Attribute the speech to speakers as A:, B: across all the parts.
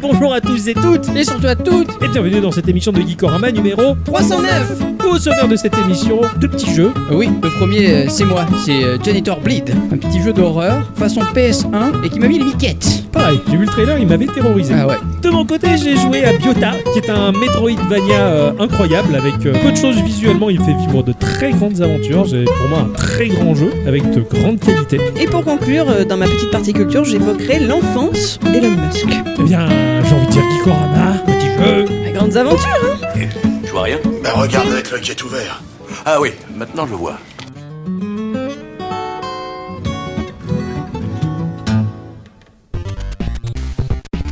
A: bonjour à tous et toutes
B: Et surtout à toutes
A: et bienvenue dans cette émission de Geekorama numéro
B: 309
A: au sommaire de cette émission, deux petits jeux.
B: Oui, le premier, euh, c'est moi, c'est euh, Janitor Bleed, un petit jeu d'horreur façon PS1 et qui m'a mis les miquettes.
A: Pareil, j'ai vu le trailer, il m'avait terrorisé.
B: Ah ouais.
A: De mon côté, j'ai joué à Biota, qui est un Metroidvania euh, incroyable avec euh, peu de choses visuellement. Il fait vivre de très grandes aventures. C'est pour moi un très grand jeu avec de grandes qualités.
C: Et pour conclure, euh, dans ma petite partie culture, j'évoquerai l'enfance d'Elon Musk.
A: Eh bien, j'ai envie de dire Geekorama, petit jeu.
C: À grandes aventures
D: Je vois rien.
E: Ben regarde avec l'œil qui est ouvert.
D: Ah oui, maintenant je vois.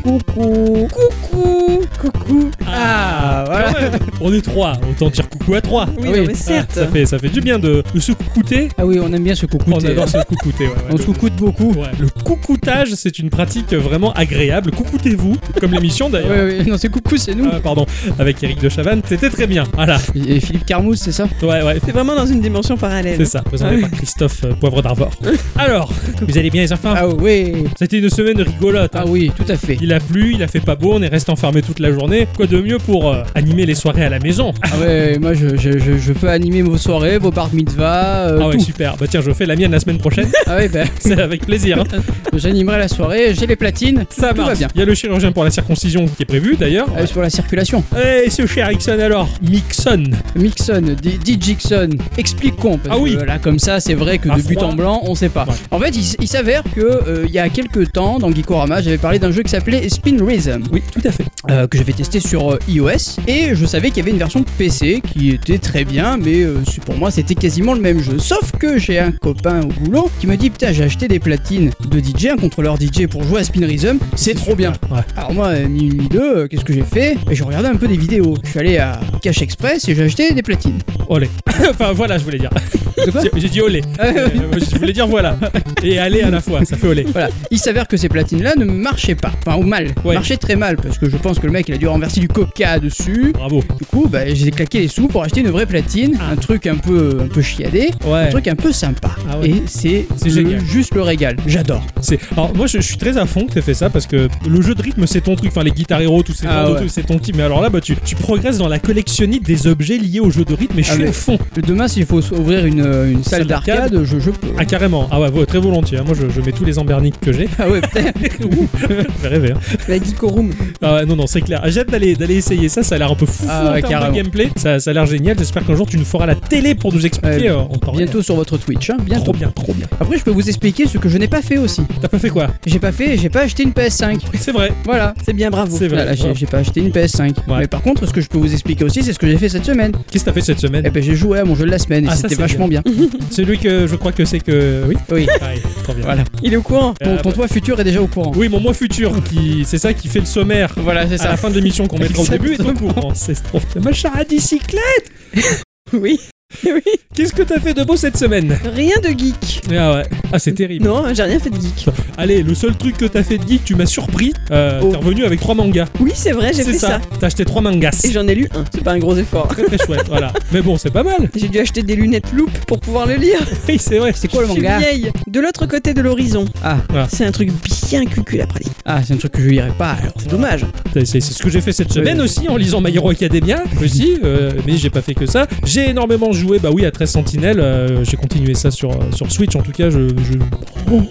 C: Coucou Coucou Coucou
A: Ah, voilà. On est trois, autant dire coucou à trois. Ah
C: Oui,
B: oui.
C: non, mais certes
A: Ça fait, ça fait du bien de, de se coucouter.
B: Ah oui, on aime bien se
A: On
B: coucouter.
A: adore se coucouter. ouais, ouais.
B: On se coucoute beaucoup.
A: Ouais, Le coucoutage, c'est une pratique vraiment agréable. Coucoutez-vous, comme l'émission d'ailleurs.
B: Ouais, ouais, non, c'est coucou, c'est nous.
A: Ah, pardon, avec Eric de Chavannes, c'était très bien. Voilà,
B: Et Philippe Carmouze, c'est ça
A: ouais, ouais,
C: C'est vraiment dans une dimension
A: c'est
C: parallèle.
A: ça, présenté par Christophe euh, Poivre d'Arvor. Alors, vous allez bien les enfants
B: Ah oui.
A: C'était une semaine rigolote. hein.
B: Ah oui, tout à fait.
A: Il a plu, il a fait pas beau, on est resté enfermé toute la journée. Quoi de mieux pour euh, animer les soirées à la maison
B: Ah ouais, moi je, je, je, je peux animer vos soirées, vos bar mitzvahs, euh,
A: Ah ouais,
B: tout.
A: super. Bah tiens, je fais la mienne la semaine prochaine,
B: Ah ouais, ben,
A: c'est avec plaisir. hein.
B: j'animerai la soirée, j'ai les platines,
A: Ça
B: tout va
A: marche.
B: bien.
A: Il y a le chirurgien pour la circoncision qui est prévu d'ailleurs.
B: Ah, sur la circulation.
A: Et ce cher Ixon alors, Mixon,
B: Mixon, D- D. Jixon, expliquons. Parce
A: Ah oui.
B: que là, comme ça, c'est vrai que
A: À
B: de but
A: froid.
B: en blanc, on sait pas.
A: Ouais.
B: En fait, il, s- il s'avère que euh, il y a quelques temps, dans Geekorama, j'avais parlé d'un jeu qui s'appelait Spin Rhythm.
A: Oui, tout à fait.
B: euh, que j'avais testé sur euh, iOS et je savais qu'il y avait une version PC qui était très bien mais euh, c'est- pour moi c'était quasiment le même jeu sauf que j'ai un copain au boulot qui me dit putain j'ai acheté des platines de DJ un contrôleur DJ pour jouer à Spin Rhythm c'est trop bien
A: Ouais.
B: alors moi, euh, ni une ni deux, euh, qu'est-ce que j'ai fait Et Je regardais un peu des vidéos. Je suis allé à Cash Express et j'ai acheté des platines.
A: Olé. enfin voilà, je voulais dire.
B: De quoi
A: J'ai- J'ai dit olé.
B: Ah, oui,
A: Euh,
B: oui.
A: je voulais dire voilà. Et aller à la fois, ça fait olé.
B: Voilà, il s'avère que ces platines-là ne marchaient pas, enfin ou mal,
A: Ouais.
B: marchaient très mal, parce que je pense que le mec il a dû renverser du coca dessus.
A: Bravo.
B: Du coup, bah, j'ai claqué les sous pour acheter une vraie platine,
A: Ah.
B: un truc un peu, un peu chiadé, un
A: Ouais.
B: truc un peu sympa.
A: Ah ouais.
B: Et c'est
A: C'est
B: le-
A: génial.
B: juste le régal. J'adore.
A: C'est- Alors moi je, je suis très à fond que t'aies fait ça parce que le jeu de rythme c'est ton truc, enfin les guitares héros, tout c'est
B: Ah
A: ton-
B: ouais.
A: tout, c'est ton type. Mais alors là bah, tu, tu progresses dans la collectionnite des objets liés au jeu de rythme et je
B: Ah,
A: suis
B: mais-
A: à fond.
B: Demain, s'il faut ouvrir une, euh, une salle
A: Salle d'arcade.
B: d'arcade, je, je peux.
A: Ah carrément, ah ouais ouais, très volontiers, hein. moi je, je mets tous les emberniques que j'ai,
B: Ah ouais, putain.
A: fais rêver. hein.
C: La Geeko Room.
A: Ah ouais, non non c'est clair, Ah, j'ai hâte d'aller d'aller essayer ça, ça a l'air un peu fou
B: Ah ouais,
A: en termes de
B: carrément.
A: gameplay, ça, ça a l'air génial, j'espère qu'un jour tu nous feras la télé pour nous expliquer
B: Ouais,
A: euh, en temps réel.
B: Bientôt sur votre Twitch, hein, bientôt.
A: Trop bien, trop bien.
B: Après, je peux vous expliquer ce que je n'ai pas fait aussi.
A: T'as pas fait quoi
B: J'ai pas fait, j'ai pas acheté une PS5.
A: C'est vrai,
B: Voilà.
C: C'est bien, bravo.
A: c'est vrai.
B: Voilà, Ah, j'ai
A: Voilà.
B: j'ai pas acheté une PS5.
A: Ouais.
B: Mais par contre, ce que je peux vous expliquer aussi, c'est ce que j'ai fait cette semaine.
A: Qu'est-ce que t'as fait cette semaine
B: Eh ben, j'ai joué à mon jeu de la semaine et
A: Ah, ça,
B: c'était
A: c'est
B: vachement bien.
A: Celui que je crois que c'est que. Oui
B: Oui.
A: Pareil, trop bien.
B: Voilà.
C: Il est au courant.
A: Euh,
B: Ton, ton toit futur est déjà au courant.
A: Oui, mon mois futur, qui... c'est ça qui fait le sommaire
B: Voilà, c'est
A: à la
B: ça.
A: fin de l'émission qu'on mettra au début et au courant. C'est trop bien. Ma charabicyclette
C: Oui. oui.
A: Qu'est-ce que t'as fait de beau cette semaine
C: Rien de geek.
A: Ah ouais. Ah, c'est terrible.
C: Non, j'ai rien fait de geek.
A: Allez, le seul truc que t'as fait de geek, tu m'as surpris. Euh,
C: Oh.
A: T'es revenu avec trois mangas.
C: Oui, c'est vrai, j'ai
A: C'est
C: fait ça.
A: T'as acheté trois mangas.
C: Et j'en ai lu un. C'est pas un gros effort.
A: Très très chouette, voilà. Mais bon, c'est pas mal.
C: J'ai dû acheter des lunettes loupe pour pouvoir le lire.
A: Oui, c'est vrai.
B: C'est quoi le
C: Je suis
B: manga
C: vieille. De l'autre côté de l'horizon.
B: Ah.
A: Ah.
C: C'est un truc bien cucul à pratique.
B: Ah, c'est un truc que je lirai pas alors.
C: C'est dommage.
A: C'est c'est ce que j'ai fait cette semaine aussi en lisant My Hero Academia aussi, euh, mais j'ai pas fait que ça. J'ai énormément joué, bah oui, à 13 Sentinelles. euh, j'ai continué ça sur, euh, sur Switch en tout cas. Je. Je, Oh.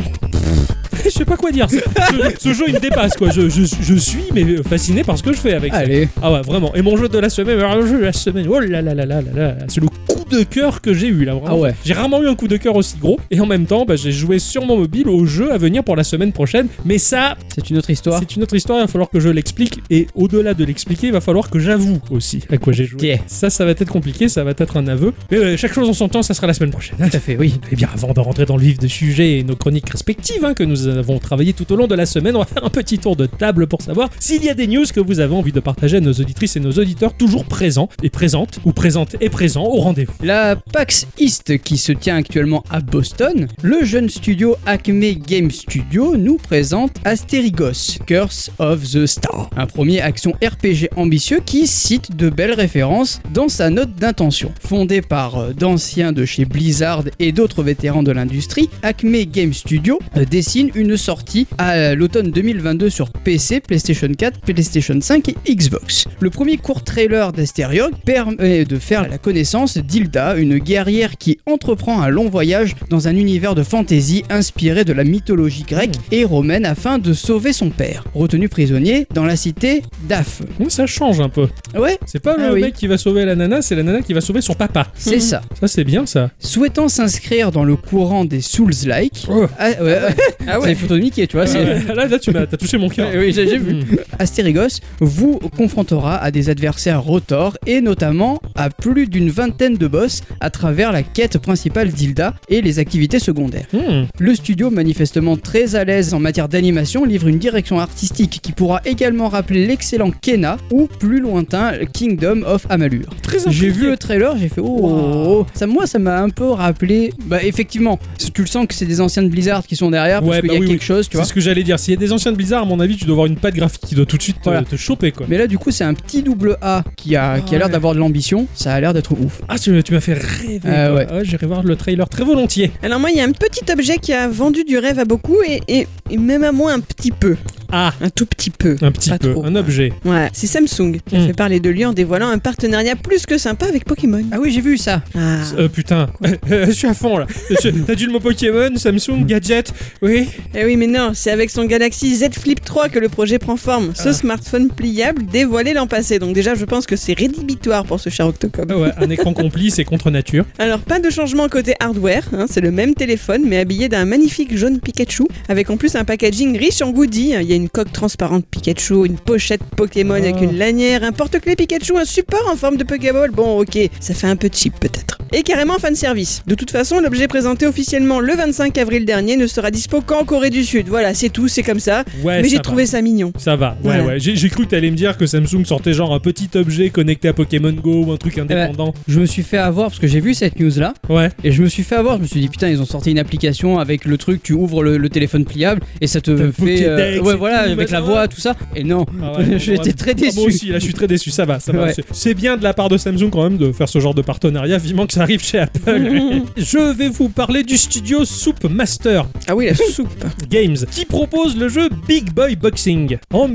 A: je sais pas quoi dire. Ce, ce- ce jeu il me dépasse quoi. Je, je, je suis mais fasciné par ce que je fais avec ça.
B: Allez.
A: Ah ouais, vraiment. Et mon jeu de la semaine, alors, le jeu de la semaine, oh là là là là là là, c'est le coup de cœur que j'ai eu là, vraiment.
B: Ah ouais.
A: J'ai rarement eu un coup de cœur aussi gros. Et en même temps, bah, j'ai joué sur mon mobile au jeu à venir pour la semaine prochaine. Mais ça,
B: C'est une autre histoire.
A: c'est une autre histoire, il va falloir que je l'explique. Et au-delà de l'expliquer, il va falloir que j'avoue aussi à quoi j'ai joué.
B: Ok.
A: Ça, ça va être compliqué, ça va être un aveu. Mais euh, chaque chose en son temps, ça sera la semaine prochaine.
B: Tout à fait, oui.
A: Eh bien, avant de rentrer dans le vif du sujet et nos chroniques respectives hein, que nous avons travaillées tout au long de la semaine, on va faire un petit tour de table pour savoir s'il y a des news que vous avez envie de partager à nos auditrices et nos auditeurs toujours présents et présentes, ou présentes et présents au rendez-vous.
B: La PAX East qui se tient actuellement à Boston, le jeune studio Acme Game Studio nous présente Asterigos, Curse of the Star, un premier action RPG ambitieux qui cite de belles références dans sa note d'intention. Fondé par euh, d'anciens de chez Blizzard et d'autres vétérans de l'industrie, Acme Game Studio euh, dessine une sortie à euh, l'automne 2022 sur PC, PlayStation 4, PlayStation 5 et Xbox. Le premier court trailer d'Asterioc permet euh, de faire la connaissance d'Hilda, une guerrière qui entreprend un long voyage dans un univers de fantasy inspiré de la mythologie grecque et romaine afin de sauver son père, retenu prisonnier dans la cité d'Aph.
A: Bon, Hum, ça change un peu.
B: Ouais,
A: C'est pas
B: Ah
A: le
B: oui.
A: mec qui va sauver la nana, c'est la nana qui va sauver son papa.
B: c'est ça.
A: Ça, c'est bien ça.
B: Souhaitant s'inscrire dans le courant des Souls-like,
A: Oh.
B: ah, ouais, ouais. c'est les photos de Mickey, tu vois. Ah, c'est-
A: Ah,
B: Ah
A: Là, là, tu m'as t'as touché mon cœur.
B: Oui, j'ai j'ai vu.
A: Hmm.
B: Astérigos vous confrontera à des adversaires rotors et notamment à plus d'une vingtaine de boss à travers la quête principale d'Hilda et les activités secondaires.
A: Hmm.
B: Le studio, manifestement très à l'aise en matière d'animation, livre une direction artistique qui pourra également rappeler l'excellent Kena ou plus lointain Kingdom of Amalur.
A: Très
B: J'ai
A: intrigué.
B: vu le trailer, j'ai fait oh, oh, oh. ça moi ça m'a un peu rappelé bah effectivement, tu le sens que c'est des anciens de Blizzard qui sont derrière parce
A: Ouais,
B: qu'il
A: bah
B: y a
A: oui,
B: quelque
A: oui.
B: chose, tu vois.
A: C'est ce que j'allais dire. S'il y a des anciens de Blizzard, à mon avis, tu dois avoir une patte graphique qui doit tout de suite te,
B: Voilà.
A: te choper quoi.
B: Mais là, du coup, c'est un petit double A qui a, qui a l'air
A: ouais.
B: d'avoir de l'ambition. Ça a l'air d'être ouf.
A: Ah, tu, tu m'as fait rêver.
B: Ah,
A: quoi.
B: ouais.
A: J'irai voir le trailer très volontiers.
C: Alors moi, il y a un petit objet qui a vendu du rêve à beaucoup et, et- et même à moi un petit peu.
A: Ah,
C: Un tout petit peu.
A: un petit
C: Pas
A: peu,
C: trop.
A: un objet.
C: Ouais, c'est Samsung qui a
A: Mm.
C: fait parler de lui en dévoilant un partenariat plus que sympa avec Pokémon.
B: Ah oui, j'ai vu ça.
C: Ah.
A: Euh, putain, je suis à fond là. Je- T'as dit le mot Pokémon, Samsung, gadget. Oui.
C: Eh oui, mais non, c'est avec son Galaxy Z Flip 3 que le projet prend forme. Ce
A: Ah.
C: smartphone pliable dévoilé l'an passé. Donc déjà, je pense que c'est rédhibitoire pour ce cher Octocom.
A: Ah ouais, un écran complice et contre nature.
C: Alors, pas de changement côté hardware, hein, c'est le même téléphone, mais habillé d'un magnifique jaune Pikachu, avec en plus un packaging riche en goodies. Il y a une coque transparente Pikachu, une pochette Pokémon
A: Ah.
C: avec une lanière, un porte-clés Pikachu, un support en forme de Pokéball. Bon, ok, ça fait un peu cheap peut-être. Et carrément fan service. De toute façon, l'objet présenté officiellement le 25 avril dernier ne sera dispo qu'en Corée du Sud. Voilà, c'est tout, c'est comme ça.
A: Ouais,
C: mais
A: ça
C: j'ai
A: va.
C: trouvé ça mignon.
A: Ça va, ouais,
C: Voilà.
A: ouais. J'ai j'ai cru que t'allais me dire que Samsung sortait genre un petit objet connecté à Pokémon Go ou un truc indépendant.
B: Je me suis fait avoir parce que j'ai vu cette news là.
A: Ouais.
B: Et je me suis fait avoir. Je me suis dit, putain, ils ont sorti une application avec le truc. Tu ouvres le, le téléphone pliable et ça te
A: T'as le
B: fait. euh,
A: Pokédex
B: ouais,
A: et
B: voilà,
A: tout,
B: avec la
A: maintenant.
B: voix, tout ça. Et non.
A: Ah ouais,
B: J'étais
A: ouais.
B: très
A: Ah,
B: déçu.
A: Moi aussi, là, je suis très déçu. Ça va, ça va.
B: Ouais.
A: C'est- C'est bien de la part de Samsung quand même de faire ce genre de partenariat, vivement que ça arrive chez Apple. je vais vous parler du studio Soup Master
C: Ah oui, la soupe.
A: Games qui propose le jeu Big Boy Boxing. En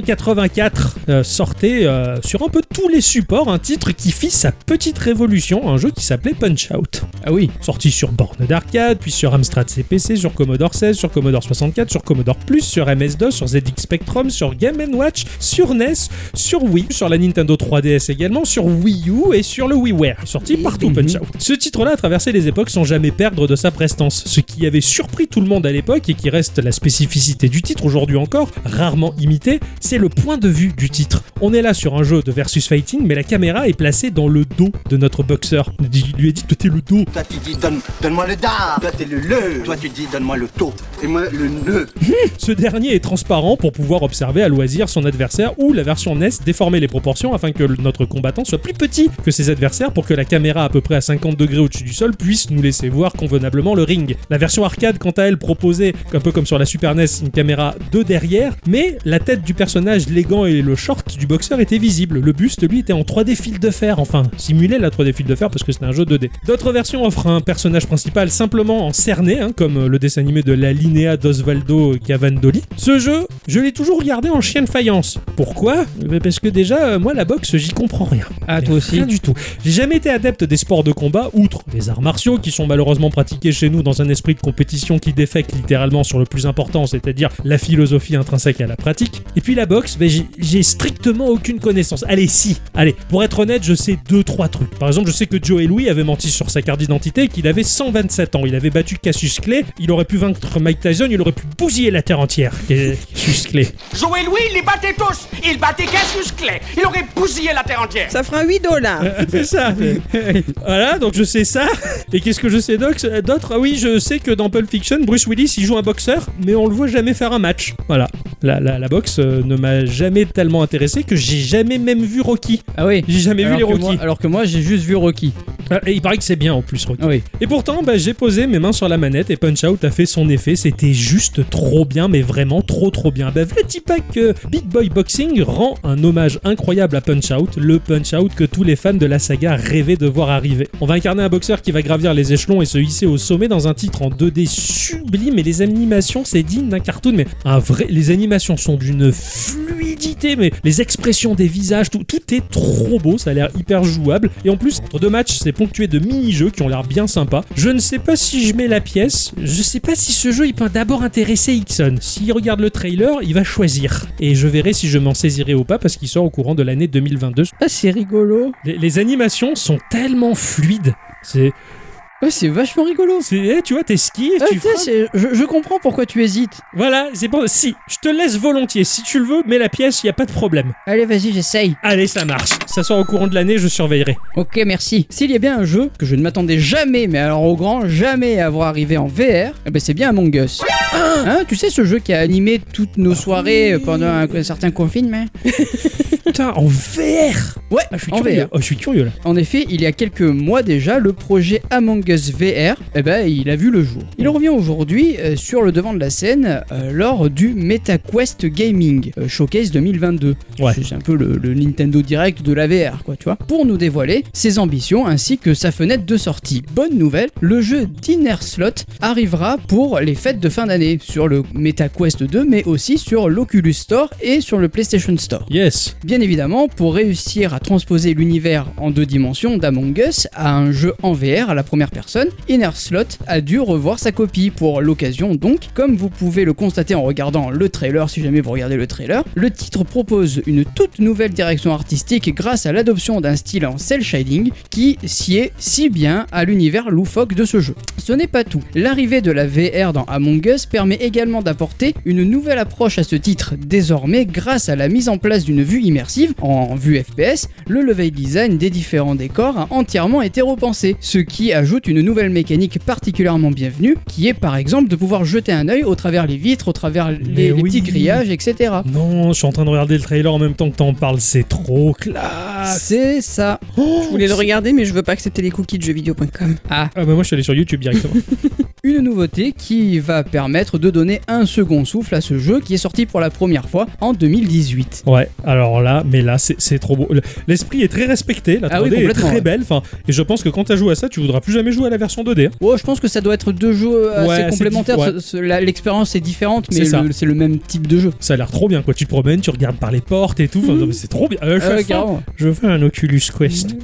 A: 1984, euh, sortait euh, sur un peu tous les supports un titre qui fit sa petite révolution, un jeu qui s'appelait Punch Out.
B: Ah oui.
A: Sorti sur borne d'arcade, puis sur Amstrad CPC, sur Commodore 16, sur Commodore 64, sur Commodore Plus, sur MS-DOS, sur ZX Spectrum, sur Game Watch, sur NES, sur Wii, sur la Nintendo 3DS également, sur Wii U et sur le WiiWare. Sorti partout Punch Out. Ce titre-là a traversé les époques sans jamais perdre de sa prestance, ce qui avait surpris tout le monde à l'époque et qui reste la spécificité du titre aujourd'hui encore, rarement imité, c'est le point de vue du titre. On est là sur un jeu de versus fighting, mais la caméra est placée dans le dos de notre boxeur. Il lui est dit de t'es le dos.
E: Toi, tu dis donne, donne-moi le dard. Toi, t'es le le. Toi, tu dis donne-moi le taux. Et moi, le nœud.
A: Ce dernier est transparent pour pouvoir observer à loisir son adversaire ou la version NES déformer les proportions afin que le- notre combattant soit plus petit que ses adversaires pour que la caméra à peu près à 50 degrés au-dessus du sol puisse nous laisser voir convenablement le ring. La version arcade quant à elle proposait, un peu comme sur la Super NES, une caméra de derrière, mais la tête du personnage, les gants et le short du boxeur étaient visibles. Le buste lui était en 3D fil de fer, enfin simulait la 3D fil de fer parce que c'était un jeu 2D. D'autres versions offrent un personnage principal simplement en cerné, hein, comme le dessin animé de la Linea d'Osvaldo Cavandoli. Ce jeu, je l'ai toujours regardé en chien de faïence. Pourquoi Eh Parce que déjà, euh, moi, la boxe, j'y comprends rien.
B: Ah, toi
A: Mais
B: aussi.
A: Rien du tout. J'ai jamais été adepte des sports de combat, outre les arts martiaux qui sont malheureusement pratiqués chez nous dans un esprit de compétition qui défecte littéralement sur le plus important, c'est-à-dire la philosophie intrinsèque à la pratique. Et puis la boxe, ben, j'ai- j'ai strictement aucune connaissance. Allez, si. Allez, pour être honnête, je sais deux, trois trucs. Par exemple, je sais que Joe Louis avait menti sur sa carte d'identité et qu'il avait 127 ans. Il avait battu Cassius Clay, il aurait pu vaincre Mike Tyson, il aurait pu bousiller la terre entière. Cassius Clay.
F: Joey Louis, il les battait tous. Il battait Cassius Clay. Il aurait bousillé la terre entière.
C: Ça fera 8 dollars.
A: C'est ça. voilà, donc je sais ça. Et qu'est-ce que je sais d'autre D'autres, ah oui, je sais que dans Pulp Fiction, Bruce Willis, il joue un boxeur, mais on le voit jamais faire un match. Voilà. la, la- la boxe euh, ne m'a jamais tellement intéressé que j'ai jamais même vu Rocky.
B: Ah oui.
A: J'ai jamais
B: alors
A: vu les
B: que
A: Rocky.
B: moi- alors que moi, j'ai juste vu Rocky.
A: Ah, Et il paraît que c'est bien en plus Rocky.
B: Ah oui.
A: Et pourtant, bah, j'ai posé mes mains sur la manette et Punch Out a fait son effet. C'était juste trop bien, mais vraiment trop trop bien. Bah, le Tipak euh, Big Boy Boxing rend un hommage incroyable à Punch Out, le Punch Out que tous les fans de la saga rêvaient de voir arriver. On va incarner un boxeur qui va gravir les échelons et se hisser au sommet dans un titre en 2D sublime. Et les animations, c'est digne d'un cartoon, mais un vrai. Les animations sont d'une fluidité, mais les expressions des visages, tout, tout est trop beau, ça a l'air hyper jouable. Et en plus, entre deux matchs, c'est ponctué de mini-jeux qui ont l'air bien sympas. Je ne sais pas si je mets la pièce, je sais pas si ce jeu il peut d'abord intéresser Ixon. S'il regarde le trailer, il va choisir. Et je verrai si je m'en saisirai ou pas parce qu'il sort au courant de l'année 2022.
B: Ah, c'est rigolo.
A: Les, les animations sont tellement fluides. C'est.
B: Ouais, Ah, c'est vachement rigolo.
A: c'est- eh, tu vois, t'es ski,
B: Ah,
A: tu
B: tu sais,
A: frappes.
B: c'est- je, je comprends pourquoi tu hésites.
A: Voilà, c'est bon. Si, je te laisse volontiers. Si tu le veux, mets la pièce, il a pas de problème.
B: Allez, vas-y, j'essaye.
A: Allez, ça marche. Ça sort au courant de l'année, je surveillerai.
B: Ok, merci. S'il y a bien un jeu que je ne m'attendais jamais, mais alors au grand jamais à avoir arrivé en VR, eh ben c'est bien Among Us. Hein, tu sais ce jeu qui a animé toutes nos soirées pendant un, un certain confinement
A: Putain, en VR
B: Ouais,
A: Ah, je suis
B: en
A: curieux.
B: VR.
A: Oh, je suis curieux là.
B: En effet, il y a quelques mois déjà, le projet Among Us VR, eh ben, il a vu le jour. Il revient aujourd'hui euh, sur le devant de la scène euh, lors du MetaQuest Gaming euh, Showcase 2022.
A: Ouais.
B: C'est un peu le, le Nintendo Direct de la VR, quoi, tu vois. Pour nous dévoiler ses ambitions ainsi que sa fenêtre de sortie. Bonne nouvelle, le jeu Dinner Slot arrivera pour les fêtes de fin d'année sur le MetaQuest 2, mais aussi sur l'Oculus Store et sur le PlayStation Store.
A: Yes.
B: Bien évidemment, pour réussir à transposer l'univers en deux dimensions d'Among Us à un jeu en VR à la première personne, Inner Slot a dû revoir sa copie pour l'occasion donc, comme vous pouvez le constater en regardant le trailer si jamais vous regardez le trailer, le titre propose une toute nouvelle direction artistique grâce à l'adoption d'un style en cel shading qui sied si bien à l'univers loufoque de ce jeu. Ce n'est pas tout. L'arrivée de la VR dans Among Us permet également d'apporter une nouvelle approche à ce titre, désormais grâce à la mise en place d'une vue immersive, en vue FPS, le level design des différents décors a entièrement été repensé, ce qui ajoute une nouvelle mécanique particulièrement bienvenue, qui est par exemple de pouvoir jeter un œil au travers les vitres, au travers les,
A: Mais
B: les
A: oui.
B: petits grillages, etc.
A: Non, je suis en train de regarder le trailer en même temps que t'en parles. C'est trop classe.
B: C'est ça.
A: Oh.
C: Je voulais le regarder, mais je veux pas accepter les cookies de jeuxvideo.com.
A: Ah bah moi je suis allé sur YouTube directement.
B: Une nouveauté qui va permettre de donner un second souffle à ce jeu qui est sorti pour la première fois en 2018.
A: ouais. Alors là, mais là c'est c'est trop beau. Le- L'esprit est très respecté. La 3D
B: Ah oui,
A: est
B: complètement,
A: très
B: ouais.
A: belle. Enfin, et je pense que quand t'as joué à ça, tu voudras plus jamais jouer à la version 2D. hein.
B: Oh, je pense que ça doit être deux jeux euh, assez
A: Ouais, c'est
B: complémentaires.
A: diff- ouais.
B: Ce- ce- la- L'expérience est différente, mais
A: C'est ça.
B: le- c'est le même type de jeu.
A: Ça a l'air trop bien quoi. Tu te promènes, tu regardes par les portes et tout. Enfin, non, mais c'est trop bien. Euh, je,
B: Ah Mmh.
A: veux
B: ouais,
A: faire-
B: carrément.
A: je veux un Oculus Quest.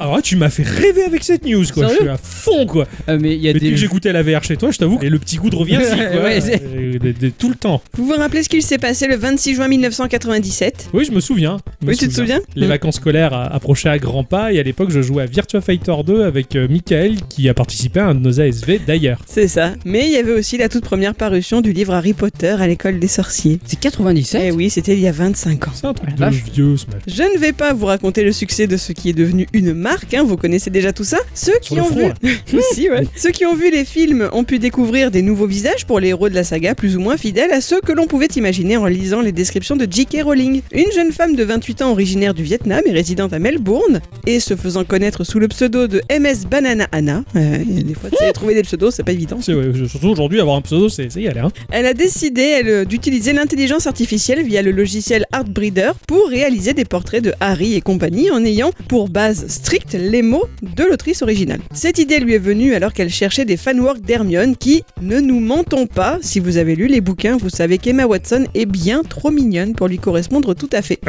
A: Alors là, tu m'as fait rêver avec cette news quoi.
B: Sérieux
A: je suis à fond quoi.
B: Ah, mais il y a
A: Et Depuis
B: des.
A: que j'ai goûté à la VR chez toi, je t'avoue, et le petit goût de revient si, quoi.
B: Ouais, c'est-
A: Euh, de- de- tout le temps.
C: Vous vous rappelez ce qu'il s'est passé le 26 juin 1997
A: Oui, je me souviens. Je me
C: Oui, tu te souviens
A: Les
C: Mm.
A: vacances scolaires euh, approchaient à grands pas et à l'époque, je jouais à Virtua Fighter 2 avec euh, Michael qui a participé à un de nos ASV d'ailleurs.
C: C'est ça. Mais il y avait aussi la toute première parution du livre Harry Potter à l'école des sorciers.
B: C'est
C: Eh
B: 97
C: oui, c'était il y a 25 ans.
A: C'est un truc
B: Ah,
A: de
B: la vache.
A: vieux ce match.
C: Je ne vais pas vous raconter le succès de ce qui est devenu une marque, hein, vous connaissez déjà tout ça. Ceux qui
A: Sur le
C: ont
A: front,
C: vu Aussi, ouais. Ceux qui ont vu les films ont pu découvrir des nouveaux visages pour les héros de la saga, plus ou moins fidèles à ceux que l'on pouvait imaginer en lisant les descriptions de J.K. Rowling. Une jeune femme de 28 ans originaire du Vietnam et résidente à Melbourne, et se faisant connaître sous le pseudo de MS Banana Anna. Euh, des fois, tu
A: Mmh.
C: sais, trouver des pseudos, c'est pas évident.
A: C'est- ouais, je- surtout aujourd'hui, avoir un pseudo, c'est c'est y aller. Hein.
C: Elle a décidé elle, euh, d'utiliser l'intelligence artificielle via le logiciel Artbreeder pour réaliser des portraits de Harry et compagnie en ayant pour base stricte les mots de l'autrice originale. Cette idée lui est venue alors qu'elle cherchait des fanworks d'Hermione qui, ne nous mentons pas, si vous avez lu les bouquins, vous savez qu'Emma Watson est bien trop mignonne pour lui correspondre tout à fait.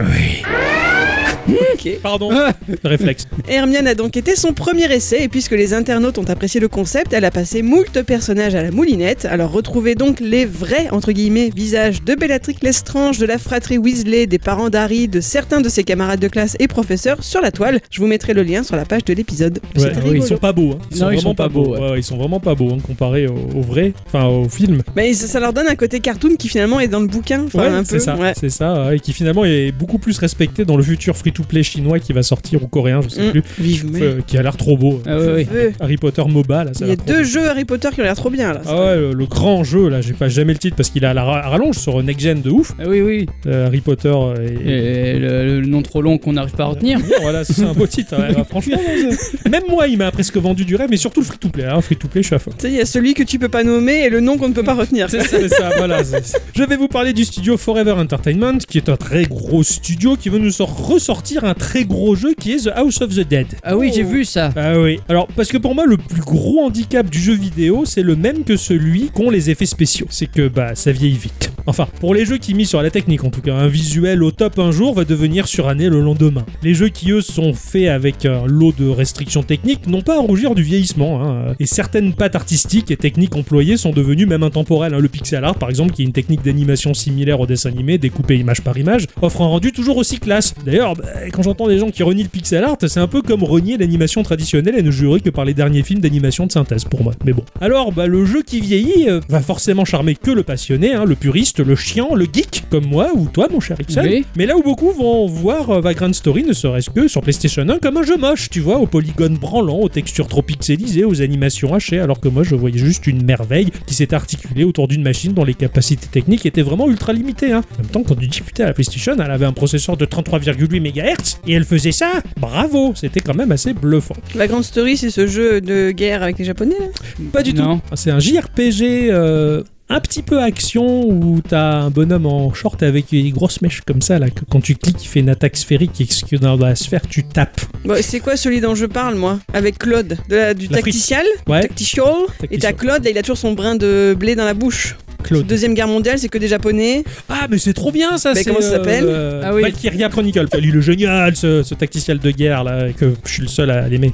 A: Pardon,
B: Ah.
A: réflexe.
C: Hermione a donc été son premier essai et puisque les internautes ont apprécié le concept, elle a passé moult personnages à la moulinette. Alors retrouvez donc les vrais entre guillemets visages de Bellatrix Lestrange, de la fratrie Weasley, des parents d'Harry, de certains de ses camarades de classe et professeurs sur la toile. Je vous mettrai le lien sur la page de l'épisode.
A: Ouais,
C: C'était
A: ouais,
C: rigolo.
A: ils sont pas beaux. hein. Ils sont
B: Non, ils
A: vraiment
B: sont pas beaux, ouais.
A: Ouais, ouais, ils sont vraiment pas beaux hein, comparés au, au vrai, enfin au film.
C: Mais ça, ça leur donne un côté cartoon qui finalement est dans le bouquin. Enfin,
A: Ouais,
C: un peu.
A: c'est ça,
C: ouais.
A: c'est ça, ouais, et qui finalement est beaucoup plus respecté dans le futur free free-to-play chinois qui va sortir ou coréen, je sais
C: Mm.
A: plus,
C: Vivement.
A: euh, qui a l'air trop beau.
B: Ah ouais, ouais.
C: Veux.
A: Harry Potter MOBA, là, ça
C: Il
A: a
C: y a
A: l'air trop
C: deux jeux Harry Potter qui ont l'air trop bien là.
A: Ah ouais, le, le grand jeu, là, j'ai pas jamais le titre parce qu'il a la ra- rallonge sur Next Gen de ouf.
B: Ah oui, oui.
A: Euh, Harry Potter euh, et.
B: Et le, le nom trop long qu'on n'arrive pas à retenir.
A: Voilà, c'est un beau titre. ouais, bah, franchement, non, c'est- même moi, il m'a presque vendu du rêve, mais surtout le free to play. Hein, free to play, je suis à fond.
C: Tu sais, il y a celui que tu peux pas nommer et le nom qu'on ne peut pas retenir.
A: C'est ça, c'est ça, voilà. c'est- c'est- Je vais vous parler du studio Forever Entertainment, qui est un très gros studio qui veut nous sor- ressortir un très gros jeu qui est The House of the Dead.
B: Ah oui, j'ai vu ça.
A: Ah oui. Alors, parce que pour moi, le plus gros handicap du jeu vidéo, c'est le même que celui qu'ont les effets spéciaux. C'est que, bah, ça vieillit vite. Enfin, pour les jeux qui misent sur la technique, en tout cas, un visuel au top un jour va devenir suranné le lendemain. Les jeux qui, eux, sont faits avec un lot de restrictions techniques n'ont pas à rougir du vieillissement. hein. Et certaines pattes artistiques et techniques employées sont devenues même intemporelles. hein. Le pixel art, par exemple, qui est une technique d'animation similaire au dessin animé, découpée image par image, offre un rendu toujours aussi classe. D'ailleurs, bah, quand j'entends des gens qui renient le pixel art, c'est un peu comme renier l'animation traditionnelle et ne jurer que par les derniers films d'animation de synthèse pour moi. Mais bon. Alors, bah, le jeu qui vieillit euh, va forcément charmer que le passionné, hein, le puriste, le chiant, le geek, comme moi ou toi, mon cher Ixon.
B: Oui.
A: Mais là où beaucoup vont voir euh, Vagrant Story, ne serait-ce que sur PlayStation 1, comme un jeu moche, tu vois, aux polygones branlants, aux textures trop pixelisées, aux animations hachées, alors que moi je voyais juste une merveille qui s'est articulée autour d'une machine dont les capacités techniques étaient vraiment ultra limitées. hein. En même temps, quand tu dis putain, la PlayStation, elle avait un processeur de 33,8 MHz et elle faisait ça, bravo, c'était quand même assez bluffant.
C: La grande story, c'est ce jeu de guerre avec les Japonais là.
A: Pas du
B: Non.
A: tout. C'est un JRPG euh, un petit peu action où t'as un bonhomme en short avec une grosse mèche comme ça là que quand tu cliques il fait une attaque sphérique et que dans la sphère tu tapes.
C: Bon, c'est quoi celui dont je parle moi Avec Claude, de la- du
A: La frite.
C: tacticial,
A: Ouais.
C: tacticial. Et t'as Claude, là, il a toujours son brin de blé dans la bouche.
A: Claude.
C: Deuxième guerre mondiale, c'est que des Japonais.
A: Ah mais c'est trop bien ça.
C: Mais
A: c'est,
C: comment ça
A: euh,
C: s'appelle
A: euh,
B: Ah oui.
A: Valkyria Chronicle. T'as lu le génial ce, ce tacticiel de guerre là et que je suis le seul à l'aimer.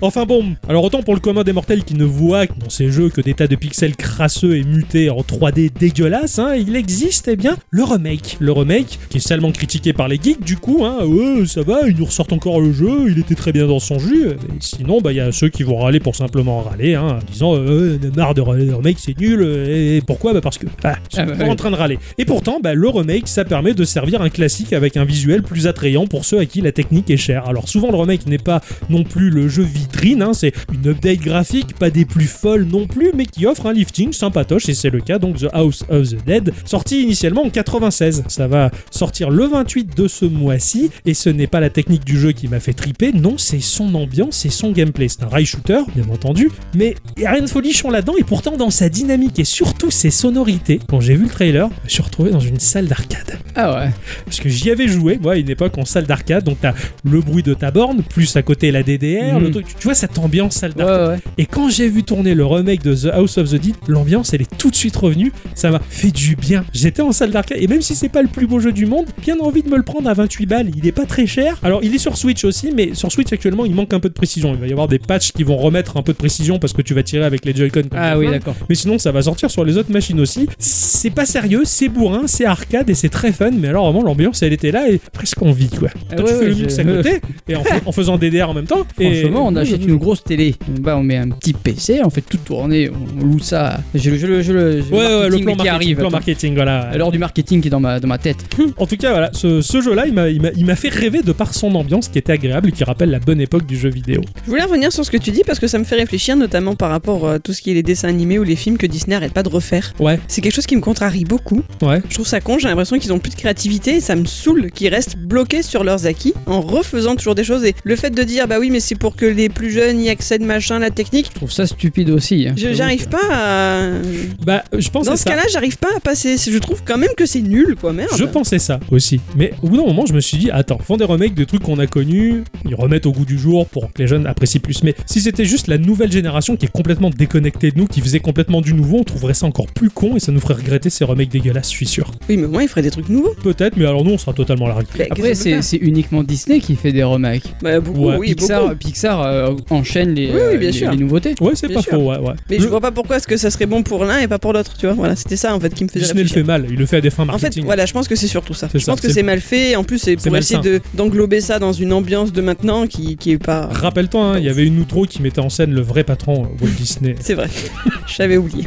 A: enfin bon. Alors autant pour le commun des mortels qui ne voit dans ces jeux que des tas de pixels crasseux et mutés en 3D dégueulasse, hein, il existe eh bien le remake. Le remake qui est salement critiqué par les geeks du coup. Hein, ouais ça va ils nous ressortent encore le jeu. Il était très bien dans son jus. Et sinon bah il y a ceux qui vont râler pour simplement râler hein, en disant euh, on a marre de râler, le remake c'est nul. euh, Et pourquoi bah parce que ah, ils sont
B: Ah bah
A: toujours
B: oui.
A: en train de râler. Et pourtant, bah, le remake, ça permet de servir un classique avec un visuel plus attrayant pour ceux à qui la technique est chère. Alors souvent, le remake n'est pas non plus le jeu vitrine, hein, c'est une update graphique, pas des plus folles non plus, mais qui offre un lifting sympatoche, et c'est le cas donc The House of the Dead, sorti initialement en 96. Ça va sortir le 28 de ce mois-ci, et ce n'est pas la technique du jeu qui m'a fait triper, non, c'est son ambiance et son gameplay. C'est un rail shooter, bien entendu, mais il n'y a rien de folichon là-dedans, et pourtant dans sa dynamique et surtout ses sonorités, quand j'ai vu le trailer, je me suis retrouvé dans une salle d'arcade.
B: Ah ouais.
A: Parce que j'y avais joué, moi, à une époque en salle d'arcade, donc t'as le bruit de ta borne, plus à côté la DDR,
B: Mhm.
A: le truc, tu vois cette ambiance salle
B: Ouais,
A: d'arcade.
B: ouais.
A: Et quand j'ai vu tourner le remake de The House of the Dead, l'ambiance elle est tout de suite revenue. Ça m'a fait du bien. J'étais en salle d'arcade et même si c'est pas le plus beau jeu du monde, bien envie de me le prendre à 28 balles. Il est pas très cher. Alors il est sur Switch aussi, mais sur Switch actuellement il manque un peu de précision. Il va y avoir des patchs qui vont remettre un peu de précision parce que tu vas tirer avec les Joy-Con. comme
B: Ah
A: ça.
B: oui, d'accord.
A: Mais sinon, ça va sortir sur les autres machines aussi. C'est pas sérieux, c'est bourrin, c'est arcade et c'est très fun. Mais alors, vraiment, l'ambiance, elle était là et presque en vie, quoi.
B: Ah
A: Toi,
B: ouais,
A: tu fais
B: ouais,
A: le mix
B: j'ai-
A: à côté et en, fais- en faisant DDR en même temps. et-
B: Franchement, on achète une grosse télé. Donc, Bah, on met un petit PC, on fait toute tournée, on on loue ça. J'ai le, j'ai le, j'ai le, j'ai
A: Ouais, ouais, le plan
B: marketing, mais qui
A: marketing,
B: arrive.
A: plan
B: attends.
A: marketing, voilà.
B: Alors du marketing qui est dans ma, dans ma tête.
A: En tout cas, voilà, ce, ce jeu-là, il m'a- il m'a il m'a fait rêver de par son ambiance qui était agréable et qui rappelle la bonne époque du jeu vidéo.
C: Je voulais revenir sur ce que tu dis parce que ça me fait réfléchir, notamment par rapport à tout ce qui est les dessins animés ou les films que Disney n'arrête pas de refaire.
A: Ouais,
C: C'est quelque chose qui me contrarie beaucoup.
A: ouais.
C: Je trouve ça con, j'ai l'impression qu'ils ont plus de créativité et ça me saoule qu'ils restent bloqués sur leurs acquis en refaisant toujours des choses. Et le fait de dire, bah oui, mais c'est pour que les plus jeunes y accèdent, machin, la technique,
B: Je trouve ça stupide aussi. hein.
C: je- j'arrive pas à.
A: Bah, je pense
C: Dans
A: à
C: ce
A: ça.
C: cas-là, j'arrive pas à passer. Je trouve quand même que c'est nul, quoi, merde.
A: Je pensais ça aussi. Mais au bout d'un moment, je me suis dit, attends, font des remakes de trucs qu'on a connus, ils remettent au goût du jour pour que les jeunes apprécient plus. Mais si c'était juste la nouvelle génération qui est complètement déconnectée de nous, qui faisait complètement du nouveau, on trouverait ça encore plus con et ça nous ferait regretter ces remakes dégueulasses, je suis sûr.
C: Oui, mais au moins, ils feraient des trucs nouveaux.
A: Peut-être, mais alors nous, on sera totalement largués.
C: Bah, qu'est-ce
B: Après,
C: que
B: c'est
C: ça
B: c'est uniquement Disney qui fait des remakes.
C: peut faire Bah, beaucoup,
A: Ouais,
C: oui, beaucoup.
B: Pixar, Pixar euh, enchaîne les,
C: Oui, oui,
B: euh,
C: bien
B: les,
C: sûr.
B: les nouveautés.
A: Ouais, c'est
C: Bien
A: pas
C: sûr.
A: faux, ouais, ouais.
C: Mais je vois pas pourquoi est-ce que ça serait bon pour l'un et pas pour l'autre, tu vois. Voilà, c'était ça en fait qui me faisait
A: Disney le fait
C: réfléchir.
A: mal, il le fait à des fins
C: En fait,
A: marketing.
C: voilà, je pense que c'est surtout ça.
A: C'est
C: Je
A: ça,
C: pense que
A: c'est-
C: c'est mal fait. En plus, c'est
A: C'est
C: pour essayer
A: malsain.
C: de- d'englober ça dans une ambiance de maintenant qui, qui est pas.
A: Rappelle-toi, hein, il y avait une outro qui mettait en scène le vrai patron euh, Walt Disney.
C: C'est vrai. J'avais oublié.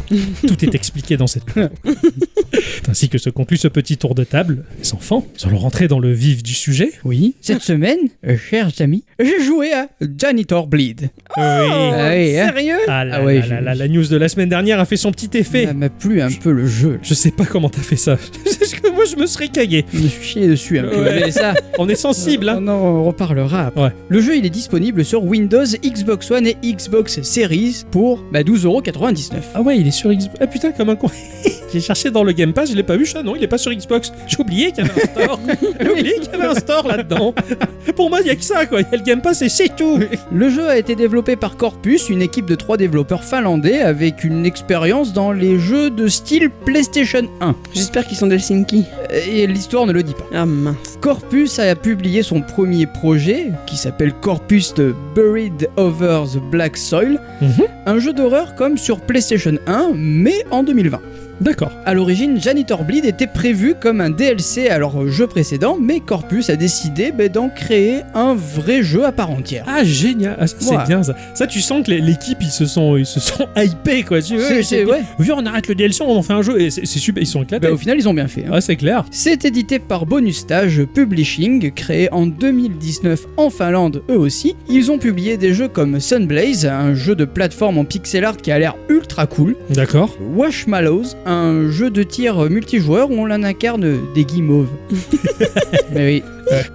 A: Tout est expliqué dans cette. C'est ainsi que se conclut ce petit tour de table. Les enfants, nous allons rentrer dans le vif du sujet.
B: Oui, cette semaine, euh, chers amis, j'ai joué à Janitor Bleed.
C: Oh,
A: oui.
B: Ah oui, hein.
C: sérieux
A: Ah, là,
B: Ah ouais,
A: là,
B: j'ai- Ah,
A: là, là, la news de la semaine dernière a fait son petit effet.
B: Ça m'a plu un peu le jeu.
A: Je sais pas comment t'as fait ça. Parce que moi, je me serais cagué.
B: Je me suis chié dessus hein, un peu.
A: Ouais.
B: mais ça,
A: On est sensible, hein.
B: On en reparlera après.
A: Ouais.
B: Le jeu, il est disponible sur Windows, Xbox One et Xbox Series pour bah, 12,99€.
A: Ah ouais, il est sur Xbox. Ah putain, comme un con. J'ai cherché dans le Game Pass, je l'ai pas vu. ça. non, il est pas sur Xbox. J'ai oublié qu'il y avait un store. J'ai oublié qu'il y avait un store là-dedans. Pour moi, il y a que ça, quoi. Il y a le Game Pass et c'est tout.
B: Le jeu a été développé par Corpus, une équipe de trois développeurs finlandais avec une expérience dans les jeux de style PlayStation 1.
C: J'espère qu'ils sont d'Helsinki.
B: Et l'histoire ne le dit pas.
C: Ah mince.
B: Corpus a publié son premier projet, qui s'appelle Corpus de Buried Over the Black Soil,
A: Mhm.
B: un jeu d'horreur comme sur PlayStation 1, mais en 2020.
A: D'accord.
B: À l'origine, Janitor Bleed était prévu comme un DLC à leur jeu précédent, mais Corpus a décidé bah, d'en créer un vrai jeu à part entière.
A: Ah génial, Ah, ça, c'est
B: Ouais.
A: bien ça. Ça tu sens que les- l'équipe ils se sont ils se sont hypés quoi. Tu vois,
B: C'est-
A: ils se
B: c'est-
A: disent,
B: Ah, ouais.
A: Viens on arrête le DLC, on en fait un jeu et c'est c'est super, ils sont éclatés.
B: Bah, au final, ils ont bien fait. hein.
A: ah c'est clair.
B: C'est édité par Bonus Stage Publishing, créé en 2019 en Finlande eux aussi. Ils ont publié des jeux comme Sunblaze, un jeu de plateforme en pixel art qui a l'air ultra cool,
A: D'accord.
B: Washmallows, un jeu de tir multijoueur où on l'en incarne des guimauves. Mais oui.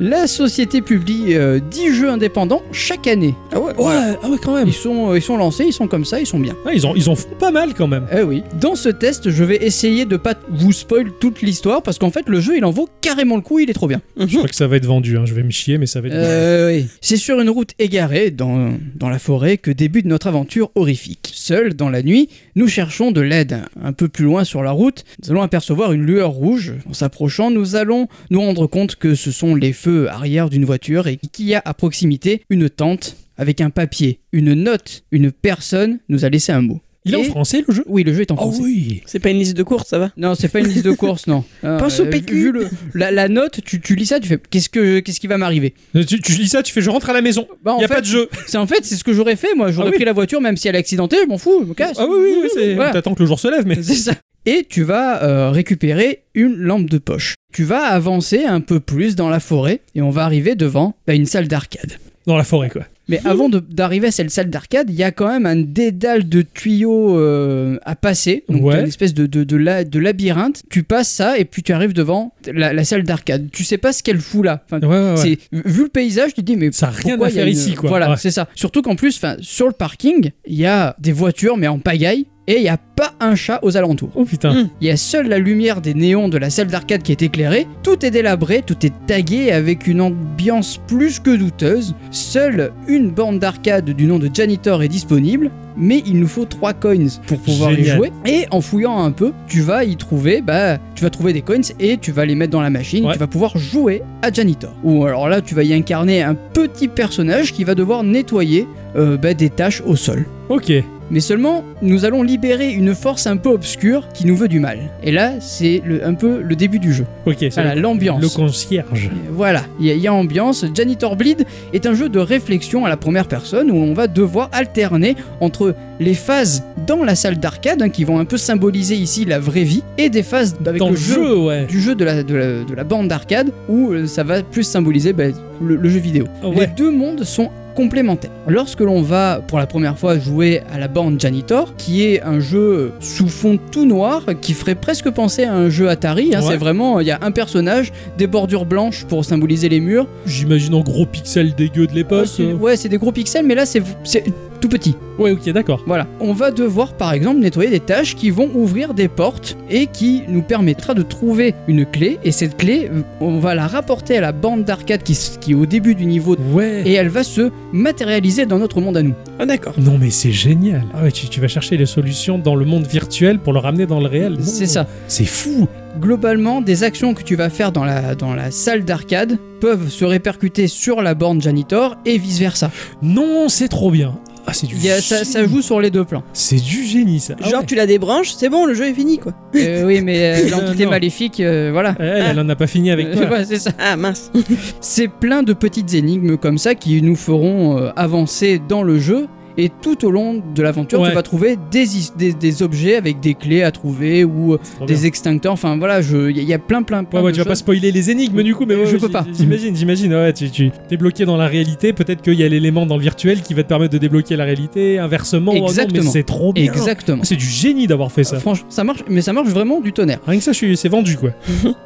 B: La société publie euh, 10 jeux indépendants chaque année.
C: Ah ouais,
A: Ouais, ah ouais quand même.
B: Ils sont, euh, ils sont lancés, ils sont comme ça, ils sont bien.
A: Ah, ils en ils en font pas mal quand même.
B: Eh oui. Dans ce test, je vais essayer de pas vous spoil toute l'histoire parce qu'en fait le jeu il en vaut carrément le coup, il est trop bien.
A: Je crois que ça va être vendu. hein. Je vais me chier mais ça va être.
B: Mhm. Euh, oui. C'est sur une route égarée dans, dans la forêt que débute notre aventure horrifique. Seuls, dans la nuit, nous cherchons de l'aide. Un peu plus loin sur la route, nous allons apercevoir une lueur rouge. En s'approchant, nous allons nous rendre compte que ce sont les feux arrière d'une voiture et qu'il y a à proximité une tente avec un papier, une note, une personne nous a laissé un mot.
A: Il est en
B: et-
A: français le jeu. Ah
B: Oui, le jeu est en français.
A: oui.
C: C'est pas une liste de courses, ça va
B: Non, c'est pas une liste de courses, non. Ah,
C: Pense au PQ.
B: Vu le- la, la note, tu, tu lis ça, tu fais qu'est-ce que qu'est-ce qui va m'arriver
A: Tu, tu lis ça, tu fais je rentre à la maison.
B: Bah, en
A: Il y a
B: fait,
A: pas de jeu.
B: C'est en fait, c'est ce que j'aurais fait moi. J'aurais
A: Ah oui.
B: pris la voiture, même si elle est accidentée, je m'en fous, je me casse.
A: Ah oui oui, oui c'est-
B: Voilà.
A: t'attends que le jour se lève mais.
B: C'est ça. Et tu vas euh, récupérer une lampe de poche. Tu vas avancer un peu plus dans la forêt et on va arriver devant bah, une salle d'arcade.
A: Dans la forêt quoi.
B: Mais avant de- d'arriver à cette salle d'arcade, il y a quand même un dédale de tuyaux euh, à passer. Donc
A: Ouais.
B: t'as une espèce de, de, de, la- de labyrinthe. Tu passes ça et puis tu arrives devant la, la salle d'arcade. Tu sais pas ce qu'elle fout là. Enfin,
A: Ouais ouais. ouais.
B: c'est- Vu le paysage, tu te dis mais
A: Ça a rien
B: pourquoi
A: à
B: il y a
A: faire
B: une-
A: ici quoi.
B: Voilà,
A: Ouais.
B: c'est ça. Surtout qu'en plus, 'fin, sur le parking, il y a des voitures mais en pagaille et il n'y a pas un chat aux alentours.
A: Oh putain.
B: Il y a seule la lumière des néons de la salle d'arcade qui est éclairée, tout est délabré, tout est tagué avec une ambiance plus que douteuse. Seule une bande d'arcade du nom de Janitor est disponible, mais il nous faut trois coins pour pouvoir
A: Génial.
B: y jouer. Et en fouillant un peu, tu vas y trouver, bah, tu vas trouver des coins et tu vas les mettre dans la machine.
A: Ouais.
B: Tu vas pouvoir jouer à Janitor. Ou alors là, tu vas y incarner un petit personnage qui va devoir nettoyer euh, bah, des tâches au sol.
A: Ok.
B: Mais seulement, nous allons libérer une force un peu obscure qui nous veut du mal. Et là, c'est le- un peu le début du jeu.
A: Ok. c'est
B: Voilà,
A: le-
B: l'ambiance.
A: Le concierge.
B: Voilà, il y, a- il y a ambiance. Janitor Bleed est un jeu de réflexion à la première personne où on va devoir alterner entre les phases dans la salle d'arcade, hein, qui vont un peu symboliser ici la vraie vie, et des phases avec
A: Dans
B: le
A: le jeu ouais.
B: du jeu de la, de la, de la bande d'arcade où euh, ça va plus symboliser bah, le, le jeu vidéo.
A: Oh, ouais.
B: Les deux mondes sont complémentaires. Lorsque l'on va pour la première fois jouer à la bande Janitor, qui est un jeu sous fond tout noir, qui ferait presque penser à un jeu Atari, hein,
A: Ouais.
B: c'est vraiment, il y a un personnage, des bordures blanches pour symboliser les murs.
A: J'imagine en gros pixels dégueux de
B: Ouais,
A: l'époque. euh.
B: c'est- ouais, c'est des gros pixels, mais là c'est c'est tout petit.
A: Ouais, ok, d'accord.
B: Voilà, on va devoir par exemple nettoyer des tâches qui vont ouvrir des portes et qui nous permettra de trouver une clé et cette clé euh, on va la rapporter à la bande d'arcade qui, s- qui est au début du niveau
A: Ouais.
B: et elle va se matérialiser dans notre monde à nous.
C: Ah d'accord.
A: Non, mais c'est génial. Ah ouais, tu, tu vas chercher les solutions dans le monde virtuel pour le ramener dans le réel. Non,
B: C'est ça.
A: C'est fou.
B: Globalement, des actions que tu vas faire dans la, dans la salle d'arcade peuvent se répercuter sur la borne janitor et vice-versa.
A: Non, c'est trop bien. Ah, c'est du
B: Il y a- Ça,
A: génie.
B: ça joue sur les deux plans.
A: C'est du génie, ça. Ah
C: Genre
A: ouais.
C: tu la débranches, c'est bon, le jeu est fini quoi.
B: Euh, oui, mais euh, l'entité
A: non.
B: maléfique, euh, voilà.
A: Elle, elle en a pas fini avec toi.
B: Euh, ouais, c'est ça.
C: Ah mince.
B: C'est plein de petites énigmes comme ça qui nous feront euh, avancer dans le jeu. Et tout au long de l'aventure,
A: Ouais.
B: tu vas trouver des, is- des, des objets avec des clés à trouver ou
A: trop
B: des
A: bien.
B: extincteurs. Enfin voilà, je- il y, a- il y a plein, plein, plein
A: Ouais, ouais,
B: de
A: tu vas pas
B: choses.
A: spoiler les énigmes du coup, mais
B: Je
A: ouais, ouais,
B: peux
A: j-
B: pas.
A: J'imagine, j'imagine. Ouais, tu, tu t'es bloqué dans la réalité. Peut-être qu'il y a l'élément dans le virtuel qui va te permettre de débloquer la réalité. Inversement, oh non, mais
B: Exactement.
A: c'est trop bien.
B: Exactement.
A: hein.
B: Ah,
A: C'est du génie d'avoir fait ça.
B: Franchement, ça marche, mais ça marche vraiment du tonnerre.
A: Rien que ça, je suis- c'est vendu quoi.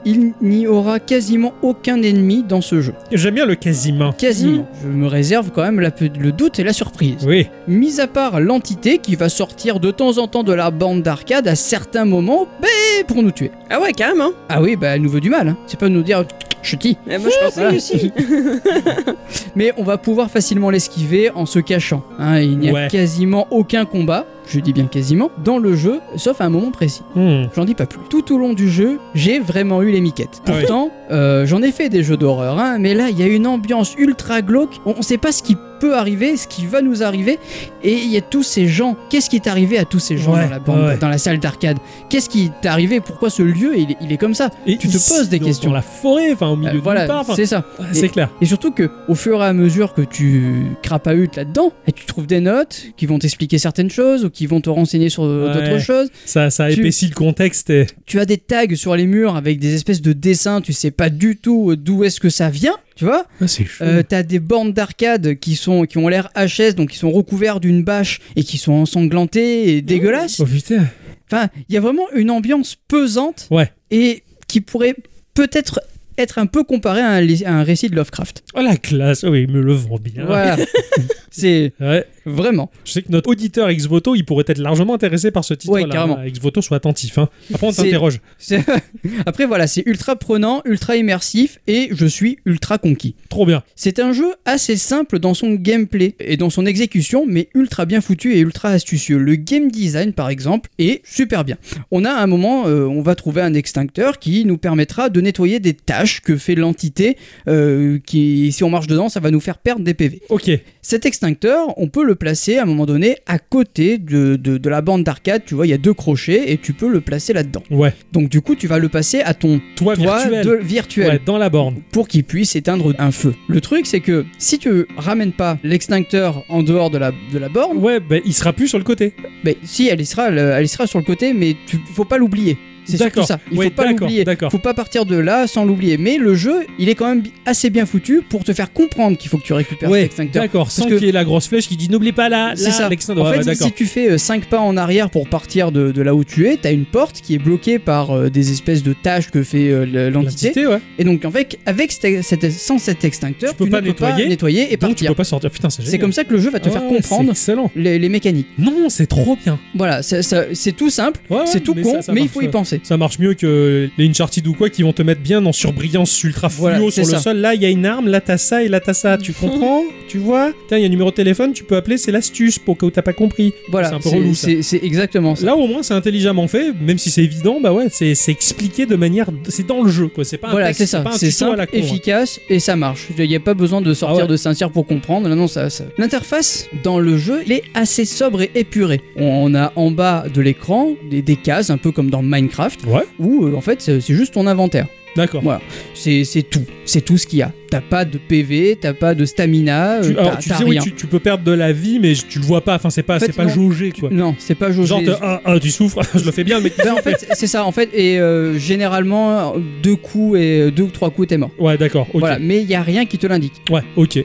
B: Il n'y aura quasiment aucun ennemi dans ce jeu.
A: J'aime bien le quasiment.
B: Quasiment. Je me réserve quand même la pe- le doute et la surprise.
A: Oui.
B: Mis à part l'entité qui va sortir de temps en temps de la bande d'arcade à certains moments, ben, pour nous tuer.
C: Ah ouais, carrément.
B: Ah oui, bah elle nous veut du mal. hein. C'est pas de nous dire chutis.
C: Eh, moi, je pensais
B: Voilà.
C: que si.
B: Mais on va pouvoir facilement l'esquiver en se cachant. hein. il n'y a
A: Ouais.
B: quasiment aucun combat, je dis bien quasiment, dans le jeu, sauf à un moment précis.
A: Hmm.
B: J'en dis pas plus. Tout au long du jeu, j'ai vraiment eu les miquettes.
A: Ah oui.
B: Pourtant, euh, j'en ai fait des jeux d'horreur, hein, mais là, il y a une ambiance ultra glauque. On, on sait pas ce qui peut arriver, ce qui va nous arriver. Et il y a tous ces gens. Qu'est-ce qui est arrivé à tous ces gens
A: Ouais,
B: dans, la bande-
A: ouais.
B: dans la salle d'arcade Qu'est-ce qui t'est arrivé Pourquoi ce lieu, il, est- il est comme ça
A: Et
B: Tu te
A: ici,
B: poses des
A: dans-
B: questions.
A: Dans la forêt, enfin au
B: Euh,
A: milieu de nulle part,
B: Voilà,
A: enfin,
B: c'est ça.
A: ouais, c'est clair.
B: Et surtout que, au fur et à mesure que tu crapahutes là-dedans, eh, tu trouves des notes qui vont t'expliquer certaines choses ou qui vont te renseigner sur euh, d'autres
A: Ouais.
B: choses.
A: Ça, ça
B: Tu-
A: épaissit le contexte. et-
B: Tu as des tags sur les murs avec des espèces de dessins, tu sais pas du tout euh, d'où est-ce que ça vient, tu vois.
A: Ah, c'est chou.
B: Euh, T'as des bornes d'arcade qui sont qui ont l'air HS, donc qui sont recouverts d'une bâche et qui sont ensanglantées et dégueulasses.
A: Oh putain.
B: Enfin, il y a vraiment une ambiance pesante
A: Ouais.
B: et qui pourrait peut-être être un peu comparée à un, li- à un récit de Lovecraft.
A: Oh la classe. Oh, oui, ils me le vend bien.
B: Voilà, c'est
A: Ouais.
B: vraiment.
A: Je sais que notre auditeur Exvoto, il pourrait être largement intéressé par ce titre-là.
B: Ouais, carrément.
A: Exvoto, sois attentif. Hein. Après, on
B: C'est-
A: t'interroge.
B: C'est- Après voilà, c'est ultra prenant, ultra immersif et je suis ultra conquis.
A: Trop bien.
B: C'est un jeu assez simple dans son gameplay et dans son exécution, mais ultra bien foutu et ultra astucieux. Le game design, par exemple, est super bien. On a un moment, euh, on va trouver un extincteur qui nous permettra de nettoyer des tâches que fait l'entité, euh, qui, si on marche dedans, ça va nous faire perdre des PV.
A: Ok.
B: Cet extincteur, on peut le placer à un moment donné à côté de, de- de la bande d'arcade, tu vois, il y a deux crochets et tu peux le placer là-dedans.
A: Ouais.
B: Donc du coup, tu vas le passer à ton
A: Toi,
B: toit
A: virtuel.
B: de virtuel
A: Ouais, dans la borne.
B: pour qu'il puisse éteindre un feu. Le truc, c'est que si tu ramènes pas l'extincteur en dehors de la, de la borne,
A: Ouais, bah, il sera plus sur le côté.
B: ben, si elle y sera, elle, elle y sera sur le côté, mais tu faut pas l'oublier. C'est surtout
A: D'accord.
B: ça. Il
A: Ouais,
B: faut pas
A: d'accord,
B: l'oublier.
A: d'accord.
B: Faut pas partir de là sans l'oublier. Mais le jeu, il est quand même bi- assez bien foutu pour te faire comprendre qu'il faut que tu récupères
A: Ouais,
B: cet extincteur.
A: D'accord. Sans
B: que-
A: qu'il y ait la grosse flèche qui dit n'oublie pas là.
B: C'est ça.
A: Alexandre.
B: En
A: Ouais,
B: fait,
A: ouais,
B: si-
A: d'accord.
B: si tu fais 5 pas en arrière pour partir de, de là où tu es, t'as une porte qui est bloquée par euh, des espèces de tâches que fait euh, le- l'entité.
A: L'entité, ouais.
B: Et donc, avec, avec cet- cet- sans cet extincteur,
A: Tu peux pas
B: ne peux
A: nettoyer,
B: pas nettoyer et
A: Donc, tu
B: partir.
A: peux pas sortir. Putain, c'est génial.
B: C'est comme ça que le jeu va te faire
A: Ouais,
B: comprendre
A: Oh, c'est Excellent.
B: les, les mécaniques.
A: Non, c'est trop bien.
B: Voilà, ça- ça- c'est tout simple,
A: Ouais, ouais,
B: c'est tout
A: Ah, mais
B: con,
A: ça, ça
B: mais il
A: marche,
B: faut y
A: ouais.
B: penser.
A: Ça marche mieux que les Uncharted ou quoi qui vont te mettre bien en surbrillance ultra fluo
B: Voilà,
A: sur
B: c'est
A: le
B: ça.
A: sol. Là, il y a une arme, là, t'as ça et là, t'as ça. Tu comprends Tu vois Tiens, il y a un numéro de téléphone, tu peux appeler, c'est l'astuce pour que t'as pas compris. C'est
B: Voilà,
A: un peu relou, ça.
B: c'est c'est exactement ça.
A: Là, au moins, c'est intelligemment fait, même si c'est évident, bah ouais, c'est c'est expliqué de manière. C'est dans le jeu, quoi. C'est pas un
B: voilà,
A: texte,
B: c'est ça,
A: pas un
B: c'est
A: tuto à
B: simple,
A: la con. hein.
B: efficace et ça marche. Il n'y a pas besoin de sortir
A: Ah ouais.
B: de Saint-Cyr pour comprendre. Non, non, ça, ça- L'interface dans le jeu, elle est assez sobre et épurée. On a en bas de l'écran des, des cases, un peu comme dans Minecraft,
A: Ouais,
B: où euh, en fait c'est c'est juste ton inventaire.
A: d'accord.
B: Voilà. C'est c'est tout, c'est tout ce qu'il y a. T'as pas de PV, t'as pas de stamina, euh,
A: Tu, alors,
B: t'as
A: tu
B: t'as
A: sais, oui,
B: rien.
A: tu, tu peux perdre de la vie, mais je- tu le vois pas. Enfin, c'est pas,
B: En fait,
A: c'est pas
B: non,
A: jaugé, quoi.
B: Non, c'est pas jaugé.
A: Genre, t'as- ah, ah, tu souffres, je le fais bien, mais.
B: Ben, en fait, c'est ça. En fait, et euh, généralement, deux coups et euh, deux ou trois coups, t'es mort.
A: Ouais, d'accord, ok.
B: Voilà, Euh, mais il y a rien qui te l'indique.
A: Ouais, ok.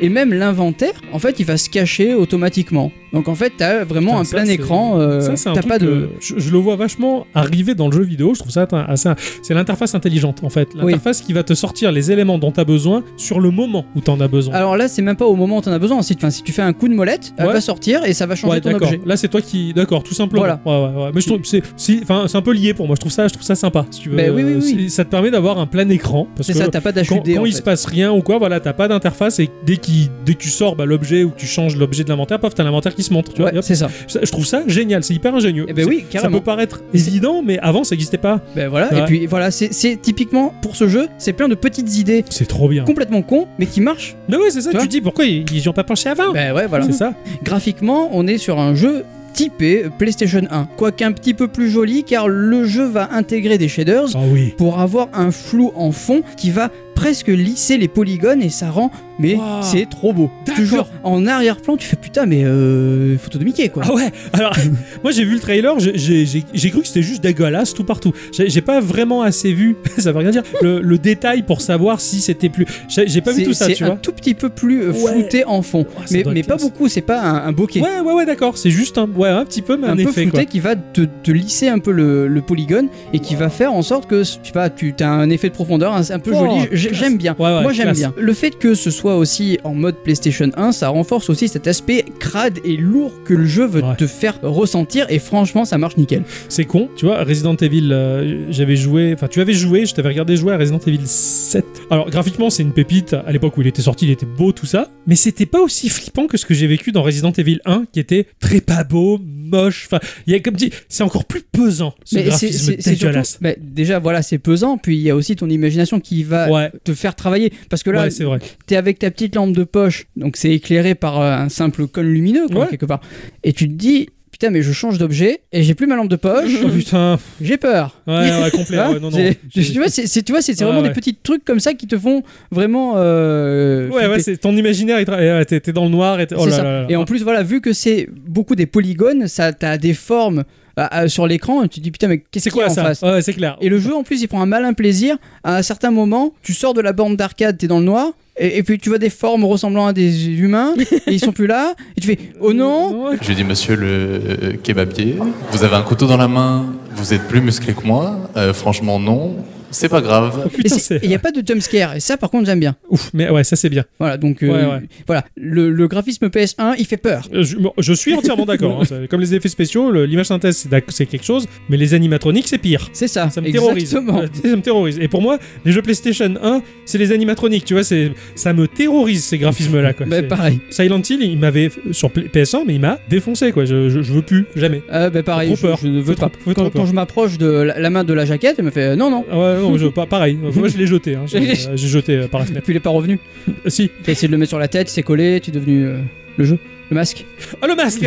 B: Et même l'inventaire, en fait, il va se cacher automatiquement. Donc en fait, t'as vraiment
A: Putain,
B: un
A: ça,
B: plein
A: c'est-
B: écran. euh,
A: ça, c'est un
B: t'as
A: truc
B: pas de.
A: que je, je le vois vachement arriver dans le jeu vidéo. Je trouve ça atta- assez. C'est l'interface intelligente en fait. L'interface qui va te sortir les éléments dont tu as besoin sur le moment où tu en as besoin.
B: Alors là, c'est même pas au moment où t'en as besoin. Si, enfin, si tu fais un coup de molette, elle
A: Ouais.
B: va sortir et ça va changer
A: ouais,
B: ton
A: d'accord.
B: objet.
A: Là, c'est toi qui. D'accord, tout simplement.
B: Voilà.
A: Ouais, ouais, ouais. Mais je trouve c'est si- enfin, c'est un peu lié pour moi. Je trouve ça, je trouve ça sympa. Si tu veux,
B: Ben oui, oui, oui.
A: C'est- Ça te permet d'avoir un plein écran. Parce
B: C'est
A: que
B: ça, t'as pas
A: quand,
B: d'HUD.
A: quand
B: en
A: il
B: fait.
A: se passe rien ou quoi, voilà, t'as pas d'interface et dès, qu'il- dès que tu sors bah, l'objet ou que tu changes l'objet de l'inventaire, paf, t'as l'inventaire qui se montre. Tu vois,
B: Ouais,
A: Et hop.
B: c'est ça.
A: Ça- je trouve ça génial, c'est hyper ingénieux.
B: Eh ben oui,
A: ça
B: carrément.
A: peut paraître évident, mais avant ça n'existait pas.
B: Ben voilà. Et
A: Ouais.
B: puis voilà, c'est- c'est typiquement pour ce jeu, c'est plein de petites idées
A: C'est trop bien.
B: complètement cons, mais qui marchent.
A: Mais ouais, c'est ça,
B: Tu
A: tu,
B: vois
A: te dis pourquoi ils n'y ont pas pensé avant
B: Ben ouais, voilà.
A: Ah. C'est ça
B: Graphiquement, on est sur un jeu typé PlayStation 1, quoique un petit peu plus joli car le jeu va intégrer des shaders
A: Ah oui.
B: pour avoir un flou en fond qui va presque lisser les polygones et ça rend. Mais
A: Waouh.
B: c'est trop beau.
A: D'accord.
B: Toujours en arrière-plan, tu fais putain, mais euh, photo de Mickey quoi.
A: Ah ouais Alors, moi j'ai vu le trailer, j'ai- j'ai j'ai- j'ai cru que c'était juste dégueulasse tout partout. J'ai j'ai pas vraiment assez vu, ça veut rien dire, le, le détail pour savoir si c'était plus. J'ai j'ai pas vu
B: C'est-
A: tout ça,
B: c'est
A: tu
B: un
A: vois.
B: tout petit peu plus euh,
A: Ouais.
B: flouté en fond.
A: Oh, ça
B: mais
A: doit être
B: mais pas
A: classe.
B: beaucoup, c'est pas un, un bokeh.
A: Ouais, ouais, ouais, d'accord. C'est juste un, ouais, un petit peu, mais un,
B: un peu
A: effet.
B: flouté
A: Quoi.
B: qui va te, te lisser un peu le, le polygone et qui va faire en sorte que je sais pas tu as un effet de profondeur un, un peu
A: Oh,
B: joli J-
A: classe.
B: j'aime bien
A: Ouais, ouais,
B: moi j'aime
A: classe.
B: bien le fait que ce soit aussi en mode PlayStation 1 ça renforce aussi cet aspect crade et lourd que le jeu veut
A: Ouais.
B: te faire ressentir et franchement ça marche nickel
A: C'est con, tu vois. Resident Evil, euh, j'avais joué, enfin, tu avais joué, je t'avais regardé jouer à Resident Evil 7. Alors, graphiquement, c'est une pépite. À l'époque où il était sorti, il était beau, tout ça. Mais c'était pas aussi flippant que ce que j'ai vécu dans Resident Evil 1, qui était très pas beau, moche. Enfin, il y a comme dit, c'est encore plus pesant, ce
B: Mais c'est-
A: graphisme
B: c'est c'est surtout
A: dégueulasse.
B: bah, déjà voilà c'est pesant puis il y a aussi ton imagination qui va
A: Ouais,
B: te faire travailler parce que là
A: ouais, c'est vrai.
B: t'es avec ta petite lampe de poche, donc c'est éclairé par euh, un simple cône lumineux, quoi,
A: Ouais.
B: quelque part. Et tu te dis, putain, mais je change d'objet et j'ai plus ma lampe de poche,
A: Oh putain,
B: j'ai peur.
A: ouais, ouais,
B: Tu
A: complet.
B: vois
A: ouais, non, non.
B: C'est-
A: J'ai-
B: tu vois, c'est c'est- tu vois, c'est- c'est
A: Ouais,
B: vraiment
A: ouais.
B: des petits trucs comme ça qui te font vraiment. euh,
A: Ouais, ouais,
B: flipper.
A: c'est ton imaginaire, il tra- ouais, t'es t'es dans le noir et t'es- oh
B: C'est
A: là
B: ça.
A: là là.
B: Et en plus, voilà, vu que c'est beaucoup des polygones, ça t'as des formes euh, euh, sur l'écran, et tu te dis putain, mais qu'est-ce
A: c'est
B: qu'il y
A: quoi
B: a en
A: ça
B: face
A: Ouais, c'est clair.
B: Et le jeu en plus il prend un malin plaisir. À un certain moment, tu sors de la borne d'arcade, t'es dans le noir, et, et puis tu vois des formes ressemblant à des humains, et ils sont plus là, et tu fais oh non
A: Ouais,
G: Je lui dis, monsieur le euh, kebabier, vous avez un couteau dans la main, vous êtes plus musclé que moi, Euh, franchement non, c'est pas grave.
B: Et
A: Putain, c'est.
B: il n'y a pas de jumpscare, et ça par contre j'aime bien.
A: Ouf, mais ouais, ça c'est bien.
B: Voilà, donc euh,
A: Ouais, ouais.
B: voilà, le, le graphisme PS1 il fait peur.
A: Euh, Je, bon, je suis entièrement d'accord. hein. C'est- Comme les effets spéciaux, le- l'image synthèse c'est d'ac- c'est quelque chose, mais les animatroniques c'est pire.
B: C'est ça,
A: Ça me terrorise.
B: exactement.
A: Euh, Ça me terrorise. Et pour moi, les jeux PlayStation 1, c'est les animatroniques. Tu vois, c'est ça me terrorise ces graphismes-là. quoi.
B: Bah,
A: C'est-
B: pareil,
A: Silent Hill, il m'avait sur P- PS1, mais il m'a défoncé. Quoi. Je, je, je veux plus, jamais.
B: Euh, bah, pareil,
A: Trop
B: je,
A: peur.
B: je ne veux
A: Faut
B: pas.
A: trop- faut
B: Quand,
A: trop peur.
B: quand je m'approche de la, la main de la jaquette, elle me fait euh, non non.
A: Ah Ouais, non, je, pas, pareil. Moi, je l'ai jeté. hein. J'ai euh, j'ai jeté euh, par la
B: Et
A: fenêtre.
B: puis il est pas revenu.
A: Euh, Si,
B: T'as essayé de le mettre sur la tête, c'est collé, tu es devenu euh, le jeu, le masque.
A: Ah le masque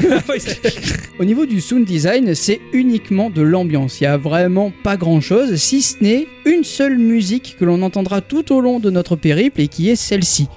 B: Au niveau du sound design, c'est uniquement de l'ambiance. Il n'y a vraiment pas grand chose, si ce n'est une seule musique que l'on entendra tout au long de notre périple et qui est celle-ci.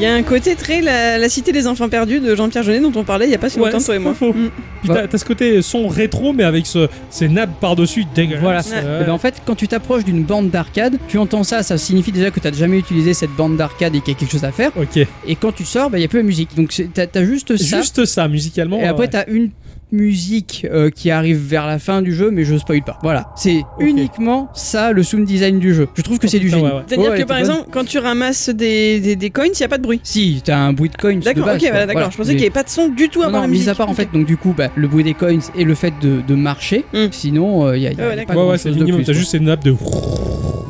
C: Il y a un côté très la, la cité des enfants perdus de Jean-Pierre Jeunet dont on parlait il y a pas si longtemps toi et moi.
A: faux.
C: Mm.
A: Puis t'as- t'as ce côté son rétro mais avec ce, ces nappes par-dessus
B: Voilà.
A: dégueulasses.
B: Eh ben, en fait, quand tu t'approches d'une bande d'arcade, tu entends ça, ça signifie déjà que tu n'as jamais utilisé cette bande d'arcade et qu'il y a quelque chose à faire.
A: Ok.
B: Et quand tu sors, ben, il n'y a plus la musique. Donc c'est- t'as as juste ça.
A: Juste ça, musicalement. euh,
B: et après,
A: ouais.
B: t'as une musique euh, qui arrive vers la fin du jeu, mais je spoil pas. Voilà, c'est uniquement ça le sound design du jeu. Je trouve que c'est du
A: Putain,
B: génie.
A: ouais, ouais.
C: Ah C'est-à-dire
B: Ouais,
C: que
B: t'es
C: par
B: bonne.
C: exemple, quand tu ramasses des, des, des coins, il n'y a pas de bruit.
B: Si, t'as un bruit de coins. de
C: D'accord, ok,
B: base, quoi.
C: voilà, d'accord.
B: Voilà.
C: Je pensais qu'il n'y avait pas de son du tout
B: Non,
C: avant
B: non,
C: la
B: mis
C: musique.
B: à part en fait, donc du coup, bah, le bruit des coins et le fait de, de marcher.
C: Mm.
B: Sinon, il y a, y a
C: Ouais, ouais,
B: pas
C: d'accord.
A: Ouais,
B: grand
A: ouais,
B: chose
A: c'est le
B: de
A: minimum.
B: plus,
A: T'as
B: quoi.
A: juste ces nappes de.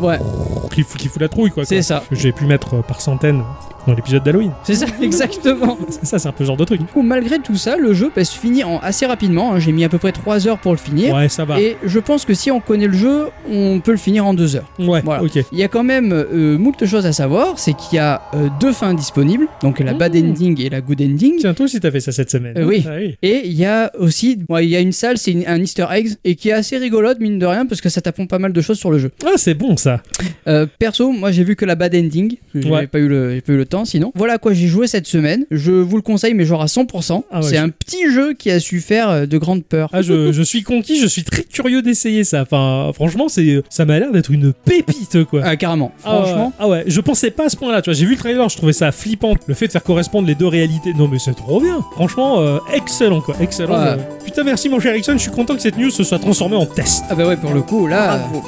B: Ouais,
A: qui, fout- qui fout la trouille, quoi.
B: c'est
A: quoi.
B: ça,
A: Que j'ai pu mettre euh, par centaines dans l'épisode d'Halloween.
B: c'est ça, exactement. Du
A: C'est Ça, c'est un peu ce genre de truc.
B: coup, malgré tout ça, le jeu bah, se finit en assez rapidement. hein. J'ai mis à peu près 3 heures pour le finir.
A: Ouais, ça va.
B: Et je pense que si on connaît le jeu, on peut le finir en 2 heures.
A: Ouais,
B: Voilà.
A: ok.
B: Il y a quand même euh, moult choses à savoir, c'est qu'il y a euh, deux fins disponibles, donc la bad
C: Mmh.
A: Mm.
B: ending et la good ending.
A: Tiens, toi aussi, t'as fait ça cette semaine.
B: Euh, oui.
A: Ah, oui.
B: Et il y a aussi, ouais, il y a une salle, c'est une- un Easter egg, et qui est assez rigolote, mine de rien, parce que ça t'apprend pas mal de choses sur le jeu.
A: Ah, c'est bon ça.
B: Euh, perso, moi j'ai vu que la bad ending, parce que j'avais
A: Ouais.
B: pas, eu le- j'ai pas eu le temps. temps sinon. Voilà à quoi j'ai joué cette semaine. Je vous le conseille, mais genre à 100%.
A: Ah ouais,
B: c'est
A: je-
B: un petit jeu qui a su faire euh, de grandes peurs.
A: Ah, je, je suis conquis, je suis très curieux d'essayer ça. Enfin, franchement, c'est, ça m'a l'air d'être une pépite, quoi.
B: Ah, carrément.
A: Ah ouais,
B: Franchement.
A: Ah ouais, je pensais pas à ce point-là, tu vois. J'ai vu le trailer, je trouvais ça flippant. Le fait de faire correspondre les deux réalités. Non, mais c'est trop bien. Franchement, euh, excellent, quoi. Excellent.
B: Ouais.
A: je- Putain, merci, mon cher Ericsson. Je suis content que cette news se soit transformée en test.
B: Ah bah ouais, pour le coup, là.
C: Bravo.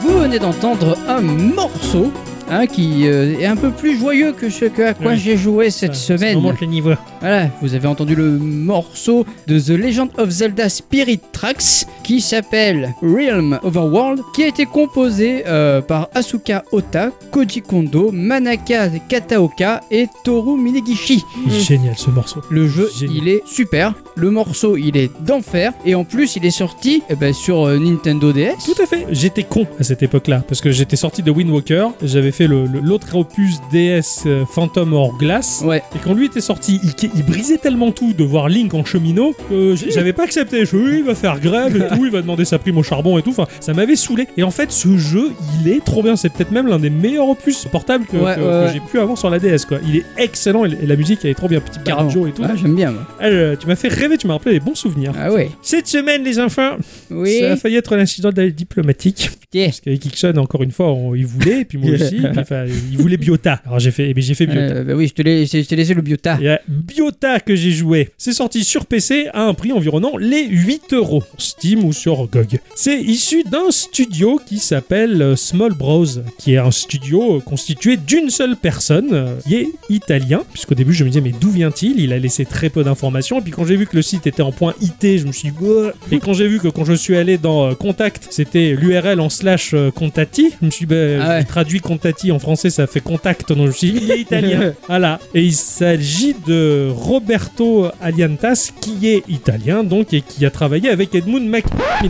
B: Vous venez d'entendre un morceau hein, qui euh, est un peu plus joyeux que ce que- à quoi
A: Oui.
B: j'ai joué cette
A: Ça, ça
B: semaine. Mm.
A: me manque les niveaux.
B: Voilà, vous avez entendu le morceau de The Legend of Zelda Spirit Tracks qui s'appelle Realm Overworld, qui a été composé euh, par Asuka Ota, Koji Kondo, Manaka Kataoka et Toru Minegishi.
A: Il est Génial ce morceau.
B: Le jeu,
A: Génial.
B: il est super. Le morceau, il est d'enfer. Et en plus, il est sorti eh ben, sur euh, Nintendo DS.
A: Tout à fait. J'étais con à cette époque-là parce que j'étais sorti de Wind Walker, j'avais fait le- le- l'autre opus DS euh, Phantom hors glace.
B: Ouais.
A: Et quand lui était sorti, il, il brisait tellement tout de voir Link en cheminot que j- j'avais pas accepté. Je oui, il va faire grève. et tout. coup, il va demander sa prime au charbon et tout. Enfin, ça m'avait saoulé. Et en fait, ce jeu, il est trop bien. C'est peut-être même l'un des meilleurs opus portables que,
B: Ouais,
A: que-
B: ouais,
A: que
B: ouais.
A: j'ai pu avoir sur la DS. Quoi. Il est excellent et et la musique, elle est trop bien. Petit
B: Cardio
A: cardio et tout.
B: Ah, j'aime bien. moi.
A: Elle, euh, tu m'as fait rêver, tu m'as rappelé des bons souvenirs.
B: Ah ouais.
A: Cette semaine, les enfants,
B: Oui.
A: ça a failli être un incident diplomatique.
B: Yeah.
A: Parce qu'avec Ixon, encore une fois, on- il voulait, et puis moi
B: Yeah.
A: aussi, et puis, enfin, il voulait Biota. Alors j'ai fait, eh ben, j'ai fait Biota.
B: Euh, bah oui, je te l'ai- je t'ai laissé le biota.
A: Il y a Biota que j'ai joué. C'est sorti sur PC à un prix environnant les 8 euros. Steam ou sur GOG. C'est issu d'un studio qui s'appelle euh, Small Bros, qui est un studio euh, constitué d'une seule personne, euh, qui est italien. Puisqu'au début, je me disais, mais d'où vient-il Il a laissé très peu d'informations. Et puis quand j'ai vu que le site était en point IT, je me suis dit, Bah. et quand j'ai vu que quand je suis allé dans euh, Contact, c'était l'URL en slash euh, Contatti, je me suis dit, bah,
B: Ah ouais.
A: je traduis Contatti en français, ça fait contact. Donc je me suis dit, il est italien. Voilà, et il s'agit de Roberto Aliantas, qui est italien donc et qui a travaillé avec Edmund Mac.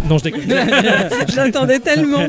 A: Non, je déconne.
C: Je l'attendais tellement.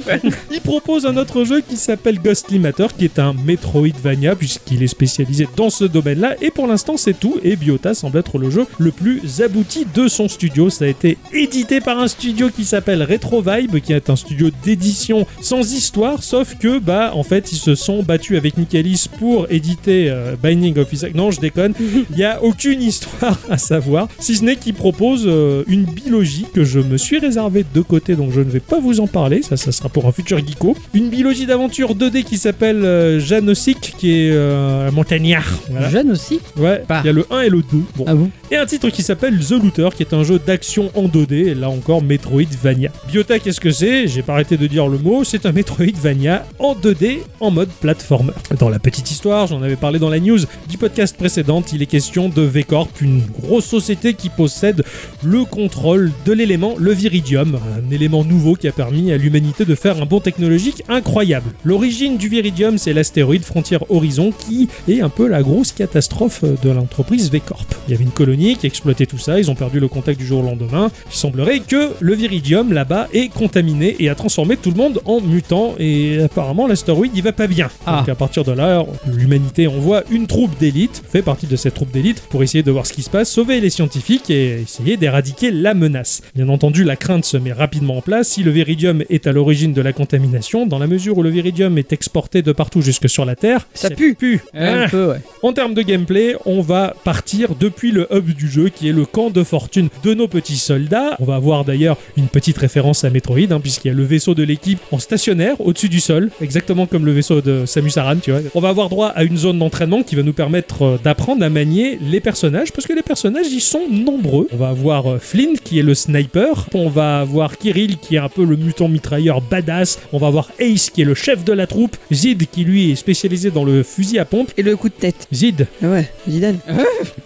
A: Il propose un autre jeu qui s'appelle Ghostly Matter, qui est un Metroidvania, puisqu'il est spécialisé dans ce domaine-là. Et pour l'instant, c'est tout. Et Biota semble être le jeu le plus abouti de son studio. Ça a été édité par un studio qui s'appelle Retro Vibe, qui est un studio d'édition sans histoire, sauf que, bah, en fait, ils se sont battus avec Michaelis pour éditer euh, Binding of Isaac. Non, je déconne. Il n'y a aucune histoire à savoir, si ce n'est qu'il propose euh, une biologie que je me suis réservée de côté, donc je ne vais pas vous en parler, ça, ça sera pour un futur geeko. Une biologie d'aventure 2D qui s'appelle euh, Janosic, qui est euh, un montagnard. Voilà.
B: Jeanne aussi
A: Ouais,
B: Pas.
A: il y a le 1 et le 2. Bon.
B: Ah bon
A: Et un titre qui s'appelle The Looter, qui est un jeu d'action en 2D, et là encore Metroidvania. Biota, qu'est-ce que c'est J'ai pas arrêté de dire le mot, c'est un Metroidvania en 2D en mode platformer. Dans la petite histoire, j'en avais parlé dans la news du podcast précédent, il est question de V-Corp, une grosse société qui possède le contrôle de l'élément, le viridium, un élément nouveau qui a permis à l'humanité de faire un bond technologique incroyable. L'origine du viridium, c'est l'astéroïde Frontière Horizon qui est un peu la grosse catastrophe de l'entreprise V-Corp. Il y avait une colonie qui exploitait tout ça, ils ont perdu le contact du jour au lendemain. Il semblerait que le viridium là-bas est contaminé et a transformé tout le monde en mutant et apparemment l'astéroïde il va pas bien.
B: Ah.
A: Donc à partir de là, l'humanité envoie une troupe d'élite, fait partie de cette troupe d'élite, pour essayer de voir ce qui se passe, sauver les scientifiques et essayer d'éradiquer la menace. Bien entendu, la crainte se met rapidement en place si le viridium est à l'origine de la contamination, dans la mesure où le viridium est exporté de partout jusque sur la Terre. Hein
B: Ça pue. Eh.
A: pue.
B: Un peu, ouais.
A: En termes de gameplay, on va partir depuis le hub du jeu qui est le camp de fortune de nos petits soldats. On va avoir d'ailleurs une petite référence à Metroid, hein, puisqu'il y a le vaisseau de l'équipe en stationnaire au-dessus du sol, exactement comme le vaisseau de Samus Aran, tu vois. On va avoir droit à une zone d'entraînement qui va nous permettre euh, d'apprendre à manier les personnages, parce que les personnages, ils sont nombreux. On va avoir euh, Flynn qui est le sniper, on va avoir Kirill qui est un peu le mutant mitrailleur badass, on va avoir Ace qui est le chef de la troupe, Zid qui lui est spécialisé dans le fusil à pompe.
C: Et le coup de tête.
A: Zid,
C: Ah Ouais, Zidane.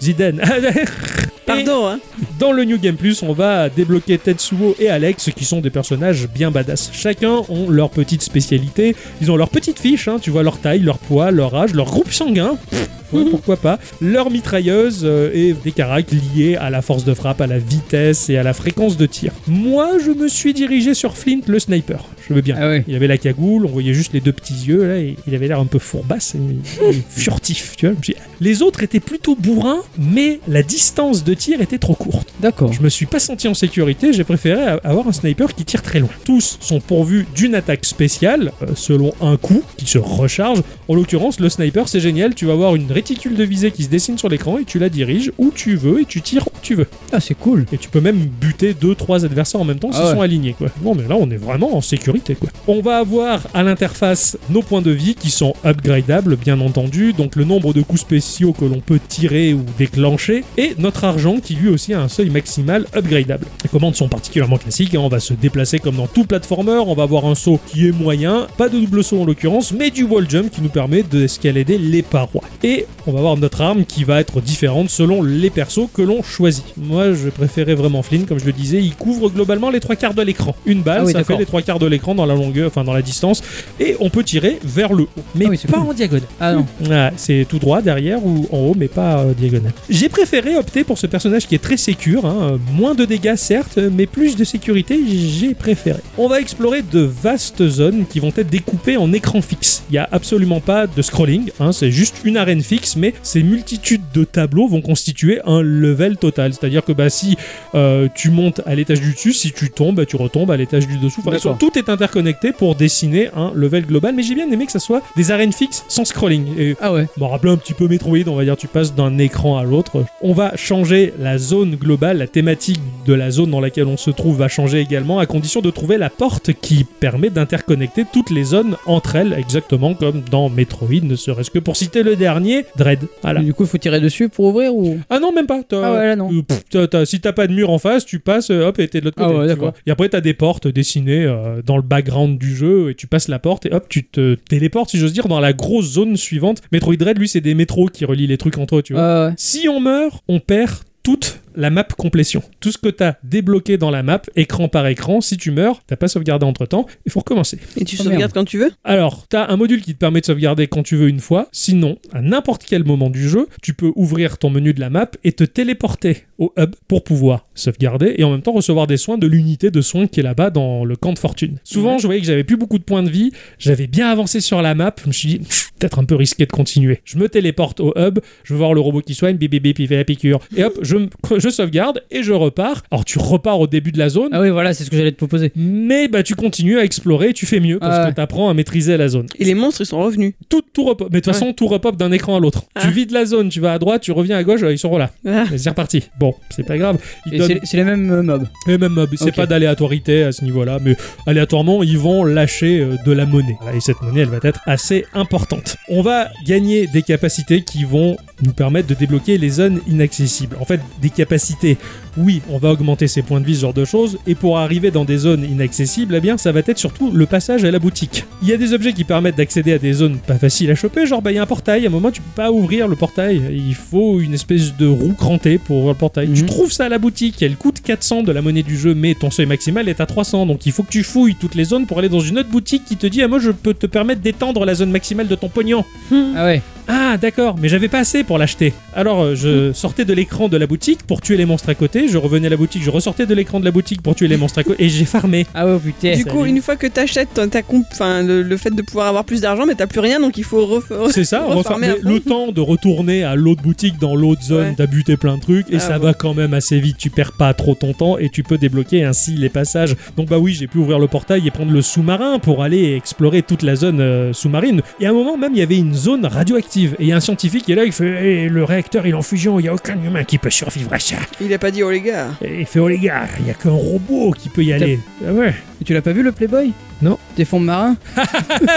A: Zidane.
C: Pardon, hein.
A: Dans le New Game Plus, on va débloquer Tetsuo et Alex, qui sont des personnages bien badass. Chacun ont leur petite spécialité. Ils ont leur petite fiche, hein, tu vois, leur taille, leur poids, leur âge, leur groupe sanguin. Pff, ouais, pourquoi pas Leur mitrailleuse euh, et des caracs liés à la force de frappe, à la vitesse et à la fréquence de tir. Moi, je me suis dirigé sur Flint, le sniper. Je veux bien.
B: Ah ouais.
A: Il avait la cagoule, on voyait juste les deux petits yeux, là, et il avait l'air un peu fourbasse, et- et furtif, tu vois. Je me suis dit, Les autres étaient plutôt bourrins, mais la distance de tir était trop courte.
B: D'accord.
A: Je me suis pas senti en sécurité, j'ai préféré a- avoir un sniper qui tire très loin. Tous sont pourvus d'une attaque spéciale, euh, selon un coup, qui se recharge. En l'occurrence, le sniper, c'est génial, tu vas avoir une réticule de visée qui se dessine sur l'écran et tu la diriges où tu veux et tu tires où tu veux.
B: Ah, c'est cool.
A: Et tu peux même buter deux, trois adversaires en même temps s'ils
B: Ah ouais.
A: sont alignés. Quoi. Bon, mais là, on est vraiment en sécurité. Quoi. On va avoir à l'interface nos points de vie qui sont upgradables, bien entendu. Donc, le nombre de coups spéciaux que l'on peut tirer ou déclencher. Et notre argent qui, lui aussi, a un seuil maximal upgradable. Les commandes sont particulièrement classiques. hein. On va se déplacer comme dans tout platformer. On va avoir un saut qui est moyen. Pas de double saut en l'occurrence, mais du wall jump qui nous permet d'escalader les parois. Et on va avoir notre arme qui va être différente selon les persos que l'on choisit. Moi, je préférais vraiment Flynn, comme je le disais, il couvre globalement les trois quarts de l'écran. Une balle,
B: Ah oui,
A: ça fait
B: d'accord.
A: les trois quarts de l'écran dans la longueur, enfin dans la distance, et on peut tirer vers le haut, mais
B: Ah oui, c'est
A: pas
B: cool.
A: en diagonale.
B: Ah non.
A: Ouais, c'est tout droit derrière ou en haut, mais pas euh, diagonale. J'ai préféré opter pour ce personnage qui est très sécure, hein, euh, moins de dégâts certes, mais plus de sécurité, j'ai préféré. On va explorer de vastes zones qui vont être découpées en écran fixe. Il n'y a absolument pas de scrolling, hein, c'est juste une arène fixe, mais ces multitudes de tableaux vont constituer un level total. C'est-à-dire que bah, si euh, tu montes à l'étage du dessus, si tu tombes, bah, tu retombes à l'étage du dessous. Enfin, ils sont-
H: D'accord.
A: tout est interconnecté pour dessiner un level global, mais j'ai bien aimé que ça soit des arènes fixes sans scrolling. Et
B: Ah ouais.
A: Bon, rappelons un petit peu Metroid, on va dire, tu passes d'un écran à l'autre. On va changer la zone globale, la thématique de la zone dans laquelle on se trouve va changer également, à condition de trouver la porte qui permet d'interconnecter toutes les zones entre elles, exactement comme dans Metroid, ne serait-ce que pour citer le dernier, Dread. Voilà.
B: Mais Du coup, il faut tirer dessus pour ouvrir ou
A: Ah non, même pas. t'as-
B: Ah ouais, là, non.
A: euh, pff, t'as- t'as- si t'as pas de mur en face, tu passes, euh, hop, et t'es de l'autre
B: Ah
A: côté.
B: ouais,
A: tu
B: d'accord.
A: vois. Et après, t'as des portes dessinées euh, dans le background du jeu, et tu passes la porte, et hop, tu te téléportes, si j'ose dire, dans la grosse zone suivante. Metroid Dread, lui, c'est des métros qui relient les trucs entre eux, tu vois.
B: Ah ouais.
A: Si on meurt, on perd toute la map complétion. Tout ce que t'as débloqué dans la map, écran par écran, si tu meurs, t'as pas sauvegardé entre temps, il faut recommencer.
C: Et tu
B: Oh,
C: sauvegardes
B: merde.
C: quand tu veux
A: Alors, t'as un module qui te permet de sauvegarder quand tu veux une fois. Sinon, à n'importe quel moment du jeu, tu peux ouvrir ton menu de la map et te téléporter au hub pour pouvoir sauvegarder et en même temps recevoir des soins de l'unité de soins qui est là-bas dans le camp de fortune. Souvent, je voyais que j'avais plus beaucoup de points de vie, j'avais bien avancé sur la map, je me suis dit, Pff, peut-être un peu risqué de continuer. Je me téléporte au hub, je veux voir le robot qui soigne, bip bip bip, il fait la piqûre. Et hop, je, me- je sauvegarde et je repars. Alors, tu repars au début de la zone,
B: Ah oui, voilà, c'est ce que j'allais te proposer.
A: mais bah, tu continues à explorer et tu fais mieux parce
B: Ah ouais.
A: que tu apprends à maîtriser la zone
C: Et les monstres, ils sont revenus.
A: tout, tout repop. Mais de toute façon, tout repop d'un écran à l'autre.
C: Ah.
A: Tu vides la zone, tu vas à droite, tu reviens à gauche, euh, ils sont là.
C: Ah.
A: C'est reparti. Bon, c'est pas grave. Ils
B: Et
A: donnent
B: c'est- c'est les mêmes euh, mobs.
A: les mêmes mobs. C'est
B: Ok.
A: pas d'aléatorité à ce niveau-là, mais aléatoirement, ils vont lâcher euh, de la monnaie. Voilà, Et cette monnaie, elle va être assez importante. On va gagner des capacités qui vont nous permettre de débloquer les zones inaccessibles. En fait, des capacités, oui, on va augmenter ses points de vie, ce genre de choses. Et pour arriver dans des zones inaccessibles, eh bien, ça va être surtout le passage à la boutique. Il y a des objets qui permettent d'accéder à des zones pas faciles à choper, genre, bah, il y a un portail. À un moment, tu peux pas ouvrir le portail. Il faut une espèce de roue crantée pour ouvrir le portail. Tu
B: Mhm.
A: trouves ça à la boutique. Elle coûte 400 de la monnaie du jeu, mais ton seuil maximal est à 300. Donc il faut que tu fouilles toutes les zones pour aller dans une autre boutique qui te dit Ah, moi, je peux te permettre d'étendre la zone maximale de ton pognon.
B: Ah ouais.
A: Ah, d'accord, mais j'avais pas assez pour l'acheter. Alors, euh,
C: Hmm.
A: je sortais de l'écran de la boutique pour tuer les monstres à côté. Je revenais à la boutique, je ressortais de l'écran de la boutique pour tuer les monstres à côté. Et j'ai farmé.
B: Ah ouais, putain.
C: du coup,
A: salut.
C: une fois que t'achètes, t'as- t'as comp- enfin, le, le fait de pouvoir avoir plus d'argent, mais t'as plus rien, donc il faut refaire.
A: C'est ça,
C: Refarmer
A: refarmer
C: à fond.
A: le temps de retourner à l'autre boutique dans l'autre zone,
C: Ouais.
A: t'as buté plein de trucs et
C: Ah,
A: ça
C: bon.
A: va quand même assez vite, tu perds pas trop ton temps et tu peux débloquer ainsi les passages. Donc bah oui, j'ai pu ouvrir le portail et prendre le sous-marin pour aller explorer toute la zone euh, sous-marine. Et à un moment même, il y avait une zone radioactive et il y a un scientifique qui est là, il fait Eh, le réacteur il est en fusion, il y a aucun humain qui peut survivre à ça."
C: Il a pas dit, oh les gars.
A: Et il fait "Oh les gars, il y a qu'un robot qui peut y aller." Ah ouais.
B: Et tu l'as pas vu le Playboy
A: Non.
B: Des fonds marins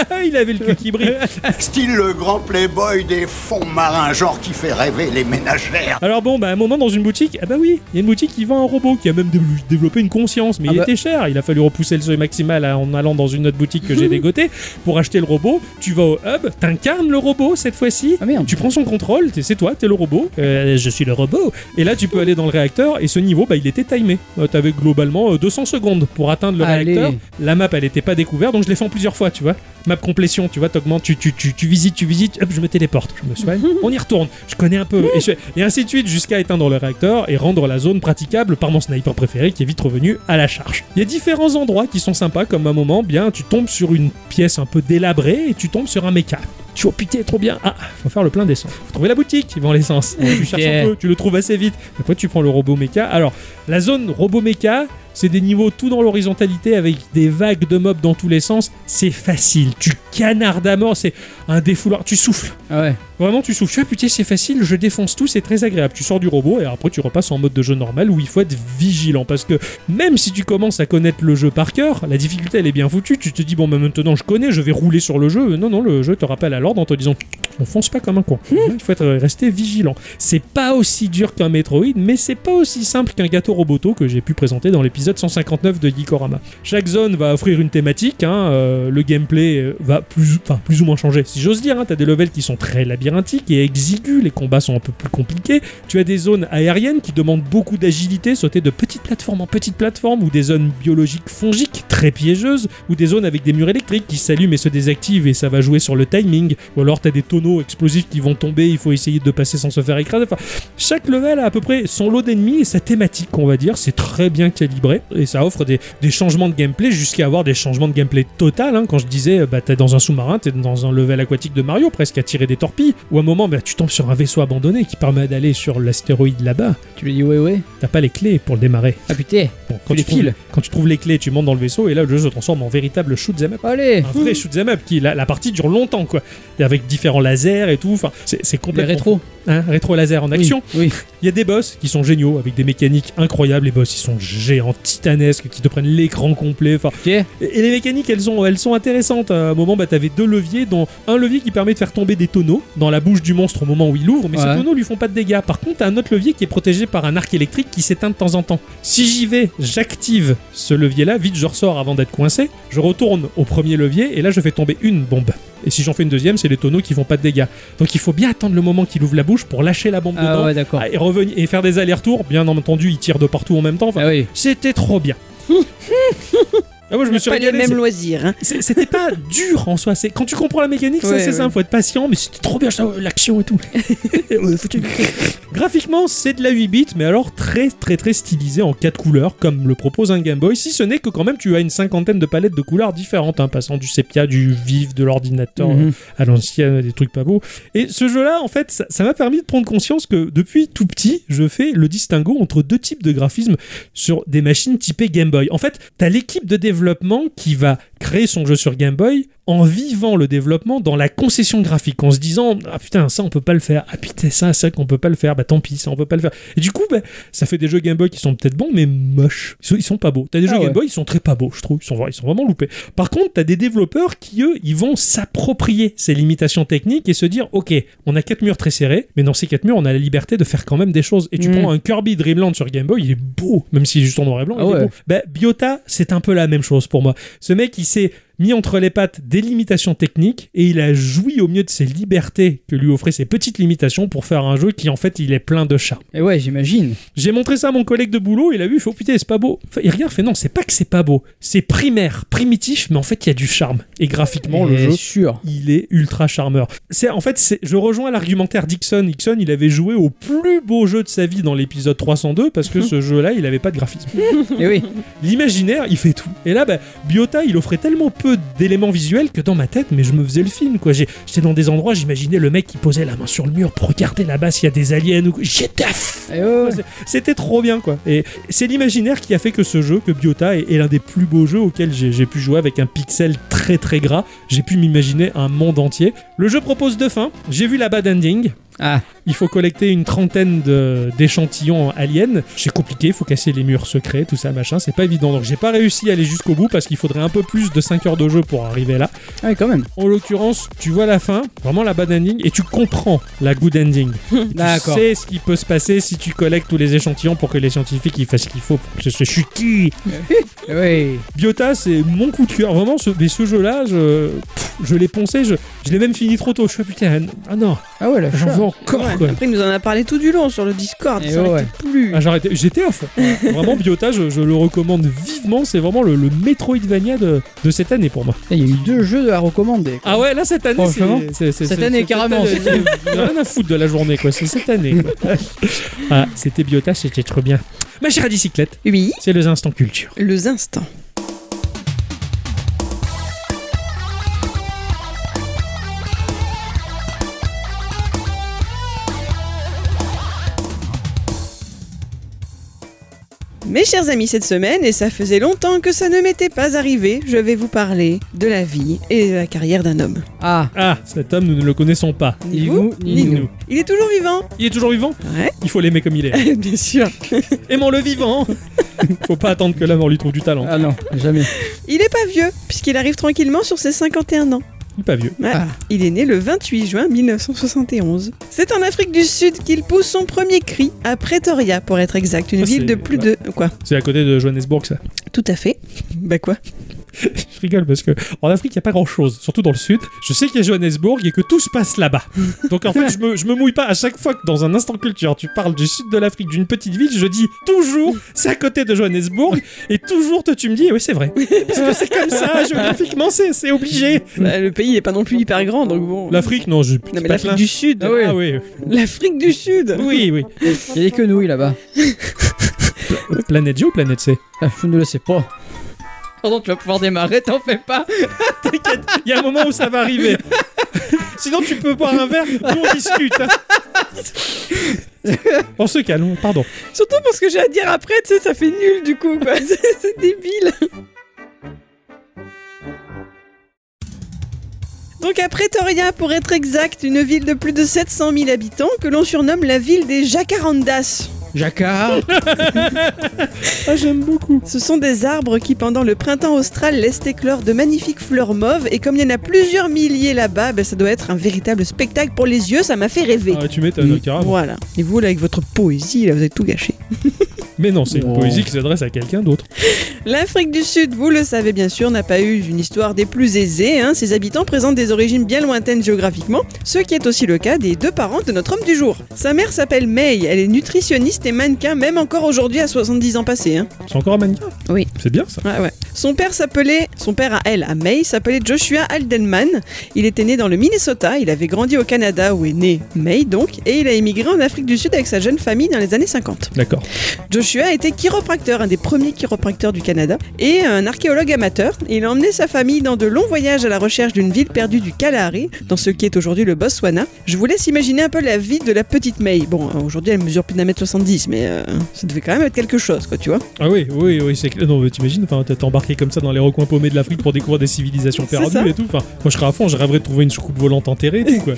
A: Ah, il avait le cul qui brille.
E: Style le grand playboy des fonds marins, genre qui fait rêver les ménagères.
A: Alors bon, bah à un moment dans une boutique, ah bah oui, il y a une boutique qui vend un robot qui a même dé- développé une conscience, mais
B: Ah
A: il
B: bah.
A: était cher, il a fallu repousser le seuil maximal à- en allant dans une autre boutique que j'ai dégotée pour acheter le robot. Tu vas au hub, t'incarnes le robot cette fois-ci.
B: Ah merde.
A: Tu prends son contrôle, t'es- c'est toi, t'es le robot. Euh, je suis le robot. Et là, tu peux aller dans le réacteur et ce niveau, bah, il était timé. Euh, T'avais globalement euh, 200 secondes pour atteindre le
B: Allez.
A: réacteur. La map, elle n'était pas découverte, donc je l'ai fait en plusieurs fois, tu vois. Map complétion, tu vois, t'augmentes, tu, tu, tu, tu visites, tu visites, hop, je me téléporte, je me soigne, on y retourne, je connais un peu, et, je- et ainsi de suite jusqu'à éteindre le réacteur et rendre la zone praticable par mon sniper préféré qui est vite revenu à la charge. Il y a différents endroits qui sont sympas, comme un moment, bien, tu tombes sur une pièce un peu délabrée et tu tombes sur un méca. Tu vois, putain, trop bien. Ah, faut faire le plein d'essence. Faut trouver la boutique qui vend l'essence. Tu cherches un
B: Ok.
A: peu, tu le trouves assez vite. Après, tu prends le robot méca. Alors, la zone robot méca, c'est des niveaux tout dans l'horizontalité avec des vagues de mobs dans tous les sens. C'est facile. Tu canardes à mort. C'est un défouloir. Tu souffles.
B: Ah ouais.
A: Vraiment, tu souffles. Tu vois, putain, c'est facile. Je défonce tout. C'est très agréable. Tu sors du robot et après, tu repasses en mode de jeu normal où il faut être vigilant. Parce que même si tu commences à connaître le jeu par cœur, la difficulté, elle est bien foutue. Tu te dis, bon, bah, maintenant, je connais. Je vais rouler sur le jeu. Non, non, le jeu te rappelle à l'ordre en te disant, on fonce pas comme un con. Il faut être resté vigilant. C'est pas aussi dur qu'un Metroid, mais c'est pas aussi simple qu'un gâteau roboto que j'ai pu présenter dans l'épisode 159 de Geekorama. Chaque zone va offrir une thématique, hein, euh, le gameplay euh, va plus, enfin, plus ou moins changer. Si j'ose dire, hein, t'as des levels qui sont très labyrinthique et exigu, les combats sont un peu plus compliqués. Tu as des zones aériennes qui demandent beaucoup d'agilité, sauter de petite plateforme en petite plateforme, ou des zones biologiques fongiques très piégeuses, ou des zones avec des murs électriques qui s'allument et se désactivent et ça va jouer sur le timing, ou alors tu as des tonneaux explosifs qui vont tomber, il faut essayer de passer sans se faire écraser. Enfin, chaque level a à peu près son lot d'ennemis et sa thématique, on va dire. C'est très bien calibré et ça offre des, des changements de gameplay jusqu'à avoir des changements de gameplay total. hein. Quand je disais, euh, bah, t'es dans un sous-marin, t'es dans un level aquatique de Mario, presque à tirer des torpilles. Ou à un moment, bah, tu tombes sur un vaisseau abandonné qui permet d'aller sur l'astéroïde là-bas.
B: Tu lui dis ouais, ouais.
A: T'as pas les clés pour le démarrer.
B: Ah putain,
A: Bon, quand,
B: Tu les
A: trouves-
B: files.
A: quand tu trouves les clés, tu montes dans le vaisseau et là, le jeu se transforme en véritable shoot'em up
B: allez.
A: un vrai shoot'em up qui la, la partie dure longtemps quoi Et avec différents lasers et tout enfin c'est c'est
B: Les
A: complètement
B: rétro.
A: Hein, rétro laser en action
B: Oui.
A: il y a des boss qui sont géniaux avec des mécaniques incroyables les boss ils sont géants titanesques qui te prennent l'écran complet enfin
B: oui. Ok.
A: et et les mécaniques, elles, ont, elles sont intéressantes. À un moment, bah, t'avais deux leviers, dont un levier qui permet de faire tomber des tonneaux dans la bouche du monstre au moment où il ouvre, mais ces
B: Ouais.
A: tonneaux lui font pas de dégâts. Par contre, t'as un autre levier qui est protégé par un arc électrique qui s'éteint de temps en temps. Si j'y vais, j'active ce levier-là, vite je ressors avant d'être coincé, je retourne au premier levier et là je fais tomber une bombe. Et si j'en fais une deuxième, c'est les tonneaux qui font pas de dégâts. Donc il faut bien attendre le moment qu'il ouvre la bouche pour lâcher la bombe
B: Ah
A: dedans
B: ouais, d'accord.
A: et revenir et faire des allers-retours. Bien entendu, il tire de partout en même temps. Enfin,
B: Ah oui.
A: c'était trop bien. Ah ouais, je me suis
C: Pas les
A: régalé.
C: mêmes loisirs. hein.
A: C'est- C'était pas dur en soi. C'est quand tu comprends la mécanique, c'est
C: Ouais,
A: assez
C: ouais.
A: simple. Faut être patient, mais c'était trop bien ça, euh, l'action et tout. Ouais, foutu. Graphiquement, c'est de la 8 bits, mais alors très très très stylisé en quatre couleurs, comme le propose un Game Boy. Si ce n'est que quand même, tu as une cinquantaine de palettes de couleurs différentes, hein, passant du sépia, du vif, de l'ordinateur, euh,
B: Mhm.
A: à l'ancienne, des trucs pas beaux. Et ce jeu-là, en fait, ça ça m'a permis de prendre conscience que depuis tout petit, je fais le distinguo entre deux types de graphismes sur des machines typées Game Boy. En fait, t'as l'équipe de développement qui va créer son jeu sur Game Boy en vivant le développement dans la concession graphique, en se disant ah putain ça on peut pas le faire, ah putain ça ça qu'on peut pas le faire, bah tant pis ça on peut pas le faire. Et du coup bah, ça fait des jeux Game Boy qui sont peut-être bons mais moches, ils sont, ils sont pas beaux. T'as des
B: Ah
A: jeux
B: ouais.
A: Game Boy ils sont très pas beaux je trouve, ils sont, vra- ils sont vraiment loupés. Par contre, tu as des développeurs qui, eux, ils vont s'approprier ces limitations techniques et se dire Ok, on a quatre murs très serrés, mais dans ces quatre murs, on a la liberté de faire quand même des choses. Et tu
B: Mm.
A: prends un Kirby Dreamland sur Game Boy, il est beau, même s'il est juste en noir et blanc.
B: Ah
A: il est
B: ouais.
A: beau. Bah, Biota, c'est un peu la même chose pour moi. Ce mec, il s'est mis entre les pattes des limitations techniques et il a joui au mieux de ses libertés que lui offraient ces petites limitations pour faire un jeu qui, en fait, il est plein de charme.
B: Et Eh ouais, j'imagine.
A: J'ai montré ça à mon collègue de boulot, il a vu, il fait oh putain, c'est pas beau. Enfin, il regarde, il fait non, c'est pas que c'est pas beau, c'est primaire, primitif, mais en fait, il y a du charme. Et graphiquement, le
B: Et
A: jeu,
B: Eh sûr.
A: il est ultra charmeur. C'est en fait, c'est- je rejoins l'argumentaire Dixon. Dixon, il avait joué au plus beau jeu de sa vie dans l'épisode 302 parce que ce jeu-là, il avait pas de graphisme.
B: Et Eh oui.
A: L'imaginaire, il fait tout. Et là, bah, Biota, il offrait tellement peu d'éléments visuels que dans ma tête, mais je me faisais le film, quoi. J'ai- J'étais dans des endroits, j'imaginais le mec qui posait la main sur le mur pour regarder là-bas s'il y a des aliens ou. J'étais à fond
B: Et ouais.
A: c'était trop bien quoi. Et c'est l'imaginaire qui a fait que ce jeu, que Biota, est, est l'un des plus beaux jeux auxquels j'ai j'ai pu jouer avec un pixel très très gras. J'ai pu m'imaginer un monde entier. Le jeu propose deux fins. J'ai vu la bad ending.
B: Ah.
A: Il faut collecter une trentaine de- d'échantillons aliens. C'est compliqué, il faut casser les murs secrets, tout ça, machin. C'est pas évident. Donc j'ai pas réussi à aller jusqu'au bout parce qu'il faudrait un peu plus de 5 heures de jeu pour arriver là.
B: Ah oui, quand même.
A: En l'occurrence, tu vois la fin, vraiment la bad ending, et tu comprends la good ending. Et tu
B: D'accord.
A: sais ce qui peut se passer si tu collectes tous les échantillons pour que les scientifiques ils fassent ce qu'il faut pour que ce chute.
B: Et ouais.
A: Biota, c'est mon coup de cœur. Vraiment, ce, mais ce jeu-là, je, pff, je l'ai poncé, je, je l'ai même fini trop tôt. Je suis ah, putain, ah non,
B: Ah ouais, la
A: j'en
B: chatte.
A: veux encore.
C: Ouais.
A: quoi.
C: Après, il nous en a parlé tout du long sur le Discord.
B: Et
C: ça
B: Eh ouais.
C: arrêtait plus.
A: Ah, j'ai arrêté. J'étais à fond. Voilà. Vraiment, Biota, je, je le recommande vivement. C'est vraiment le, le Metroidvania de, de cette année pour moi.
B: Il y a eu deux jeux à recommander.
A: Ah ouais, là cette année, c'est-
B: Franchement.
A: c'est- c'est-
B: Cette
A: c'est-
B: année,
A: c'est-
B: carrément,
A: c'est- c'est- Rien à foutre de la journée, quoi. C'est cette année. quoi. ah, c'était Biota, c'était trop bien. Ma chère à bicyclette,
C: Oui,
A: c'est les instants culture.
C: le instant. Mes chers amis, cette semaine, et ça faisait longtemps que ça ne m'était pas arrivé, je vais vous parler de la vie et de la carrière d'un homme.
B: Ah.
A: Ah, cet homme, nous ne le connaissons pas.
B: Ni
C: vous,
B: vous, ni nous.
C: Il est toujours vivant
A: Il est toujours vivant
C: Ouais,
A: Il faut l'aimer comme il est.
C: bien sûr.
A: Aimons-le vivant Faut pas attendre que la mort lui trouve du talent.
B: Ah non, jamais.
C: Il est pas vieux, puisqu'il arrive tranquillement sur ses 51 ans.
A: Il est pas vieux.
C: Ouais.
B: Ah.
C: Il est né le 28 juin 1971. C'est en Afrique du Sud qu'il pousse son premier cri, à Pretoria pour être exact, une
A: Ah,
C: ville
A: c'est-
C: de plus de... Quoi
A: C'est à côté de Johannesburg, ça.
C: Tout à fait. Bah quoi
A: Je rigole parce que en Afrique, il n'y a pas grand chose, surtout dans le sud. Je sais qu'il y a Johannesburg et que tout se passe là-bas. Donc en fait, je me, je me mouille pas à chaque fois que dans un instant culture, tu parles du sud de l'Afrique, d'une petite ville, je dis toujours c'est à côté de Johannesburg et toujours toi tu me dis oui, c'est vrai. Parce que c'est comme ça, géographiquement, c'est c'est obligé.
C: Bah, le pays est pas non plus hyper grand, donc bon.
A: L'Afrique, non, je.
C: Non, mais
A: pas
C: l'Afrique
A: plein.
C: du Sud.
A: Ah oui, ah oui,
C: L'Afrique du Sud.
A: oui, oui.
B: Il y a des quenouilles là-bas.
A: Planète G ou planète C
B: Ah, je ne le sais pas. Pardon, tu vas pouvoir démarrer, t'en fais pas.
A: Il y a un moment où ça va arriver. Sinon, tu peux boire un verre, nous on discute. hein. on se calme, pardon.
C: Surtout parce que j'ai à dire après, tu sais, ça fait nul du coup, quoi. C'est c'est débile. Donc à Pretoria, pour être exact, une ville de plus de 700 000 habitants que l'on surnomme la ville des jacarandas.
B: Jacquard
A: Ah, j'aime beaucoup.
C: Ce sont des arbres qui, pendant le printemps austral, laissent éclore de magnifiques fleurs mauves. Et comme il y en a plusieurs milliers là-bas, ben, ça doit être un véritable spectacle pour les yeux. Ça m'a fait rêver.
A: Ah, tu m'étonnes,
B: Oui.
A: carrément.
C: Voilà. Et vous, là, avec votre poésie, là, vous avez tout gâché.
A: Mais non, c'est une
B: Oh.
A: poésie qui s'adresse à quelqu'un d'autre.
C: L'Afrique du Sud, vous le savez bien sûr, n'a pas eu une histoire des plus aisées. hein. Ses habitants présentent des origines bien lointaines géographiquement, ce qui est aussi le cas des deux parents de notre homme du jour. Sa mère s'appelle May, elle est nutritionniste et mannequin même encore aujourd'hui à 70 ans passés. hein.
A: C'est encore un mannequin
C: Oui.
A: C'est bien ça.
C: Ouais, ouais. Son père s'appelait, son père à elle, à May, s'appelait Joshua Aldenman. Il était né dans le Minnesota, il avait grandi au Canada où est né May donc, et il a émigré en Afrique du Sud avec sa jeune famille dans les années 50.
A: D'accord.
C: Joshua était chiropracteur, un des premiers chiropracteurs du Canada, et un archéologue amateur. Il a emmené sa famille dans de longs voyages à la recherche d'une ville perdue du Kalahari, dans ce qui est aujourd'hui le Botswana. Je vous laisse imaginer un peu la vie de la petite May. Bon, euh, aujourd'hui elle mesure plus d'un mètre 70, mais euh, ça devait quand même être quelque chose, quoi, tu vois.
A: Ah oui, oui, oui, c'est clair. Non, mais t'imagines, enfin, t'es embarqué comme ça dans les recoins paumés de l'Afrique pour découvrir des civilisations
C: C'est ça.
A: perdues et tout. Enfin, moi, je serais à fond, je rêverais de trouver une soucoupe volante enterrée et tout, quoi.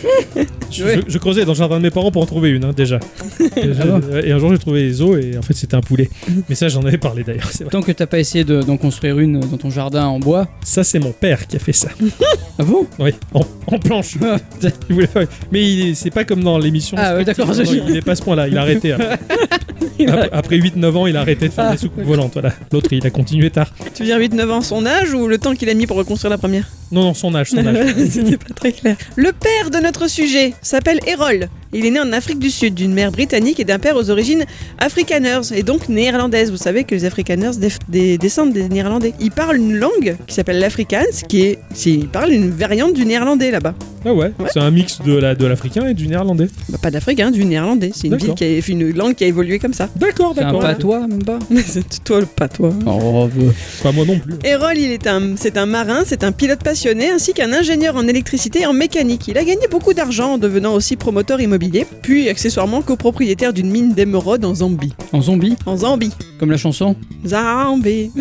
A: je,
B: Ouais. Ah
A: je- je creusais dans le jardin de mes parents pour en trouver une, hein, déjà. Et, j'ai- et un jour, j'ai trouvé les os et en fait, c'était un poulet. Mais ça, j'en avais parlé d'ailleurs, c'est vrai.
B: Tant que t'as pas essayé de- d'en construire une dans ton jardin en bois.
A: Ça, c'est mon père qui a fait ça.
B: Ah bon
A: Oui, en, en planche.
B: Ah,
A: Il voulait pas- Mais il est- c'est pas comme dans l'émission.
B: Ah ouais, d'accord,
A: Non,
B: je-
A: il n'est pas à ce point-là, il a arrêté. hein. Après, 8-9 ans, il a arrêté de faire
B: Ah.
A: des soucoupes volantes. Voilà. L'autre, il a continué tard.
C: Tu veux dire 8-9 ans son âge ou le temps qu'il a mis pour reconstruire la première
A: Non, non, son âge, son âge.
C: C'était pas très clair. Le père de notre sujet s'appelle Erol. Il est né en Afrique du Sud, d'une mère britannique et d'un père aux origines afrikaners, et donc néerlandaises. Vous savez que les afrikaners déf- des- descendent des néerlandais. Ils parlent une langue qui s'appelle l'afrikaans, qui est. c'est- Ils parlent une variante du néerlandais là-bas.
A: Ah ouais,
C: Ouais.
A: c'est un mix de la- de l'africain et du néerlandais.
C: Bah, pas d'Afrique, hein, du néerlandais. C'est une,
A: D'accord.
C: ville qui a- une langue qui a évolué comme ça.
A: D'accord,
B: C'est un
A: d'accord.
B: patois, même pas
C: Mais c'est toi le patois.
B: Oh,
A: Pas moi non plus.
C: Erol, il est un, c'est un marin, c'est un pilote passionné, ainsi qu'un ingénieur en électricité et en mécanique. Il a gagné beaucoup d'argent en devenant aussi promoteur immobilier, puis accessoirement copropriétaire d'une mine d'émeraude en Zambie.
B: En zombie,
C: En Zambie.
B: comme la chanson.
C: Zambie.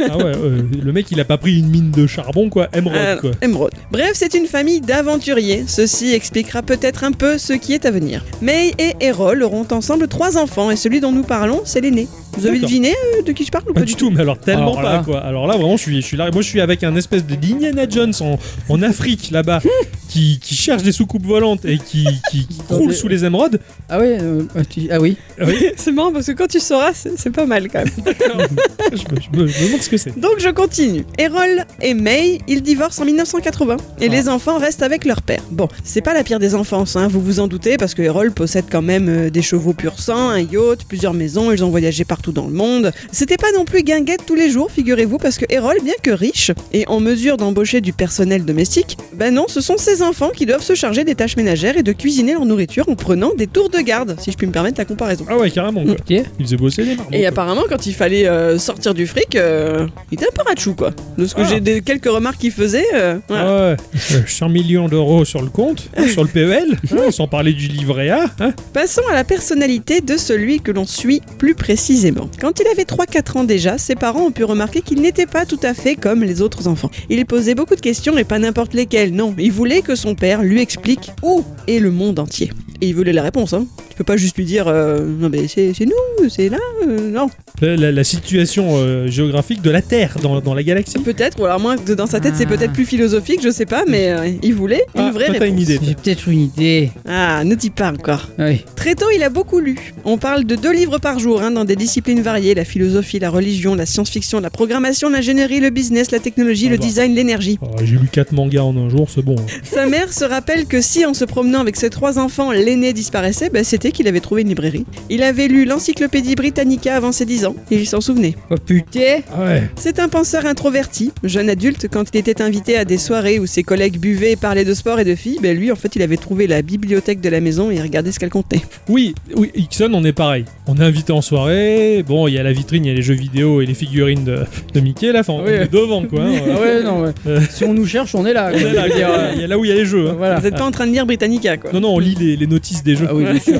A: Ah ouais, euh, le mec, il a pas pris une mine de charbon, quoi.
C: Euh,
A: Emerald, quoi.
C: émeraude. Bref, c'est une famille d'aventuriers. Ceci expliquera peut-être un peu ce qui est à venir. May et Erol auront ensemble trois enfants, et celui dont nous parlons, c'est l'aîné. Vous avez
A: D'accord.
C: deviné euh, de qui je parle ou pas,
A: Pas du tout, mais alors tellement
B: Alors
A: pas,
B: là-
A: quoi. Alors là, vraiment, je suis, je suis là. Moi, je suis avec un espèce de d'Indiana Jones en, en Afrique, là-bas, qui, qui cherche des soucoupes volantes et qui, qui, qui croule sous les émeraudes.
B: Ah ouais, euh, ah, tu- ah oui.
C: C'est marrant parce que quand tu sauras, c'est- c'est pas mal quand même.
A: je, me, je me- je me demande ce que c'est.
C: Donc je continue. Errol et May, ils divorcent en 1980 et les enfants restent avec leur père. Bon, c'est pas la pire des enfances, hein, vous vous en doutez, parce que Errol possède quand même euh, des chevaux pur sang, un yacht, plusieurs maisons, ils ont voyagé partout dans le monde. C'était pas non plus guinguette tous les jours, figurez-vous, parce que Errol, bien que riche et en mesure d'embaucher du personnel domestique, ben non, ce sont ses enfants qui doivent se charger des tâches ménagères et de cuisiner leur nourriture en prenant des tours de garde, si je puis me permettre la comparaison.
A: Ah ouais, carrément, quoi.
B: Ok.
A: Il faisait bosser les marmots.
C: Et
A: quoi.
C: apparemment, quand il fallait euh, sortir du fric, euh, il était un peu rachou, quoi. De ce que
A: Ah.
C: j'ai des quelques remarques qu'il faisait. euh, voilà.
A: Ah ouais, euh, 100 millions d'euros sur le compte, hein, sur le PEL, hein, sans parler du livret A. hein.
C: Passons à la personnalité de celui que l'on suit plus précisément. Quand il avait 3-4 ans déjà, ses parents ont pu remarquer qu'il n'était pas tout à fait comme les autres enfants. Il posait beaucoup de questions et pas n'importe lesquelles, non. Il voulait que son père lui explique où est le monde entier. Et il voulait la réponse, hein. Tu peux pas juste lui dire, euh, non mais c'est c'est nous, c'est là euh, Non.
A: La, la- la situation euh, géographique de la Terre dans, dans la galaxie.
C: Peut-être, ou alors moi, de- dans sa tête, c'est
B: Ah.
C: peut-être plus philosophique, je sais pas, mais euh, il voulait une
A: Ah,
C: vraie
A: toi, t'as
C: réponse.
A: une idée.
B: J'ai peut-être une idée.
C: Ah, ne dis pas encore.
B: Oui.
C: Très tôt, il a beaucoup lu. On parle de deux livres par jour, hein, dans des disciplines variées la philosophie, la religion, la science-fiction, la programmation, l'ingénierie, le business, la technologie,
A: Au
C: le
A: revoir.
C: design, l'énergie.
A: Ah, J'ai lu 4 mangas en un jour, c'est bon. hein.
C: Sa mère se rappelle que si, en se promenant avec ses trois enfants, l'aîné disparaissait, bah, c'était qu'il avait trouvé une librairie. Il avait lu l'Encyclopédie Britannica avant ses 10 ans, et il s'en souvenait.
B: Oh putain
A: Ah ouais.
C: C'est un penseur introverti. Jeune adulte, quand il était invité à des soirées où ses collègues buvaient et parlaient de sport et de filles, bah, lui, en fait, il avait trouvé la bibliothèque de la maison et il regardait ce qu'elle contenait.
A: Oui, oui, Ixon, on est pareil. On est invité en soirée. Bon, il y a la vitrine, il y a les jeux vidéo et les figurines de, de Mickey. Là, enfin, on
B: Oui.
A: est devant, quoi. hein.
B: Ah ouais, non, ouais.
A: Euh.
B: Si on nous cherche, on est là.
A: On est là,
B: Je veux dire, euh,
A: il y a là où il y a les jeux. hein.
B: Voilà.
C: Vous n'êtes pas en train de lire Britannica, quoi.
A: Non, non, on lit les, les notices des jeux.
B: Ah oui, bien sûr.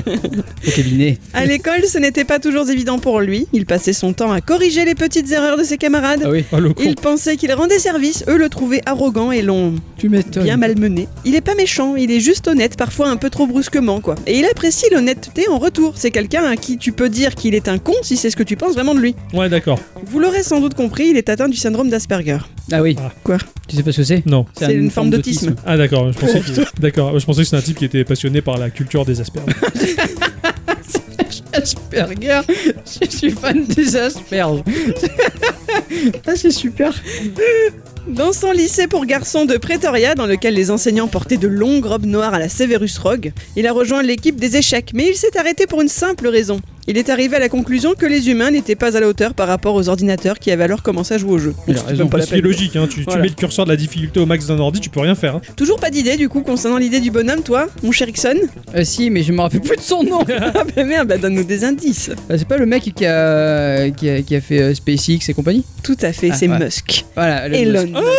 B: Au cabinet.
C: À l'école, ce n'était pas toujours évident pour lui. Il passait son temps à corriger les petites erreurs de ses camarades.
B: Ah oui,
A: Ah, le con.
C: Il pensait qu'il rendait service, eux le trouvaient arrogant et l'ont
B: tu m'étonnes.
C: bien malmené. Il est pas méchant, il est juste honnête, parfois un peu trop brusquement quoi. Et il apprécie l'honnêteté en retour. C'est quelqu'un à qui tu peux dire qu'il est un con si c'est ce que tu penses vraiment de lui.
A: Ouais, d'accord.
C: Vous l'aurez sans doute compris, il est atteint du syndrome d'Asperger.
B: Ah oui.
C: Quoi
B: Tu sais pas ce que c'est
A: Non.
C: C'est une forme d'autisme.
A: Ah, d'accord. Je pensais que, d'accord. Je pensais que c'était un type qui était passionné par la culture des asperges.
B: Asperger, je suis fan des asperges. ah, c'est super.
C: Dans son lycée pour garçons de Pretoria, dans lequel les enseignants portaient de longues robes noires à la Severus Rogue, il a rejoint l'équipe des échecs, mais il s'est arrêté pour une simple raison. Il est arrivé à la conclusion que les humains n'étaient pas à la hauteur par rapport aux ordinateurs qui avaient alors commencé à jouer au jeu.
B: Il
C: Donc,
B: a
C: c'est
B: raison.
C: même pas la
A: C'est
C: peine.
A: logique. Hein. Tu, tu
C: Voilà.
A: mets le curseur de la difficulté au max d'un ordi, tu peux rien faire. hein.
C: Toujours pas d'idée du coup concernant l'idée du bonhomme, toi, mon cher Ixon
B: Euh, si, mais je me rappelle plus de son nom.
C: Ah bah merde, bah donne-nous des indices.
B: Euh, c'est pas le mec qui a, qui a, qui a fait euh, SpaceX et compagnie
C: Tout à fait,
B: Ah,
C: c'est
B: ouais.
C: Musk.
B: Voilà. le- Oh.
C: Elon Musk.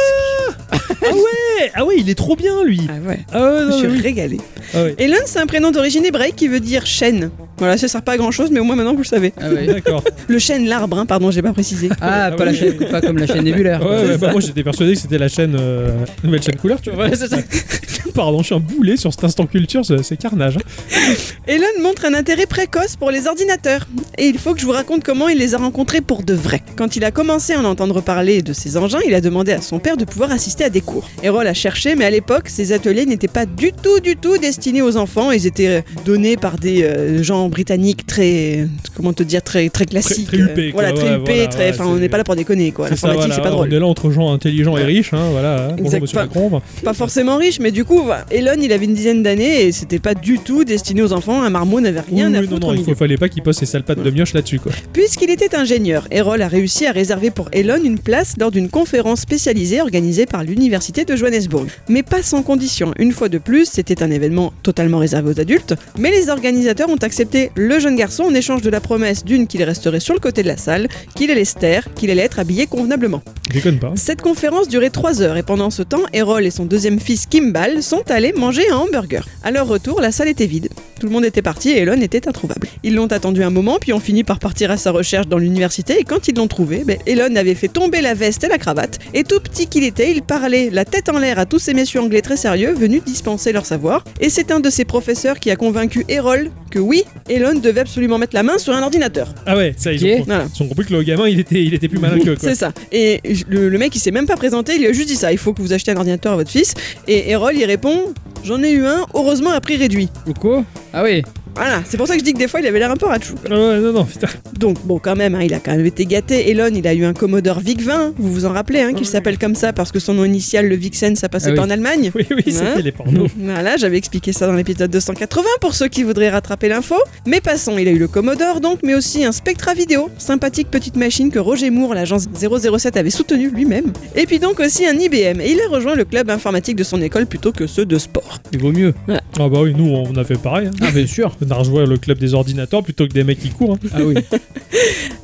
A: Ah ouais. Ah ouais, il est trop bien lui.
C: Ah ouais,
A: Ah ouais, non,
C: je suis
A: oui.
C: régalée.
A: Ah ouais.
C: Elon, c'est un prénom d'origine hébraïque qui veut dire chêne. Voilà, ça sert pas à grand chose, mais au moins maintenant vous le savez.
B: Ah, ouais.
A: D'accord.
C: Le chêne, l'arbre, hein, pardon, j'ai pas précisé.
B: Ah,
A: Ah
B: pas, la
A: oui.
B: chaîne, pas comme la chaîne
A: Ah
B: nébulaire.
A: Ouais,
B: C'est
A: ouais, bah,
B: ça.
A: moi j'étais persuadé que c'était la chaîne euh, nouvelle chaîne couleur. Tu vois.
B: Voilà, c'est ça.
A: Pardon, je suis un boulet sur cet instant culture, c'est c'est carnage. hein.
C: Elon montre un intérêt précoce pour les ordinateurs. Et il faut que je vous raconte comment il les a rencontrés pour de vrai. Quand il a commencé à en entendre parler de ces engins, il a demandé à son père de pouvoir assister à des cours. Erol a cherché, mais à l'époque, ces ateliers n'étaient pas du tout, du tout destinés aux enfants. Ils étaient euh, donnés par des euh, gens britanniques très, euh, comment te dire, très, très classiques.
A: très huppés,
C: Euh,
A: quoi.
C: Voilà, très
A: Ouais,
C: huppés,
A: voilà,
C: très.
A: ouais,
C: Enfin,
A: c'est-
C: on n'est pas là pour déconner, quoi.
A: C'est ça,
C: L'informatique,
A: voilà,
C: c'est pas drôle.
A: On est là entre gens intelligents et riches, hein, voilà. hein. Bonjour
C: Exact-
A: Monsieur
C: pas-
A: Macron.
C: Pas forcément riche, mais du coup, voilà. Elon, il avait une dizaine d'années et c'était pas du tout destiné aux enfants. Un marmot n'avait rien
A: Oui,
C: à
A: oui,
C: foutre
A: non,
C: au
A: non, il
C: milieu.
A: faut- fallait pas qu'il passe ses sales pattes de mioche là-dessus, quoi.
C: Puisqu'il était ingénieur, Erol a réussi à réserver pour Elon une place lors d'une conférence spécialisée organisée par l'université de Johannesburg. Mais pas sans condition. Une fois de plus, c'était un événement totalement réservé aux adultes, mais les organisateurs ont accepté le jeune garçon en échange de la promesse d'une qu'il resterait sur le côté de la salle, qu'il allait se taire, qu'il allait être habillé convenablement.
A: Déconne pas.
C: Hein. Cette conférence durait 3 heures et pendant ce temps, Erol et son deuxième fils Kimball sont allés manger un hamburger. À leur retour, la salle était vide. Tout le monde était parti et Elon était introuvable. Ils l'ont attendu un moment, puis ont fini par partir à sa recherche dans l'université et quand ils l'ont trouvé, ben, Elon avait fait tomber la veste et la cravate et tout petit qu'il était, il parlait la tête en l'air à tous ces messieurs anglais très sérieux venus dispenser leur savoir et c'est un de ses professeurs qui a convaincu Erol que oui, Elon devait absolument mettre la main sur un ordinateur.
A: Ah ouais, ça, ils ont,
B: Ok.
A: compris-
C: Voilà.
A: ils ont compris que le gamin, il était, il était plus malin qu'eux, quoi.
C: C'est ça. Et le, le mec, il s'est même pas présenté, il lui a juste dit ça. Il faut que vous achetiez un ordinateur à votre fils. Et Erol, il répond J'en ai eu un, heureusement à prix réduit.
B: Ou quoi Ah oui.
C: Voilà, c'est pour ça que je dis que des fois, il avait l'air un peu ratchou.
A: Ah ouais, non, non, putain.
C: Donc, bon, quand même, hein, il a quand même été gâté. Elon, il a eu un Commodore VIC 20, vous vous en rappelez, hein, qu'il s'appelle comme ça parce que son nom initial, le Vixen, ça passait
B: Ah
C: pas
B: oui.
C: en Allemagne.
A: Oui, oui,
C: Hein
A: c'était les pornos.
C: Voilà, j'avais expliqué ça dans l'épisode 280 pour ceux qui voudraient rattraper l'info. Mais passons, il a eu le Commodore donc, mais aussi un Spectra Vidéo, sympathique petite machine que Roger Moore, l'agence 007, avait soutenu lui-même. Et puis donc aussi un IBM, et il a rejoint le club informatique de son école plutôt que ceux de sport.
B: Il vaut mieux.
A: Ah bah oui, nous, on a fait pareil. hein.
B: Ah, bien sûr.
A: On a rejoint le club des ordinateurs plutôt que des mecs qui courent. hein.
B: Ah oui.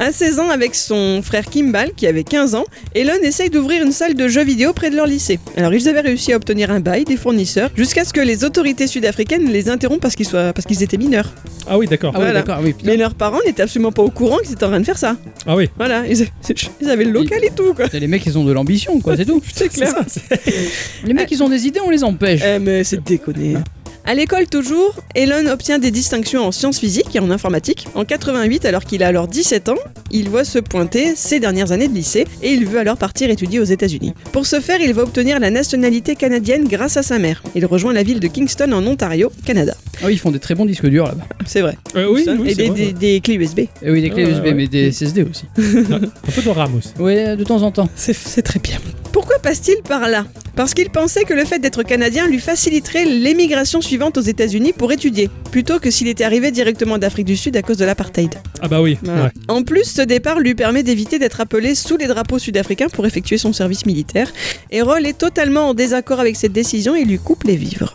C: À 16 ans, avec son frère Kimball, qui avait 15 ans, Elon essaye d'ouvrir une salle de jeux vidéo près de leur lycée. Alors, ils avaient réussi à obtenir un bail des fournisseurs jusqu'à ce que les autorités sud-africaines les interrompent parce qu'ils soient- parce qu'ils étaient mineurs.
A: Ah oui, d'accord.
B: Ah oui,
C: Voilà.
B: d'accord. Ah oui, putain.
C: Mais leurs parents n'étaient absolument pas au courant qu'ils étaient en train de faire ça.
A: Ah oui,
C: Voilà, ils, ils avaient le local et tout, quoi.
B: Putain, Les mecs, ils ont de l'ambition, quoi, c'est tout.
C: C'est clair.
B: Les mecs, ils ont des idées, on les empêche.
C: Eh, mais c'est déconné. À l'école toujours, Elon obtient des distinctions en sciences physiques et en informatique. En 88, alors qu'il a alors 17 ans, il voit se pointer ses dernières années de lycée et il veut alors partir étudier aux États-Unis. Pour ce faire, il va obtenir la nationalité canadienne grâce à sa mère. Il rejoint la ville de Kingston en Ontario, Canada.
B: Ah oui, ils font des très bons disques durs là-bas.
C: C'est vrai.
A: Euh, oui,
C: Ça,
A: oui,
C: et
A: c'est
C: des,
A: vrai,
C: des-
A: ouais.
C: des clés USB.
B: Et oui, des clés
A: Ah,
B: USB,
A: ouais.
B: mais des SSD aussi.
A: Un peu de RAM aussi.
B: Oui, de temps en temps.
C: C'est- C'est très bien. Pourquoi passe-t-il par là Parce qu'il pensait que le fait d'être canadien lui faciliterait l'émigration suivante aux États-Unis pour étudier, plutôt que s'il était arrivé directement d'Afrique du Sud à cause de l'apartheid.
A: Ah bah oui.
C: Voilà.
A: ouais.
C: En plus, ce départ lui permet d'éviter d'être appelé sous les drapeaux sud-africains pour effectuer son service militaire. Errol est totalement en désaccord avec cette décision et lui coupe les vivres.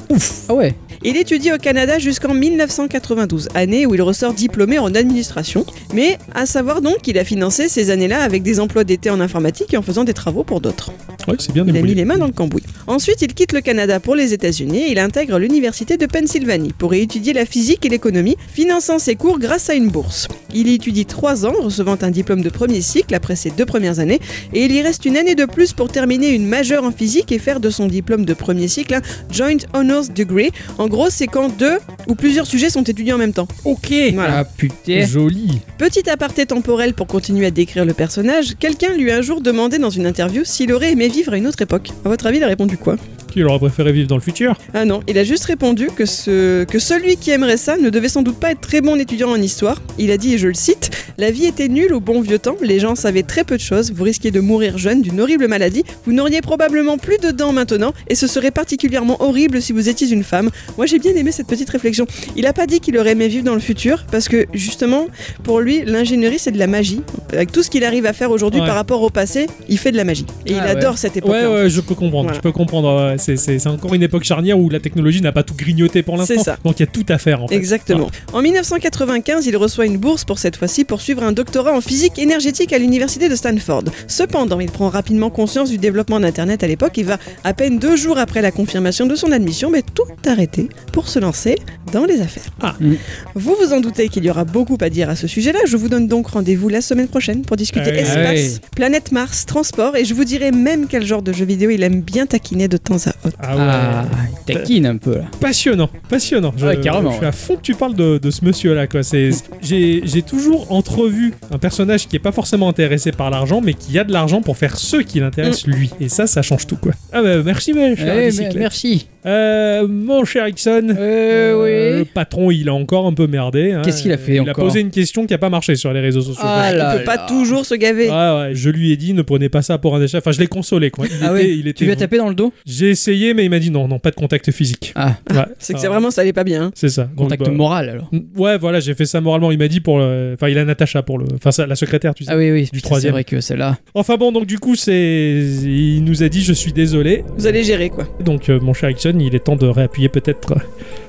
B: Ah ouais.
C: Il étudie au Canada jusqu'en 1992, année où il ressort diplômé en administration. Mais à savoir donc qu'il a financé ces années-là avec des emplois d'été en informatique et en faisant des travaux pour d'autres.
A: Ouais, c'est bien
C: Il a
A: débrouillé.
C: mis les mains dans le cambouis. Ensuite, il quitte le Canada pour les États-Unis et il intègre l'université de Pennsylvanie pour y étudier la physique et l'économie, finançant ses cours grâce à une bourse. Il y étudie trois ans, recevant un diplôme de premier cycle après ses deux premières années, et il y reste une année de plus pour terminer une majeure en physique et faire de son diplôme de premier cycle un Joint Honors Degree. En gros, c'est quand deux ou plusieurs sujets sont étudiés en même temps.
A: Ok.
C: Voilà.
B: Ah putain.
A: Joli.
C: Petit aparté temporel pour continuer à décrire le personnage, quelqu'un lui a un jour demandé dans une interview s'il aurait aimé vivre à une autre époque. À votre avis, il a répondu quoi
A: Qui aurait préféré vivre dans le futur
C: Ah non, il a juste répondu que, ce, que celui qui aimerait ça ne devait sans doute pas être très bon étudiant en histoire. Il a dit, et je le cite, La vie était nulle au bon vieux temps, les gens savaient très peu de choses, vous risquiez de mourir jeune d'une horrible maladie, vous n'auriez probablement plus de dents maintenant, et ce serait particulièrement horrible si vous étiez une femme. Moi j'ai bien aimé cette petite réflexion. Il a pas dit qu'il aurait aimé vivre dans le futur, parce que justement, pour lui, l'ingénierie c'est de la magie. Avec tout ce qu'il arrive à faire aujourd'hui
A: Ouais.
C: par rapport au passé, il fait de la magie. Et
B: Ah
C: il adore cette époque.
A: Ouais, ouais, je peux comprendre.
C: Voilà.
A: Je peux comprendre. ouais, c'est- C'est c'est encore une époque charnière où la technologie n'a pas tout grignoté pour l'instant.
C: C'est ça.
A: Donc il y a tout à faire en fait.
C: Exactement. En 1995, il reçoit une bourse pour cette fois-ci poursuivre un doctorat en physique énergétique à l'université de Stanford. Cependant, il prend rapidement conscience du développement d'Internet à l'époque et va, à peine deux jours après la confirmation de son admission, mais tout arrêter pour se lancer dans les affaires.
A: Ah.
B: Mm.
C: Vous vous en doutez qu'il y aura beaucoup à dire à ce sujet-là. Je vous donne donc rendez-vous la semaine prochaine pour discuter
A: Ah oui.
C: espace,
B: Ah oui.
C: planète Mars, transport et je vous dirai même quel genre de jeu vidéo il aime bien taquiner de temps à autre.
A: Ah ouais.
B: Ah, il taquine un peu là.
A: Passionnant, passionnant. Je,
B: Ouais, carrément,
A: je suis à fond que tu parles de, de ce monsieur-là. quoi. C'est- J'ai j'ai toujours entrevu un personnage qui est pas forcément intéressé par l'argent, mais qui a de l'argent pour faire ce qui
C: Mm.
A: l'intéresse lui. Et ça, ça change tout. quoi. Ah bah merci, ma chère
B: Eh, mais-
A: bicyclette.
B: merci.
A: Euh, mon cher Ixon. euh,
B: Euh,
A: Le
B: oui.
A: patron, il a encore un peu merdé. hein.
B: Qu'est-ce qu'il a fait
A: Il a
B: encore
A: posé une question qui a pas marché sur les réseaux sociaux.
B: Ah
C: il
B: là
C: peut pas
B: là.
C: toujours se gaver.
A: Ah ouais, je lui ai dit ne prenez pas ça pour un échec. Enfin, je l'ai consolé quoi. Il
B: Ah
A: était,
B: ouais.
A: il était-
B: Tu lui as tapé dans le dos
A: J'ai essayé, mais il m'a dit non, non, pas de contact physique.
B: Ah,
A: Ouais,
C: C'est que
A: ça-
C: c'est vraiment ça allait pas bien. hein.
A: C'est ça. Donc,
B: contact
A: bah,
B: moral alors.
A: Ouais, voilà, j'ai fait ça moralement. Il m'a dit pour. le- Enfin, il a Natacha pour le. Enfin, ça, la secrétaire, tu sais.
B: Ah oui, oui, putain, c'est
A: troisième.
B: vrai que celle-là.
A: Enfin bon, donc du coup, c'est. Il nous a dit je suis désolé.
C: Vous allez gérer quoi.
A: Donc, euh, mon cher Ixon, il est temps de réappuyer peut-être euh,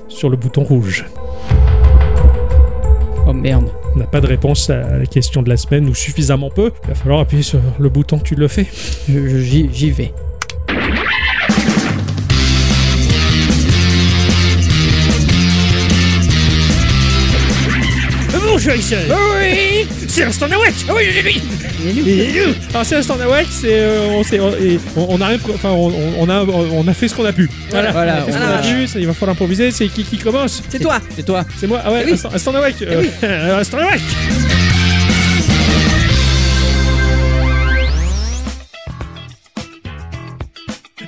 A: sur le bouton rouge.
B: Oh merde.
A: On n'a pas de réponse à la question de la semaine ou suffisamment peu. Il va falloir appuyer sur le bouton, tu le fais.
B: Je- je- J'y j'y vais. Euh,
A: Bonjour cher Ixon Oui C'est Instant Awake Ah Oui, oui, oui Alors, c'est Instant Awake, c'est. euh, on, s'est- on- et on- on a rien. Enfin, on, on a, on a fait ce qu'on a pu. Voilà,
B: Voilà,
A: on a fait ce qu'on
C: on
A: a
C: a-
A: pu, ça, il va falloir improviser. C'est qui qui commence
C: C'est toi.
B: C'est toi.
A: C'est moi Ah ouais,
C: Eh oui.
A: Instant, Instant Awake euh, Instant Awake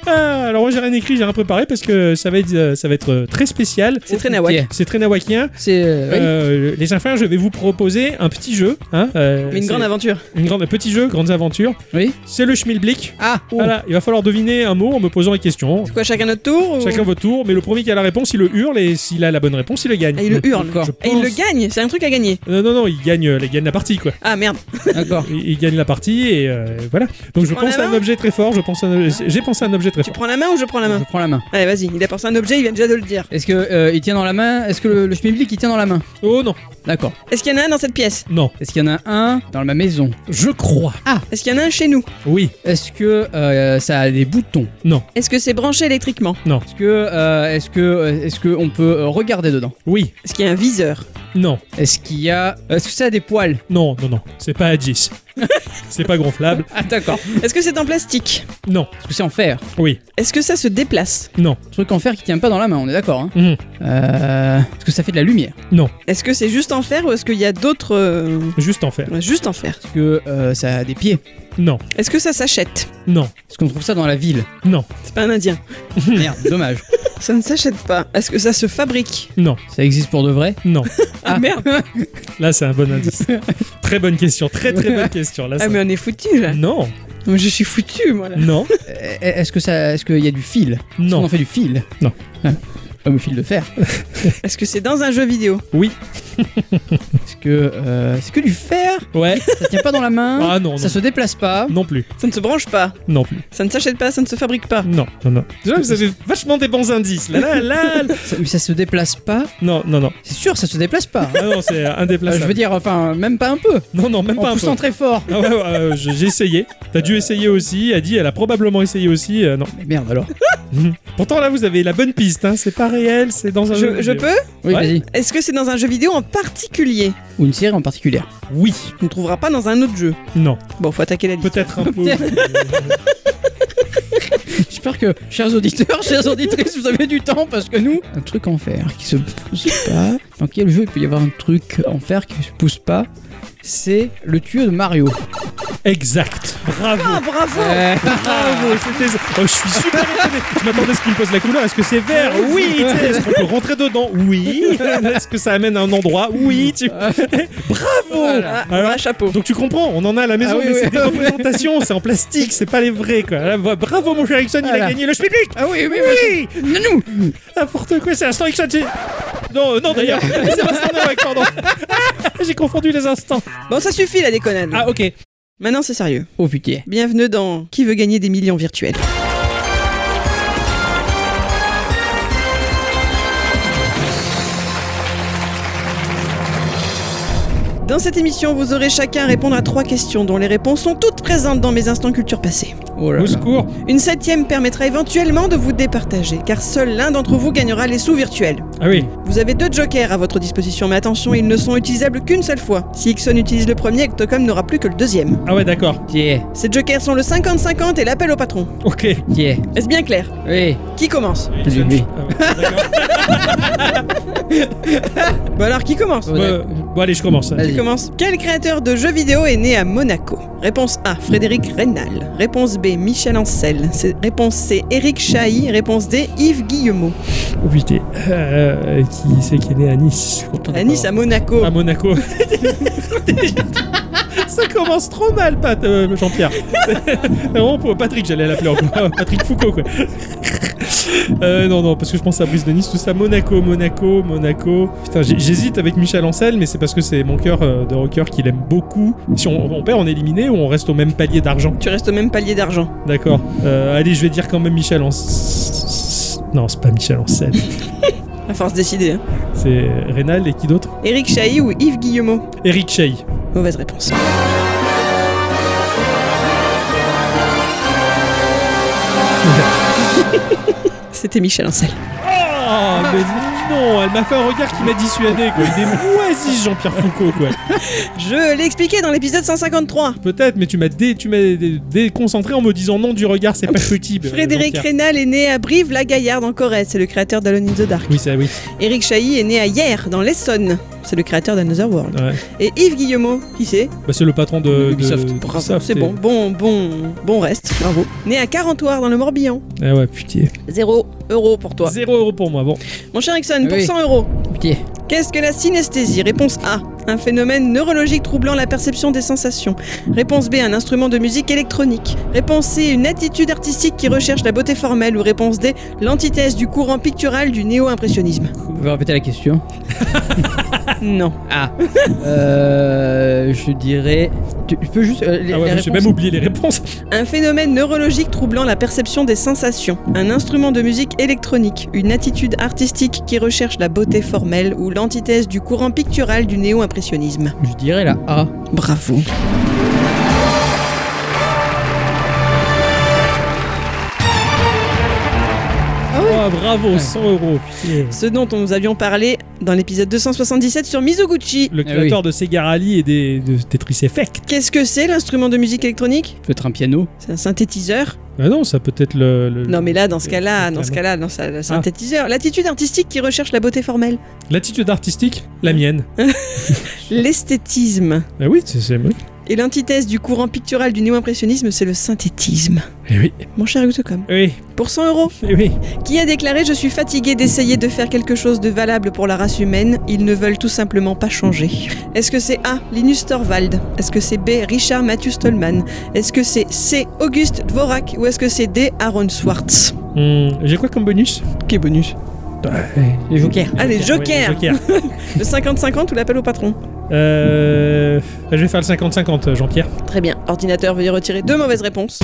A: Ah, alors moi j'ai rien écrit, j'ai rien préparé parce que ça va être, euh, ça va être euh, très spécial.
C: C'est très nawak.
B: Ok.
A: C'est très nawakien.
B: C'est. euh, oui.
A: Euh, les enfants, je vais vous proposer un petit jeu. Hein, euh,
C: Mais une
A: c'est-
C: grande aventure.
A: une grande, un petit jeu, grandes aventures.
B: Oui.
A: C'est le schmilblick.
B: Ah, oh.
A: Voilà, il va falloir deviner un mot en me posant une question.
C: Quoi, chacun notre tour ou-
A: Chacun votre tour, mais le premier qui a la réponse, il le hurle et s'il a la bonne réponse, il le gagne.
C: Ah, il le hurle.
B: D'accord.
A: Je
C: Et il le
A: pense-
C: gagne, c'est un truc à gagner.
A: Non, non, non, il gagne, euh, il gagne la partie, quoi.
C: Ah merde.
B: D'accord.
A: Il, il gagne la partie et euh, voilà. Donc je
C: prends la
A: pense à un
C: main
A: objet très fort, je pense à un- j'ai pensé à un objet très
C: Tu
A: fort.
C: prends la main ou je prends la main
B: Je prends la main.
C: Allez, vas-y, il a pensé à un objet, il vient déjà de le dire.
B: Est-ce que euh, il tient dans la main Est-ce que le, le schmilblick il tient dans la main
A: Oh non,
B: D'accord.
C: Est-ce qu'il y en a un dans cette pièce
A: non,
B: Est-ce qu'il y en a un dans ma maison
A: je crois.
C: Est-ce qu'il y en a un chez nous
A: Oui,
B: Est-ce que euh, ça a des boutons
C: Est-ce que c'est branché électriquement
B: Est-ce que euh, est-ce que est-ce que on peut euh, regarder dedans
A: oui,
C: Est-ce qu'il y a un viseur
A: Non,
B: Est-ce qu'il y a. Est-ce que ça a des poils
A: non, non, non. C'est pas à 10. c'est pas gonflable.
B: Ah, d'accord.
C: Est-ce que c'est en plastique
A: Non,
B: Est-ce que c'est en fer
A: oui,
C: Est-ce que ça se déplace
A: non.
B: Truc en fer qui tient pas dans la main, on est d'accord. Hein.
A: Mhm.
B: Euh, Est-ce que ça fait de la lumière
C: Est-ce que c'est juste en fer ou est-ce qu'il y a d'autres. euh,
A: Juste en fer.
C: ouais, Juste en fer.
B: Est-ce que euh, ça a des pieds
A: Non,
C: Est-ce que ça s'achète
A: non,
B: Est-ce qu'on trouve ça dans la ville
A: non,
C: C'est pas un indien.
B: Merde, dommage.
C: Ça ne s'achète pas. Est-ce que ça se fabrique
A: non,
B: Ça existe pour de vrai
A: non.
B: Ah merde
A: Là, c'est un bon indice. très bonne question, très très bonne question. Là,
C: Ah,
A: ça-
C: mais on est foutu là.
A: Non,
C: Mais Je suis foutu moi là.
A: non,
B: e-, Est-ce que ça, est-ce qu'il y a du fil Est-ce qu'on
A: non.
B: en fait du fil
A: Non.
B: Ah, Comme le fil de fer.
C: Est-ce que c'est dans un jeu vidéo
B: Est-ce que euh, c'est que du fer
A: Ouais.
B: Ça tient pas dans la main
A: Ah non, non.
B: Ça se déplace pas
A: Non plus,
C: Ça ne se branche pas.
A: non plus,
C: Ça ne s'achète pas. Ça ne se fabrique pas.
A: non, non, non. Déjà, vous avez vachement des bons indices. Là, là, là, là.
B: ça, mais ça se déplace pas
A: Non, non, non.
B: C'est sûr, ça se déplace pas. hein.
A: Ah non, c'est
B: Euh, je
A: indéplaçable.
B: veux dire, enfin, même pas un peu.
A: Non, non, même
B: en
A: pas un peu.
B: poussant très fort.
A: Ah ouais, ouais, ouais, je- j'ai essayé. T'as dû essayer aussi. Elle dit, elle a probablement essayé aussi. euh, non.
B: Mais merde alors.
A: Pourtant là, vous avez la bonne piste. Hein. C'est pas réel. C'est dans un.
C: Je,
A: jeu
C: je
A: vidéo.
C: peux
B: Oui,
A: Ouais.
B: vas-y.
C: Est-ce que c'est dans un jeu vidéo en particulier
B: Ou une série en particulier.
A: Oui.
C: On ne trouvera pas dans un autre jeu.
A: Non.
C: Bon, faut attaquer la liste.
A: Peut-être un peu.
B: J'espère que, chers auditeurs, chères auditrices, vous avez du temps parce que nous. Un truc en fer qui se pousse pas. Dans quel jeu il peut y avoir un truc en fer qui se pousse pas C'est le tuyau de Mario.
A: exact. Bravo.
C: Ah, bravo
B: Euh,
A: Bravo, c'était ça. Oh, je suis super étonné. Je m'attendais à ce qu'il me pose la couleur. Est-ce que c'est vert Oui. Tu sais, Est-ce qu'on peut rentrer dedans Oui. Est-ce que ça amène à un endroit Oui.
B: Euh,
A: Tu...
B: voilà.
C: Ah,
A: Alors-
C: un chapeau.
A: Donc tu comprends, on en a à la maison,
B: Ah oui,
A: mais
B: oui,
A: c'est des
B: oui.
A: représentations, c'est en plastique, c'est pas les vrais quoi. Là, bravo mon cher Ixon, il
B: Voilà.
A: a gagné le schmilblick
B: Ah oui, oui, oui.
A: Oui
B: Nanou
A: N'importe quoi, c'est l'instant Ixon, c'est... Non, euh, non d'ailleurs, c'est l'instant Nawak, pardon. Ah, J'ai confondu les instants.
C: Bon, ça suffit la déconnade.
A: Ah ok.
C: Maintenant, c'est sérieux.
B: Oh putain.
C: Bienvenue dans Qui veut gagner des millions virtuels Dans cette émission, vous aurez chacun à répondre à trois questions dont les réponses sont toutes présentes dans mes instants culture passés.
B: Oh là
A: Au
B: là.
A: secours.
C: Une septième permettra éventuellement de vous départager, car seul l'un d'entre vous gagnera les sous virtuels.
A: Ah oui.
C: Vous avez deux jokers à votre disposition, mais attention, ils ne sont utilisables qu'une seule fois. Si Ixon utilise le premier, Ectocom n'aura plus que le deuxième.
A: Ah ouais d'accord.
B: Tiens,
C: Ces jokers sont le 50-50 et l'appel au patron.
A: Ok.
B: tiens.
C: Est-ce bien clair
B: Oui.
C: Qui commence
B: Lui, lui.
A: Ah ouais, d'accord.
C: Bah alors, qui commence
B: Ouais.
A: Euh, bon allez je commence.
B: Vas-y.
C: Qui commence Quel créateur de jeux vidéo est né à Monaco Réponse A, Frédéric Reynal. Réponse B, Michel Ancel. C'est- Réponse C, Éric Chahi. Réponse D, Yves Guillemot.
A: Oh putain. Euh, qui c'est qui est né à Nice
B: Oh,
C: À Nice, à Monaco.
B: Ah
A: À Monaco. Ça commence trop mal, Pat, euh, Jean-Pierre. Vraiment, pour Patrick, j'allais l'appeler encore. Patrick Foucault, quoi. Euh, non, non, parce que je pense à Brice de Nice, tout ça. Monaco, Monaco, Monaco. Putain, j'ai- j'hésite avec Michel Ancel, mais c'est parce que c'est mon cœur euh, de rocker qu'il aime beaucoup. Si on, on perd, on est éliminé ou on reste au même palier d'argent
C: Tu restes au même palier d'argent.
A: D'accord. Euh, allez, je vais dire quand même Michel Ancel. Non, c'est pas Michel Ancel.
C: À force décider. Hein.
A: C'est Rénal et qui d'autre
C: Éric Chahi ou Yves Guillemot
A: Eric Shea.
C: Mauvaise réponse. C'était Michel Ancel.
A: Oh, mais non, elle m'a fait un regard qui m'a dissuadé, quoi. Il est moisi, Jean-Pierre Foucault, quoi.
C: Je l'ai expliqué dans l'épisode 153.
A: Peut-être, mais tu m'as dé- tu m'as dé- déconcentré en me disant non du regard, c'est pas euh, futile.
C: Frédéric Rénal est né à Brive-la-Gaillarde en Corrèze, c'est le créateur d'Alone in the Dark.
A: Oui, ça, oui.
C: Éric Chahi est né à Hier dans l'Essonne, c'est le créateur d'Another World.
A: Ouais.
C: Et Yves Guillemot, qui c'est
A: Bah, c'est le patron de. de-
B: Ubisoft.
A: de
C: Bravo,
A: Ubisoft,
C: c'est
A: et-
C: bon, bon, bon, bon reste, bravo. Né à Carentoire dans le Morbihan.
A: Ah ouais, putain.
C: Zéro euro pour toi.
A: Zéro euro pour moi, bon.
C: Mon cher Ixon, pour
B: Oui.
C: 100 euros.
B: Tiens.
C: Qu'est-ce que la synesthésie Réponse A. Un phénomène neurologique troublant la perception des sensations. Réponse B. Un instrument de musique électronique. Réponse C. Une attitude artistique qui recherche la beauté formelle. Ou réponse D. L'antithèse du courant pictural du néo-impressionnisme.
B: Vous pouvez répéter la question
C: Non.
B: Ah. euh, je dirais. Tu, tu peux juste. euh, les,
A: Ah ouais,
B: les
A: mais j'ai même
B: réponses
A: oublié les réponses.
C: Un phénomène neurologique troublant la perception des sensations. Un instrument de musique électronique. Une attitude artistique qui recherche la beauté formelle. Ou l'antithèse du courant pictural du néo-impressionnisme.
B: Je dirais la A.
C: Bravo.
A: Oh, Ah, bravo, 100 euros. putain.
C: Ce dont nous avions parlé dans l'épisode 277 sur Mizoguchi.
A: Le
B: Ah oui.
A: créateur de Sega Rally et des, de Tetris Effect.
C: Qu'est-ce que c'est l'instrument de musique électronique
B: Peut-être un piano.
C: C'est un synthétiseur
A: Ah non, ça peut être le. le-
C: Non mais là, dans ce cas-là, dans ce
A: clairement.
C: cas-là, dans sa- le synthétiseur. L'attitude artistique qui recherche la beauté formelle.
A: L'attitude artistique, la mienne.
C: L'esthétisme.
A: Bah oui, c'est. c'est- oui.
C: Et l'antithèse du courant pictural du néo-impressionnisme, c'est le synthétisme.
A: Eh oui. Eh
C: Mon cher Utocom.
A: Oui,
C: Pour 100 euros,
A: eh oui.
C: qui a déclaré Je suis fatigué d'essayer de faire quelque chose de valable pour la race humaine, ils ne veulent tout simplement pas changer. Est-ce que c'est A. Linus Torvald Est-ce que c'est B. Richard Matthew Stallman Est-ce que c'est C. Auguste Dvorak Ou est-ce que c'est D. Aaron Swartz
A: Hum, J'ai quoi comme bonus
C: Quel bonus
B: Les jokers.
C: Ah, les
A: ouais,
C: jokers
A: les jokers.
C: Le 50-50 ou l'appel au patron
A: Euh, Je vais faire le 50-50, Jean-Pierre.
C: Très bien, ordinateur veuillez retirer deux mauvaises réponses.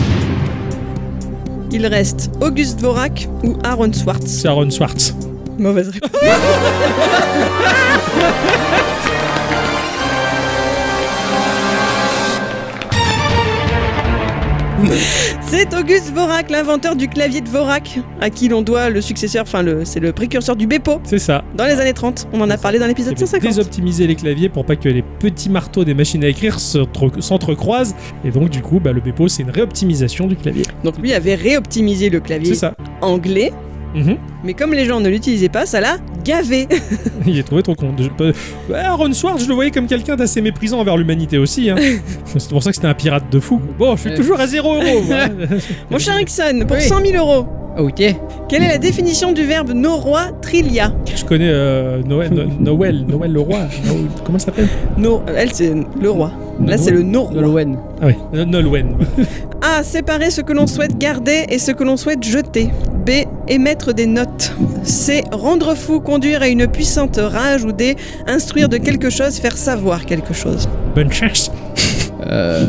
C: Il reste Auguste Dvorak ou Aaron Swartz
A: C'est Aaron Swartz.
C: Mauvaise réponse. C'est Auguste Vorak, l'inventeur du clavier de Vorak, à qui l'on doit le successeur, enfin le, c'est le précurseur du Bepo
A: C'est ça.
C: dans les années 30. On en a parlé dans l'épisode
A: Désoptimiser
C: 150.
A: les claviers pour pas que les petits marteaux des machines à écrire s'entre- s'entrecroisent. Et donc, du coup, bah, le Bepo, c'est une réoptimisation du clavier.
C: Donc lui avait réoptimisé le
A: C'est
C: clavier
A: ça.
C: anglais,
A: Mhm.
C: mais comme les gens ne l'utilisaient pas, ça l'a gavé.
A: Il est trouvé trop con. Je peux- Ouais, Aaron Swartz, je le voyais comme quelqu'un d'assez méprisant envers l'humanité aussi. hein. c'est pour ça que c'était un pirate de fou. Bon, je suis
B: Ouais.
A: toujours à 0 euros. moi.
C: Mon cher Ixon, pour
B: Oui.
C: 100 000 euros,
B: Ah, ok.
C: quelle est la définition du verbe noroi trilia
A: je connais euh, Noël, No- Noël, Noël le roi. No- Comment ça s'appelle
C: No, euh, elle c'est le roi. Là c'est le no
B: De l'Owen.
A: Ah oui, No- Nolwenn.
C: A. Séparer ce que l'on souhaite garder et ce que l'on souhaite jeter. B. Émettre des notes. C. Rendre fou, conduire à une puissante rage. Ou D. Instruire de quelque chose, faire savoir quelque chose.
A: Bonne chance.
B: Euh.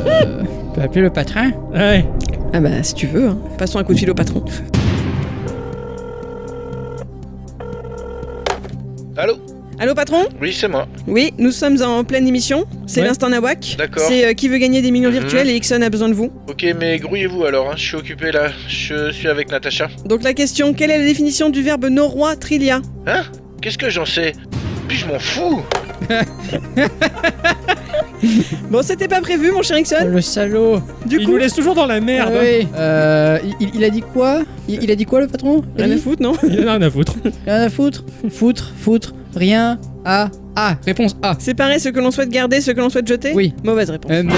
B: Peut appeler le patron
A: Ouais.
C: Ah bah si tu veux, hein. passons un coup de fil au patron.
H: Allô
C: Allô patron
H: Oui, c'est moi.
C: Oui, nous sommes en pleine émission. C'est
A: Ouais.
C: l'instant Nawak.
H: D'accord.
C: C'est euh, qui veut gagner des millions
H: Mhm.
C: virtuels et Ixon a besoin de vous.
H: Ok, mais grouillez-vous alors, hein, je suis occupé là. Je suis avec Natacha.
C: Donc la question, quelle est la définition du verbe norrois trilia
H: Hein Qu'est-ce que j'en sais Puis je m'en fous
C: Bon, c'était pas prévu mon cher
B: Oh,
C: Ixon.
B: Le salaud
C: Du
A: Il
C: coup,
A: nous laisse toujours dans la merde. hein.
B: Ah oui. Euh, il, il a dit quoi il, il a dit quoi le patron Il a
C: rien à
B: dit
C: foutre, non
A: Il en a rien à foutre.
B: Rien à foutre Foutre, foutre, rien à. Ah, réponse A.
C: Séparer ce que l'on souhaite garder, ce que l'on souhaite jeter
B: Oui.
C: Mauvaise réponse.
B: Euh, merde.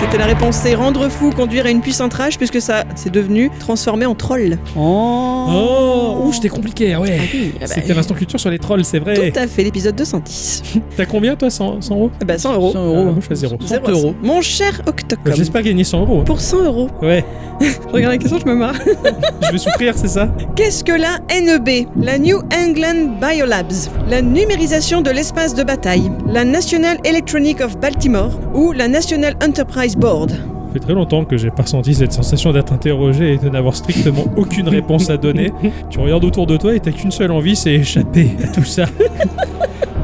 C: C'était la réponse C. Rendre fou, conduire à une puissante rage, puisque ça s'est devenu transformé en troll.
B: Oh.
A: Oh, ouh, c'était compliqué, ah ouais.
C: ah bah
A: C'était l'instant culture sur les trolls, c'est vrai.
C: Tout à fait, l'épisode 210.
A: T'as combien toi 100, 100 euros
C: Ah bah 100 euros.
B: 100
A: Ah,
B: euros.
A: moi, je fais zéro.
B: 100 euros.
C: Mon cher Octocom.
A: J'espère gagner 100 euros. hein.
C: Pour 100 euros.
A: Ouais,
C: Je regarde la question, je me marre.
A: je vais souffrir, c'est ça
C: Qu'est-ce que la NEB La New England Biolabs. La numérisation de l'espace de bataille. La National Electronic of Baltimore. Ou la National Enterprise Board.
A: Ça fait très longtemps que j'ai pas ressenti cette sensation d'être interrogé et de n'avoir strictement aucune réponse à donner. Tu regardes autour de toi et t'as qu'une seule envie, c'est échapper à tout ça.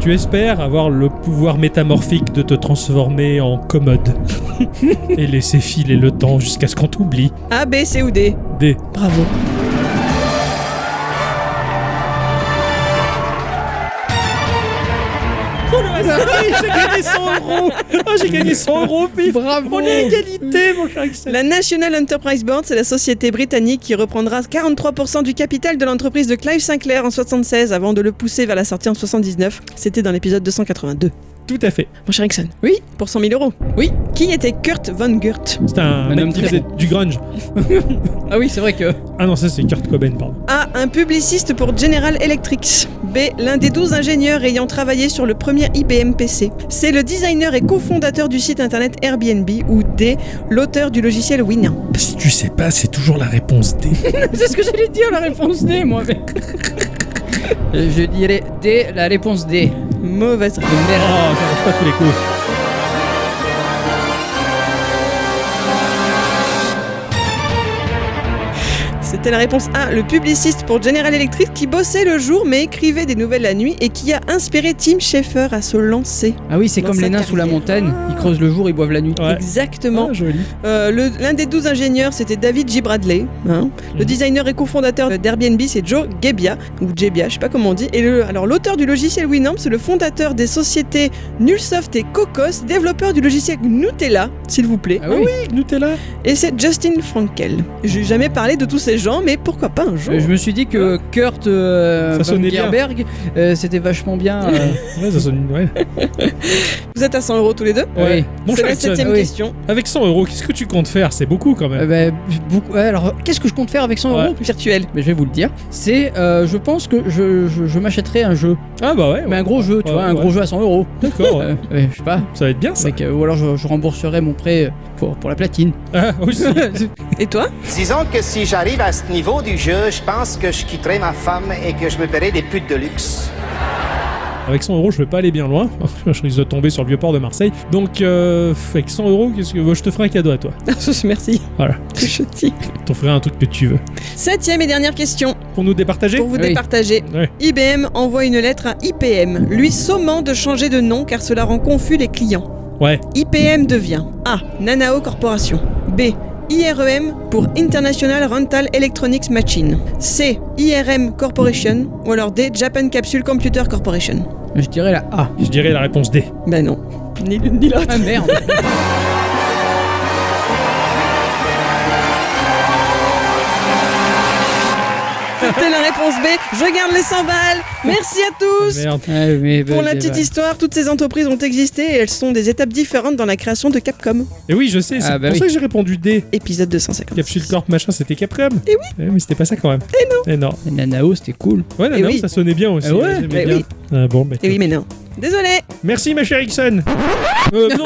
A: Tu espères avoir le pouvoir métamorphique de te transformer en commode et laisser filer le temps jusqu'à ce qu'on t'oublie.
C: A, B, C ou D
A: Des
C: Bravo.
B: Ah,
A: j'ai gagné 100 euros Ah, J'ai gagné 100 euros, pif
B: Bravo.
A: On est à égalité, mon cher Axel.
C: La National Enterprise Board, c'est la société britannique qui reprendra 43% du capital de l'entreprise de Clive Sinclair en 76 avant de le pousser vers la sortie en 79. C'était dans l'épisode 282.
A: Tout à fait.
C: Mon cher Nixon.
B: Oui.
C: Pour 100 000 euros.
B: Oui.
C: Qui était Kurt Von Gurt
A: C'est un,
B: Un
A: mec
B: homme
A: qui
B: très
A: faisait du grunge.
B: Ah oui, c'est vrai que.
A: Ah non, ça c'est Kurt Cobain, pardon.
C: A. Un publiciste pour General Electric. B. L'un des 12 ingénieurs ayant travaillé sur le premier IBM PC. C. Le designer et cofondateur du site internet Airbnb. Ou D. L'auteur du logiciel Winamp.
A: Si tu sais pas, c'est toujours la réponse D.
B: C'est ce que j'allais dire, la réponse D, moi. mais- Euh, Je dirais D, la réponse D.
C: Mauvaise
B: De merde.
A: Oh, ça marche pas tous les coups.
C: C'était la réponse A, le publiciste pour General Electric qui bossait le jour mais écrivait des nouvelles la nuit et qui a inspiré Tim Schafer à se lancer.
B: Ah oui, c'est
C: Dans
B: comme
C: sa
B: les nains sous la
C: carrière.
B: montagne, ils creusent le jour, ils boivent la nuit.
A: Ouais.
C: Exactement.
A: Ah, joli.
C: Euh, le- L'un des 12 ingénieurs, c'était David J. Bradley. hein. Le
A: Mhm.
C: designer et cofondateur d'Airbnb, c'est Joe Gebbia, ou Gebbia, je sais pas comment on dit. Et le, alors l'auteur du logiciel Winamp, c'est le fondateur des sociétés Nullsoft et Cocos, développeur du logiciel Nutella, s'il vous plaît. hein.
B: Ah oui,
A: Nutella.
C: Et c'est Justin Frankel. J'ai jamais parlé de tous ces gens, mais pourquoi pas un jour
B: Euh, je me suis dit que Kurt euh,
A: Ça
B: von
A: sonnait bien.
B: Gerberg, euh, c'était vachement bien. euh,
A: Ouais, ça sonne. Ouais.
C: Vous êtes à 100 euros tous les deux
B: Euh,
A: Ouais. Mon
C: C'est
A: cher
C: la
A: Hudson,
C: septième
B: oui.
C: question.
A: avec 100 euros, qu'est-ce que tu comptes faire C'est beaucoup quand même.
B: euh, bah, beaucoup- ouais, alors, qu'est-ce que je compte faire avec 100
A: Ouais.
B: euros virtuel Mais je vais vous le dire. C'est, euh, je pense que je, je, je m'achèterai un jeu,
A: Ah bah ouais,
B: mais un gros jeu, tu
A: Ouais,
B: vois, un
A: ouais.
B: gros jeu à 100 euros.
A: d'accord. ouais.
B: Euh, ouais, je sais pas.
A: Ça va être bien ça.
B: Avec, euh, ou alors je, je rembourserai mon prêt pour, pour la platine.
A: Ah, aussi.
C: Et toi
I: Disons que si j'arrive à ce niveau du jeu, je pense que je quitterai ma femme et que je me paierai des putes de luxe.
A: Avec 100 euros, je vais pas aller bien loin. je risque de tomber sur le vieux port de Marseille. Donc, euh, avec 100 euros, qu'est-ce que Bon, je te ferai un cadeau à toi
C: Merci.
A: Voilà.
C: C'est gentil.
A: Je t'en ferai un truc que tu veux.
C: Septième et dernière question.
A: Pour nous départager.
C: Pour vous
B: Oui.
C: départager,
A: Ouais.
C: IBM envoie une lettre à IPM, lui sommant de changer de nom car cela rend confus les clients.
A: Ouais.
C: IPM devient A. Nanao Corporation. B. IREM pour International Rental Electronics Machine. C. IRM Corporation. Ou alors D. Japan Capsule Computer Corporation.
B: Je dirais la A.
A: Je dirais la réponse D.
C: Ben non. Ni l'une ni l'autre.
B: Ah merde
C: C'était la réponse B. Je garde les 100 balles. Merci à tous.
A: Merde.
B: Ouais, mais,
C: Pour
B: bah,
C: la
B: c'est
C: petite
B: vrai.
C: histoire, toutes ces entreprises ont existé et elles sont des étapes différentes dans la création de Capcom.
A: Et oui, je sais, c'est
B: Ah, bah
A: pour
B: oui.
A: ça que j'ai répondu D.
C: Épisode 250.
A: Capsule Corp, machin, c'était Caprem.
C: Eh
A: oui. mais c'était pas ça quand même. Et non. Et non.
B: La Nanao, c'était cool.
A: Ouais, non,
C: Eh
A: non,
C: oui.
A: ça sonnait bien aussi.
B: Eh ouais.
A: j'aimais
C: Eh
A: bien.
C: oui.
A: Ah bon, bah,
C: Et oui, mais non. Désolé.
A: Merci, ma chère Ixon. Euh, non.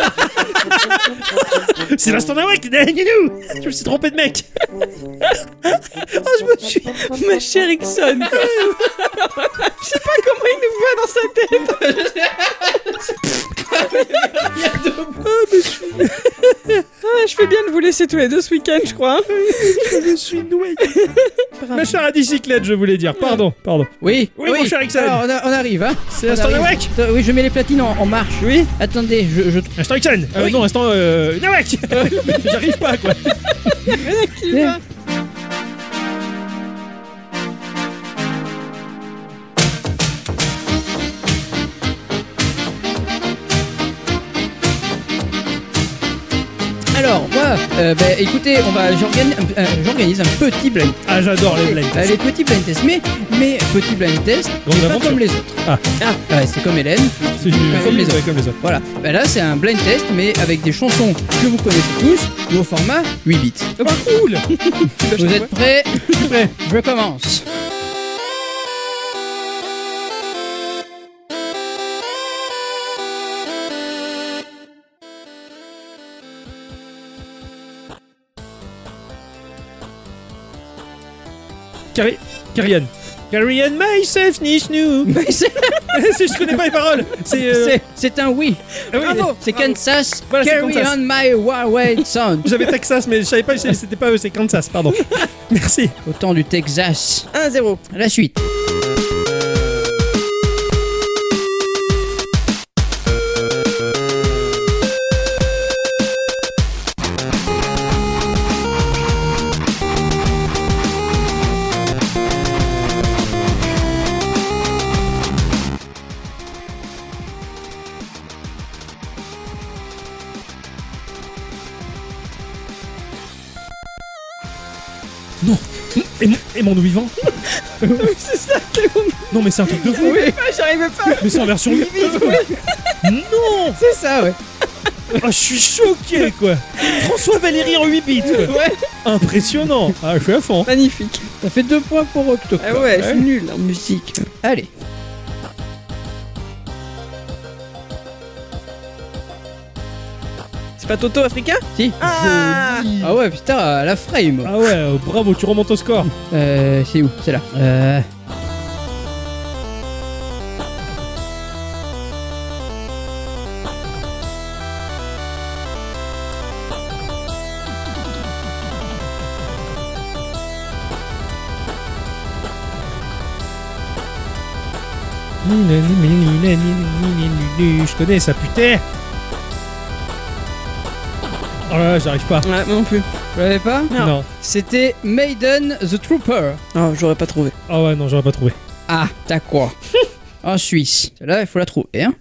A: C'est l'instant d'Awek. Je me suis trompé de mec.
C: Oh, je me suis. Ma chère Ixon. je sais pas comment il nous voit dans sa tête. Ah, mais je suis- Ah, je fais bien de vous laisser tous les deux ce week-end, je crois.
A: Je suis noué. ma chère à bicyclette, je voulais dire. Pardon, pardon.
B: Oui,
A: Oui, mon cher Ixon.
B: Alors, on, a- on arrive, hein
A: C'est l'instant
B: On arrive.
A: Nawak.
B: Attends, Oui, je mets les platines en, en marche. Oui Attendez, je, je...
A: Instant Ixon. Euh, Non, instant euh, Nawak. J'arrive pas, quoi.
B: Alors, moi, euh, bah, écoutez, on va, j'organise, un- un- j'organise un petit blind test.
A: Ah, j'adore les blagues.
B: Euh, les petits blind tests, mais, mais petit blind test,
A: Grande
B: c'est pas
A: aventure.
B: comme les autres.
A: Ah.
B: Ouais, c'est comme Hélène.
A: C'est du-
B: Pas comme les autres.
A: ouais, comme les autres.
B: Voilà, bah là c'est un blind test mais avec des chansons que vous connaissez tous et au format 8 bits.
A: Ah, cool.
B: Vous êtes prêts
A: Je suis prêt.
B: Je commence.
A: Carrie. Carrion. Carrion myself niche new. C'est- je connais pas les paroles. C'est. euh,
B: C'est- C'est un oui.
A: ah oui,
B: C'est Kansas.
A: Voilà, c'est
B: Carry
A: Kansas.
B: on my Huawei son.
A: J'avais Texas, mais je savais pas, c'était pas eux, c'est Kansas, pardon. Merci.
B: Au temps du Texas.
C: 1-0.
B: À la suite.
A: Non. Et mon, et mon doux vivant
C: C'est ça, c'est bon.
A: Non, mais c'est un truc de fou.
C: J'arrivais pas, j'arrivais pas.
A: Mais c'est en version 8 Non
B: C'est ça, ouais.
A: Ah, Je suis choqué, quoi. François Valéry en 8 bits, quoi.
B: Ouais.
A: Impressionnant. Ah, je suis à fond.
C: Magnifique.
B: Ça fait deux points pour Octo.
C: Ah ouais, je suis nulle en musique.
B: Allez.
C: C'est pas Toto Africain
B: Si.
C: Ah.
B: Joli. Ah ouais, putain, à la frame.
A: Ah ouais, euh, bravo, tu remontes au score.
B: Euh, c'est où C'est là. Euh.
A: Je connais ça, putain. Oh là là, j'arrive pas.
C: Ouais, moi non plus.
B: Vous l'avez pas
C: Non.
A: Non.
B: C'était Maiden the Trooper.
C: Oh, j'aurais pas trouvé.
A: Ah ouais, non, j'aurais pas trouvé.
B: Ah, t'as quoi En Suisse. Là, il faut la trouver, hein.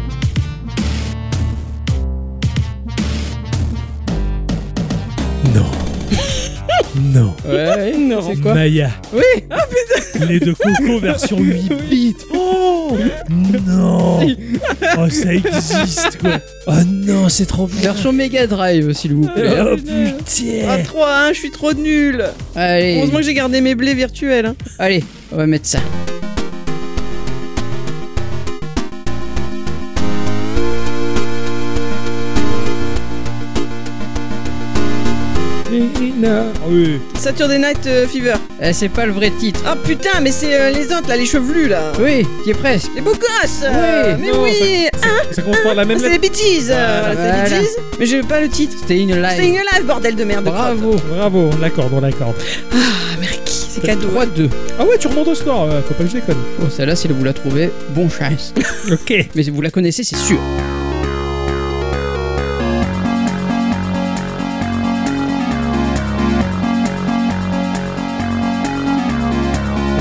A: Non. non.
B: Ouais,
C: Non.
B: c'est quoi
A: Maya.
B: Oui
C: Ah,
A: Les deux cocos version 8 bits. Oh non. Oh ça existe quoi. Oh non, c'est trop bien.
B: Version Mega Drive, s'il vous plaît.
A: Oh
C: Ah,
A: putain.
C: 3 1, je suis trop nul.
B: Allez,
C: Heureusement que j'ai gardé mes blés virtuels. hein.
B: allez, on va mettre ça.
A: Ah oui.
C: Saturday Night euh, Fever.
B: Eh, c'est pas le vrai titre.
C: Ah putain, mais c'est euh, les autres là, les chevelus là.
B: Oui, t'y es presque.
C: Les beaux gosses.
B: Ouais,
C: mais
A: non,
C: oui. Ah,
A: Ça commence par la même
C: c'est les
A: lettre.
C: Bee Gees. euh,
B: Voilà.
C: voilà, c'est les Bee Gees. Mais j'ai pas le titre.
B: C'était une
C: C'est une
B: live.
C: live, bordel de merde.
B: Bravo.
A: Bravo, on l'accorde, on l'accorde.
C: Ah, merde, c'est cadeau.
B: 3-2.
A: Ah ouais, tu remontes au score, euh, faut pas que je déconne.
B: Oh, celle-là, si vous la trouvez, bon chance.
A: Ok.
B: Mais vous la connaissez, c'est sûr.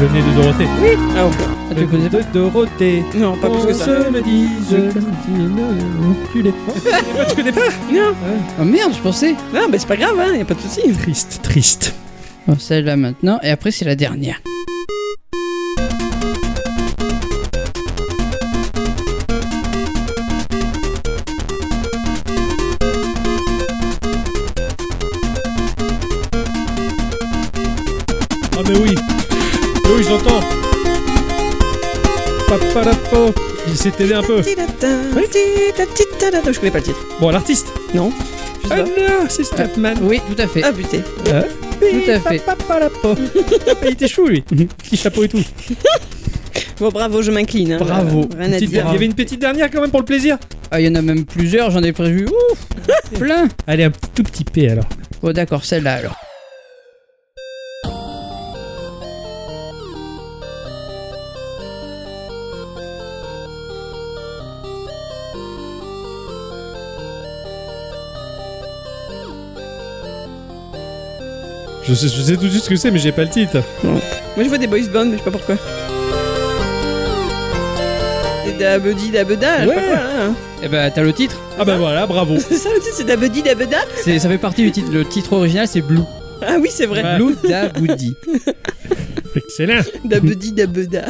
A: Le nez de Dorothée.
C: Ah, oh.
B: Ah, tu la connais pas
A: de Dorothée.
C: Non, pas plus que ça.
A: se le dit, je l'enculé. Tu connais pas
C: Non,
B: Oh merde, je pensais.
C: non, mais c'est pas grave, hein, y a pas de souci.
A: Triste, triste.
B: Oh, celle-là maintenant, et après, c'est la dernière.
A: Ah mais oui Mais Oui, je l'entends Paparapo Il s'est aidé un peu. Oui.
C: Je connais pas le titre.
A: Bon, l'artiste
C: Non. Je sais pas.
A: non, c'est Stepman
B: Oui, tout à fait.
C: Ah putain.
A: Tout
B: à fait.
A: Paparapo Ah, Il était chou, lui Petit chapeau et tout.
C: Bon, bravo, je m'incline. hein.
A: Bravo
C: Euh, Rien à
A: Petite-
C: dire.
A: Il y avait une petite dernière quand même pour le plaisir
B: Ah, il y en a même plusieurs, j'en ai prévu. Ouf Plein
A: Allez, un tout petit P alors.
B: Bon, d'accord, celle-là alors.
A: Je sais, je sais tout de suite ce que c'est, mais j'ai pas le titre.
C: Moi, je vois des boys band, mais je sais pas pourquoi. C'est Dabedi Dabeda, je sais pas
A: Ouais.
C: quoi, là, hein.
B: Eh ben, t'as le titre
A: Ah bah voilà, bravo
C: C'est ça le titre, c'est Dabedi Dabeda
B: C'est- Ça fait partie du titre. Le titre original, c'est Blue.
C: Ah oui, c'est vrai.
A: Ouais.
B: Blue Da Goody.
A: Excellent
C: Dabedi Dabeda.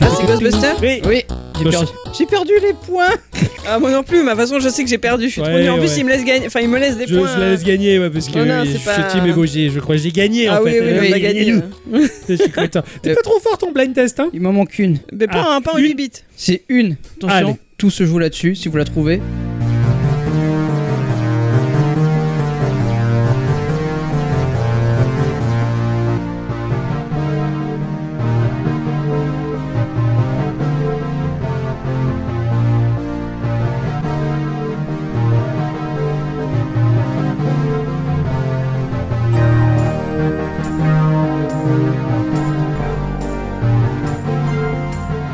C: Ah, c'est Ghostbuster
A: Oui
B: Oui, j'ai
A: Bah,
B: perdu.
C: J'ai perdu les points Ah, moi non plus, mais de toute façon, je sais que j'ai perdu, je suis trop
A: Ouais,
C: nulle. En plus,
A: ouais.
C: il me laisse gagner, enfin, il me laisse des
A: Je,
C: points.
A: je la laisse gagner, ouais, parce que
C: Non, non,
A: oui,
C: c'est
A: je
C: pas-
A: suis team Évogier, je crois que j'ai gagné
C: Ah
A: en
C: oui,
A: fait.
C: oui,
A: Eh
C: on
A: oui,
C: a gagné. hein. Euh,
A: gagné. Je suis content. T'es pas trop fort ton blind test, hein
B: Il m'en manque une.
C: Mais pas,
A: Ah,
C: un, pas en
A: une-
C: 8 bits.
B: C'est une. Attention,
A: Allez.
B: tout se joue là-dessus, si vous la trouvez.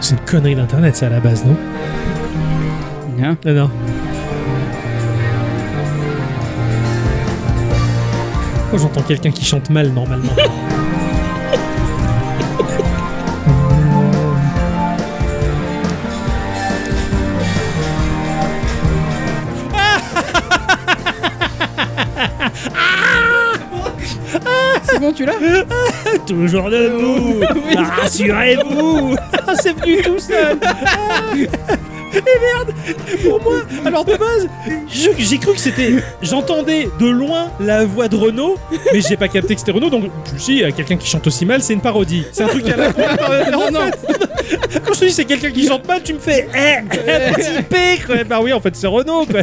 A: C'est une connerie d'internet, ça à la base, non
B: Hein
A: Non, non. Oh, j'entends quelqu'un qui chante mal normalement.
B: C'est bon, tu l'as
A: Toujours debout Rassurez-vous Ah, C'est venu tout seul Et merde Pour moi, alors de base, je- j'ai cru que c'était. J'entendais de loin la voix de Renaud, mais j'ai pas capté que c'était Renaud, donc je me suis dit, euh, quelqu'un qui chante aussi mal, c'est une parodie. C'est un truc à la con. Non, non. Quand je te dis c'est quelqu'un qui chante mal, tu me fais. Eh, petit P, quoi. Bah oui, en fait, c'est Renaud, quoi.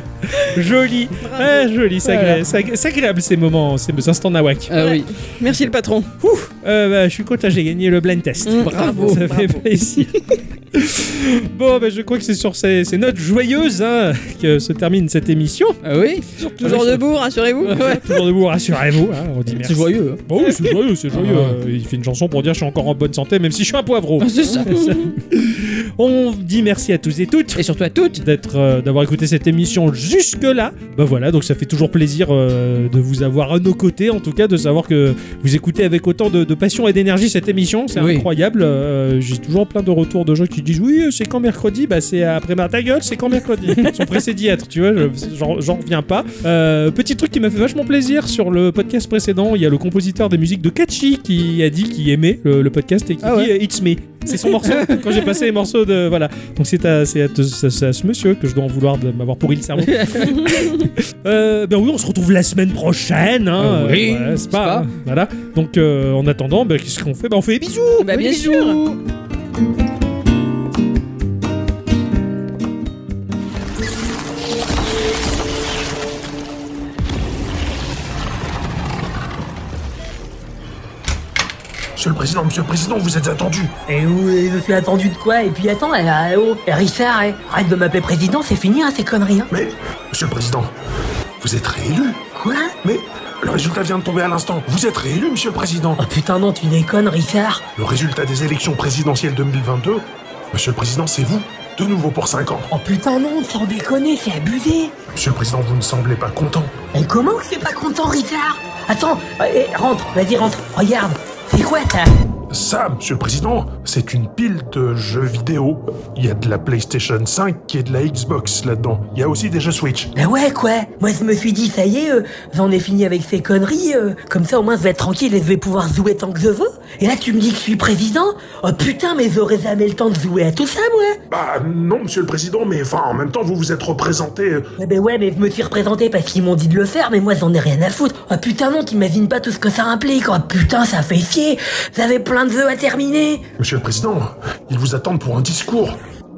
A: Joli. Ah, joli, c'est
B: Voilà.
A: agré- c'est agré- c'est agréable ces moments, ces ces instants nawak.
B: Ah oui.
C: Merci le patron.
A: Euh, bah, je suis content, j'ai gagné le blind test.
C: Mm,
B: bravo,
A: ça fait plaisir. bon, bah, je crois que c'est sur ces, ces notes joyeuses hein, que se termine cette émission.
B: Ah oui
C: Toujours debout, rassurez-vous.
A: Toujours debout, rassurez-vous, hein, on dit merci.
B: C'est joyeux. hein.
A: Bon, oui, Oh, c'est joyeux, c'est joyeux. Euh, il fait une chanson pour dire je suis encore en bonne santé, même si je suis un poivreau.
B: Ah, C'est ça.
A: On dit merci à tous et toutes.
B: Et surtout à toutes.
A: d'être euh, d'avoir écouté cette émission jusque là bah voilà donc ça fait toujours plaisir euh, de vous avoir à nos côtés en tout cas de savoir que vous écoutez avec autant de, de passion et d'énergie cette émission c'est
B: Oui.
A: incroyable Euh, j'ai toujours plein de retours de gens qui disent oui euh, c'est quand mercredi bah c'est après ma ta gueule c'est quand mercredi ils sont pressés d'y être tu vois je- j'en j'en reviens pas Euh, petit truc qui m'a fait vachement plaisir sur le podcast précédent il y a le compositeur des musiques de Kachi qui a dit qu'il aimait le, le podcast et qui
B: Ah ouais.
A: dit euh, It's me c'est son morceau quand j'ai passé les morceaux de voilà donc c'est à, c'est à te- c'est à- c'est à ce monsieur que je dois en vouloir de m'avoir pourri le cerveau. Euh, ben oui, on se retrouve la semaine prochaine. Hein,
B: Ah
A: euh,
B: oui,
A: voilà, c'est
B: n'est-ce
A: pas.
B: pas
A: hein, voilà. Donc euh, en attendant, ben, qu'est-ce qu'on fait ben, On fait des bisous.
B: Oh,
C: Bah, bien
A: Bisous.
C: sûr.
J: Monsieur le Président, Monsieur le Président, vous êtes attendu.
K: Et où et je suis attendu de quoi Et puis attends, eh, ah, oh, eh, Richard, eh, arrête de m'appeler président, c'est fini hein, ces conneries. hein.
J: Mais, Monsieur le Président, vous êtes réélu.
K: Quoi
J: Mais, le résultat vient de tomber à l'instant. Vous êtes réélu, Monsieur le Président.
K: Oh putain non, tu déconnes, Richard.
J: Le résultat des élections présidentielles 2022, Monsieur le Président, c'est vous. De nouveau pour 5 ans.
K: Oh putain non, sans déconner, c'est abusé.
J: Monsieur le Président, vous ne semblez pas content.
K: Et comment que c'est pas content, Richard Attends, eh, eh, rentre, vas-y rentre, regarde. C'est quoi ça
J: Ça, Monsieur le Président, c'est une pile de jeux vidéo. Il y a de la PlayStation 5 et de la Xbox là-dedans. Il y a aussi des jeux Switch.
K: Bah ouais quoi, moi je me suis dit ça y est, euh, j'en ai fini avec ces conneries, euh, comme ça au moins je vais être tranquille et je vais pouvoir jouer tant que je veux. Et là tu me dis que je suis président Oh putain mais j'aurais jamais le temps de jouer à tout ça moi
J: Bah non, Monsieur le Président, mais enfin, en même temps, vous vous êtes représenté. euh,
K: Eh ben ouais, mais je me suis représenté parce qu'ils m'ont dit de le faire, mais moi j'en ai rien à foutre. Ah putain non, t'imagines pas tout ce que ça implique. Oh putain, ça fait chier. J'avais plein de vœux à terminer.
J: Monsieur le Président, ils vous attendent pour un discours.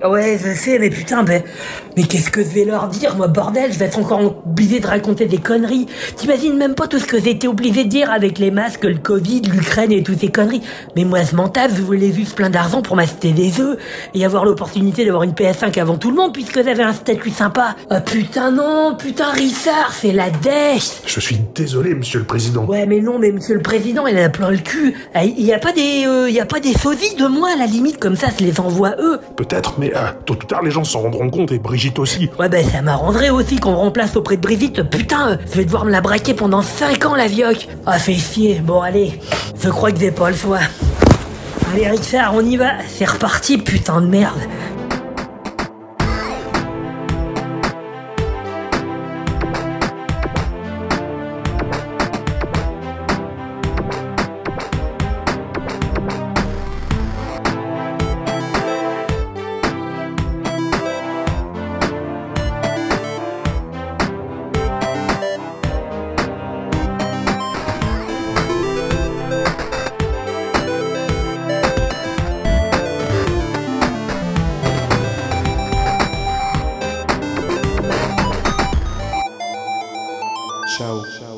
K: Ouais, je sais, mais putain, ben... Mais qu'est-ce que je vais leur dire, moi, bordel Je vais être encore obligé de raconter des conneries. T'imagines même pas tout ce que j'étais obligé de dire avec les masques, le Covid, l'Ukraine et toutes ces conneries. Mais moi, je m'en tape, je voulais juste plein d'argent pour m'acheter des jeux et avoir l'opportunité d'avoir une PS5 avant tout le monde puisque j'avais un statut sympa. Ah putain non, putain, Rissard, c'est la dèche
J: Je suis désolé, monsieur le président.
K: Ouais, mais non, mais monsieur le président, il en a plein le cul. Ah, Il n'y a pas des, euh, il y a pas des sosies de moi à la limite comme ça, je les envoie eux.
J: Peut-être, mais euh, tôt ou tard, les gens s'en rendront compte, et Brigitte aussi.
K: Ouais, ben ça m'arrangerait aussi qu'on me remplace auprès de Brigitte. Putain, euh, je vais devoir me la braquer pendant 5 ans, la vioque. Ah, fait chier. Bon, allez, je crois que j'ai pas le choix. Allez, Richard, on y va. C'est reparti, putain de merde.
I: Ciao.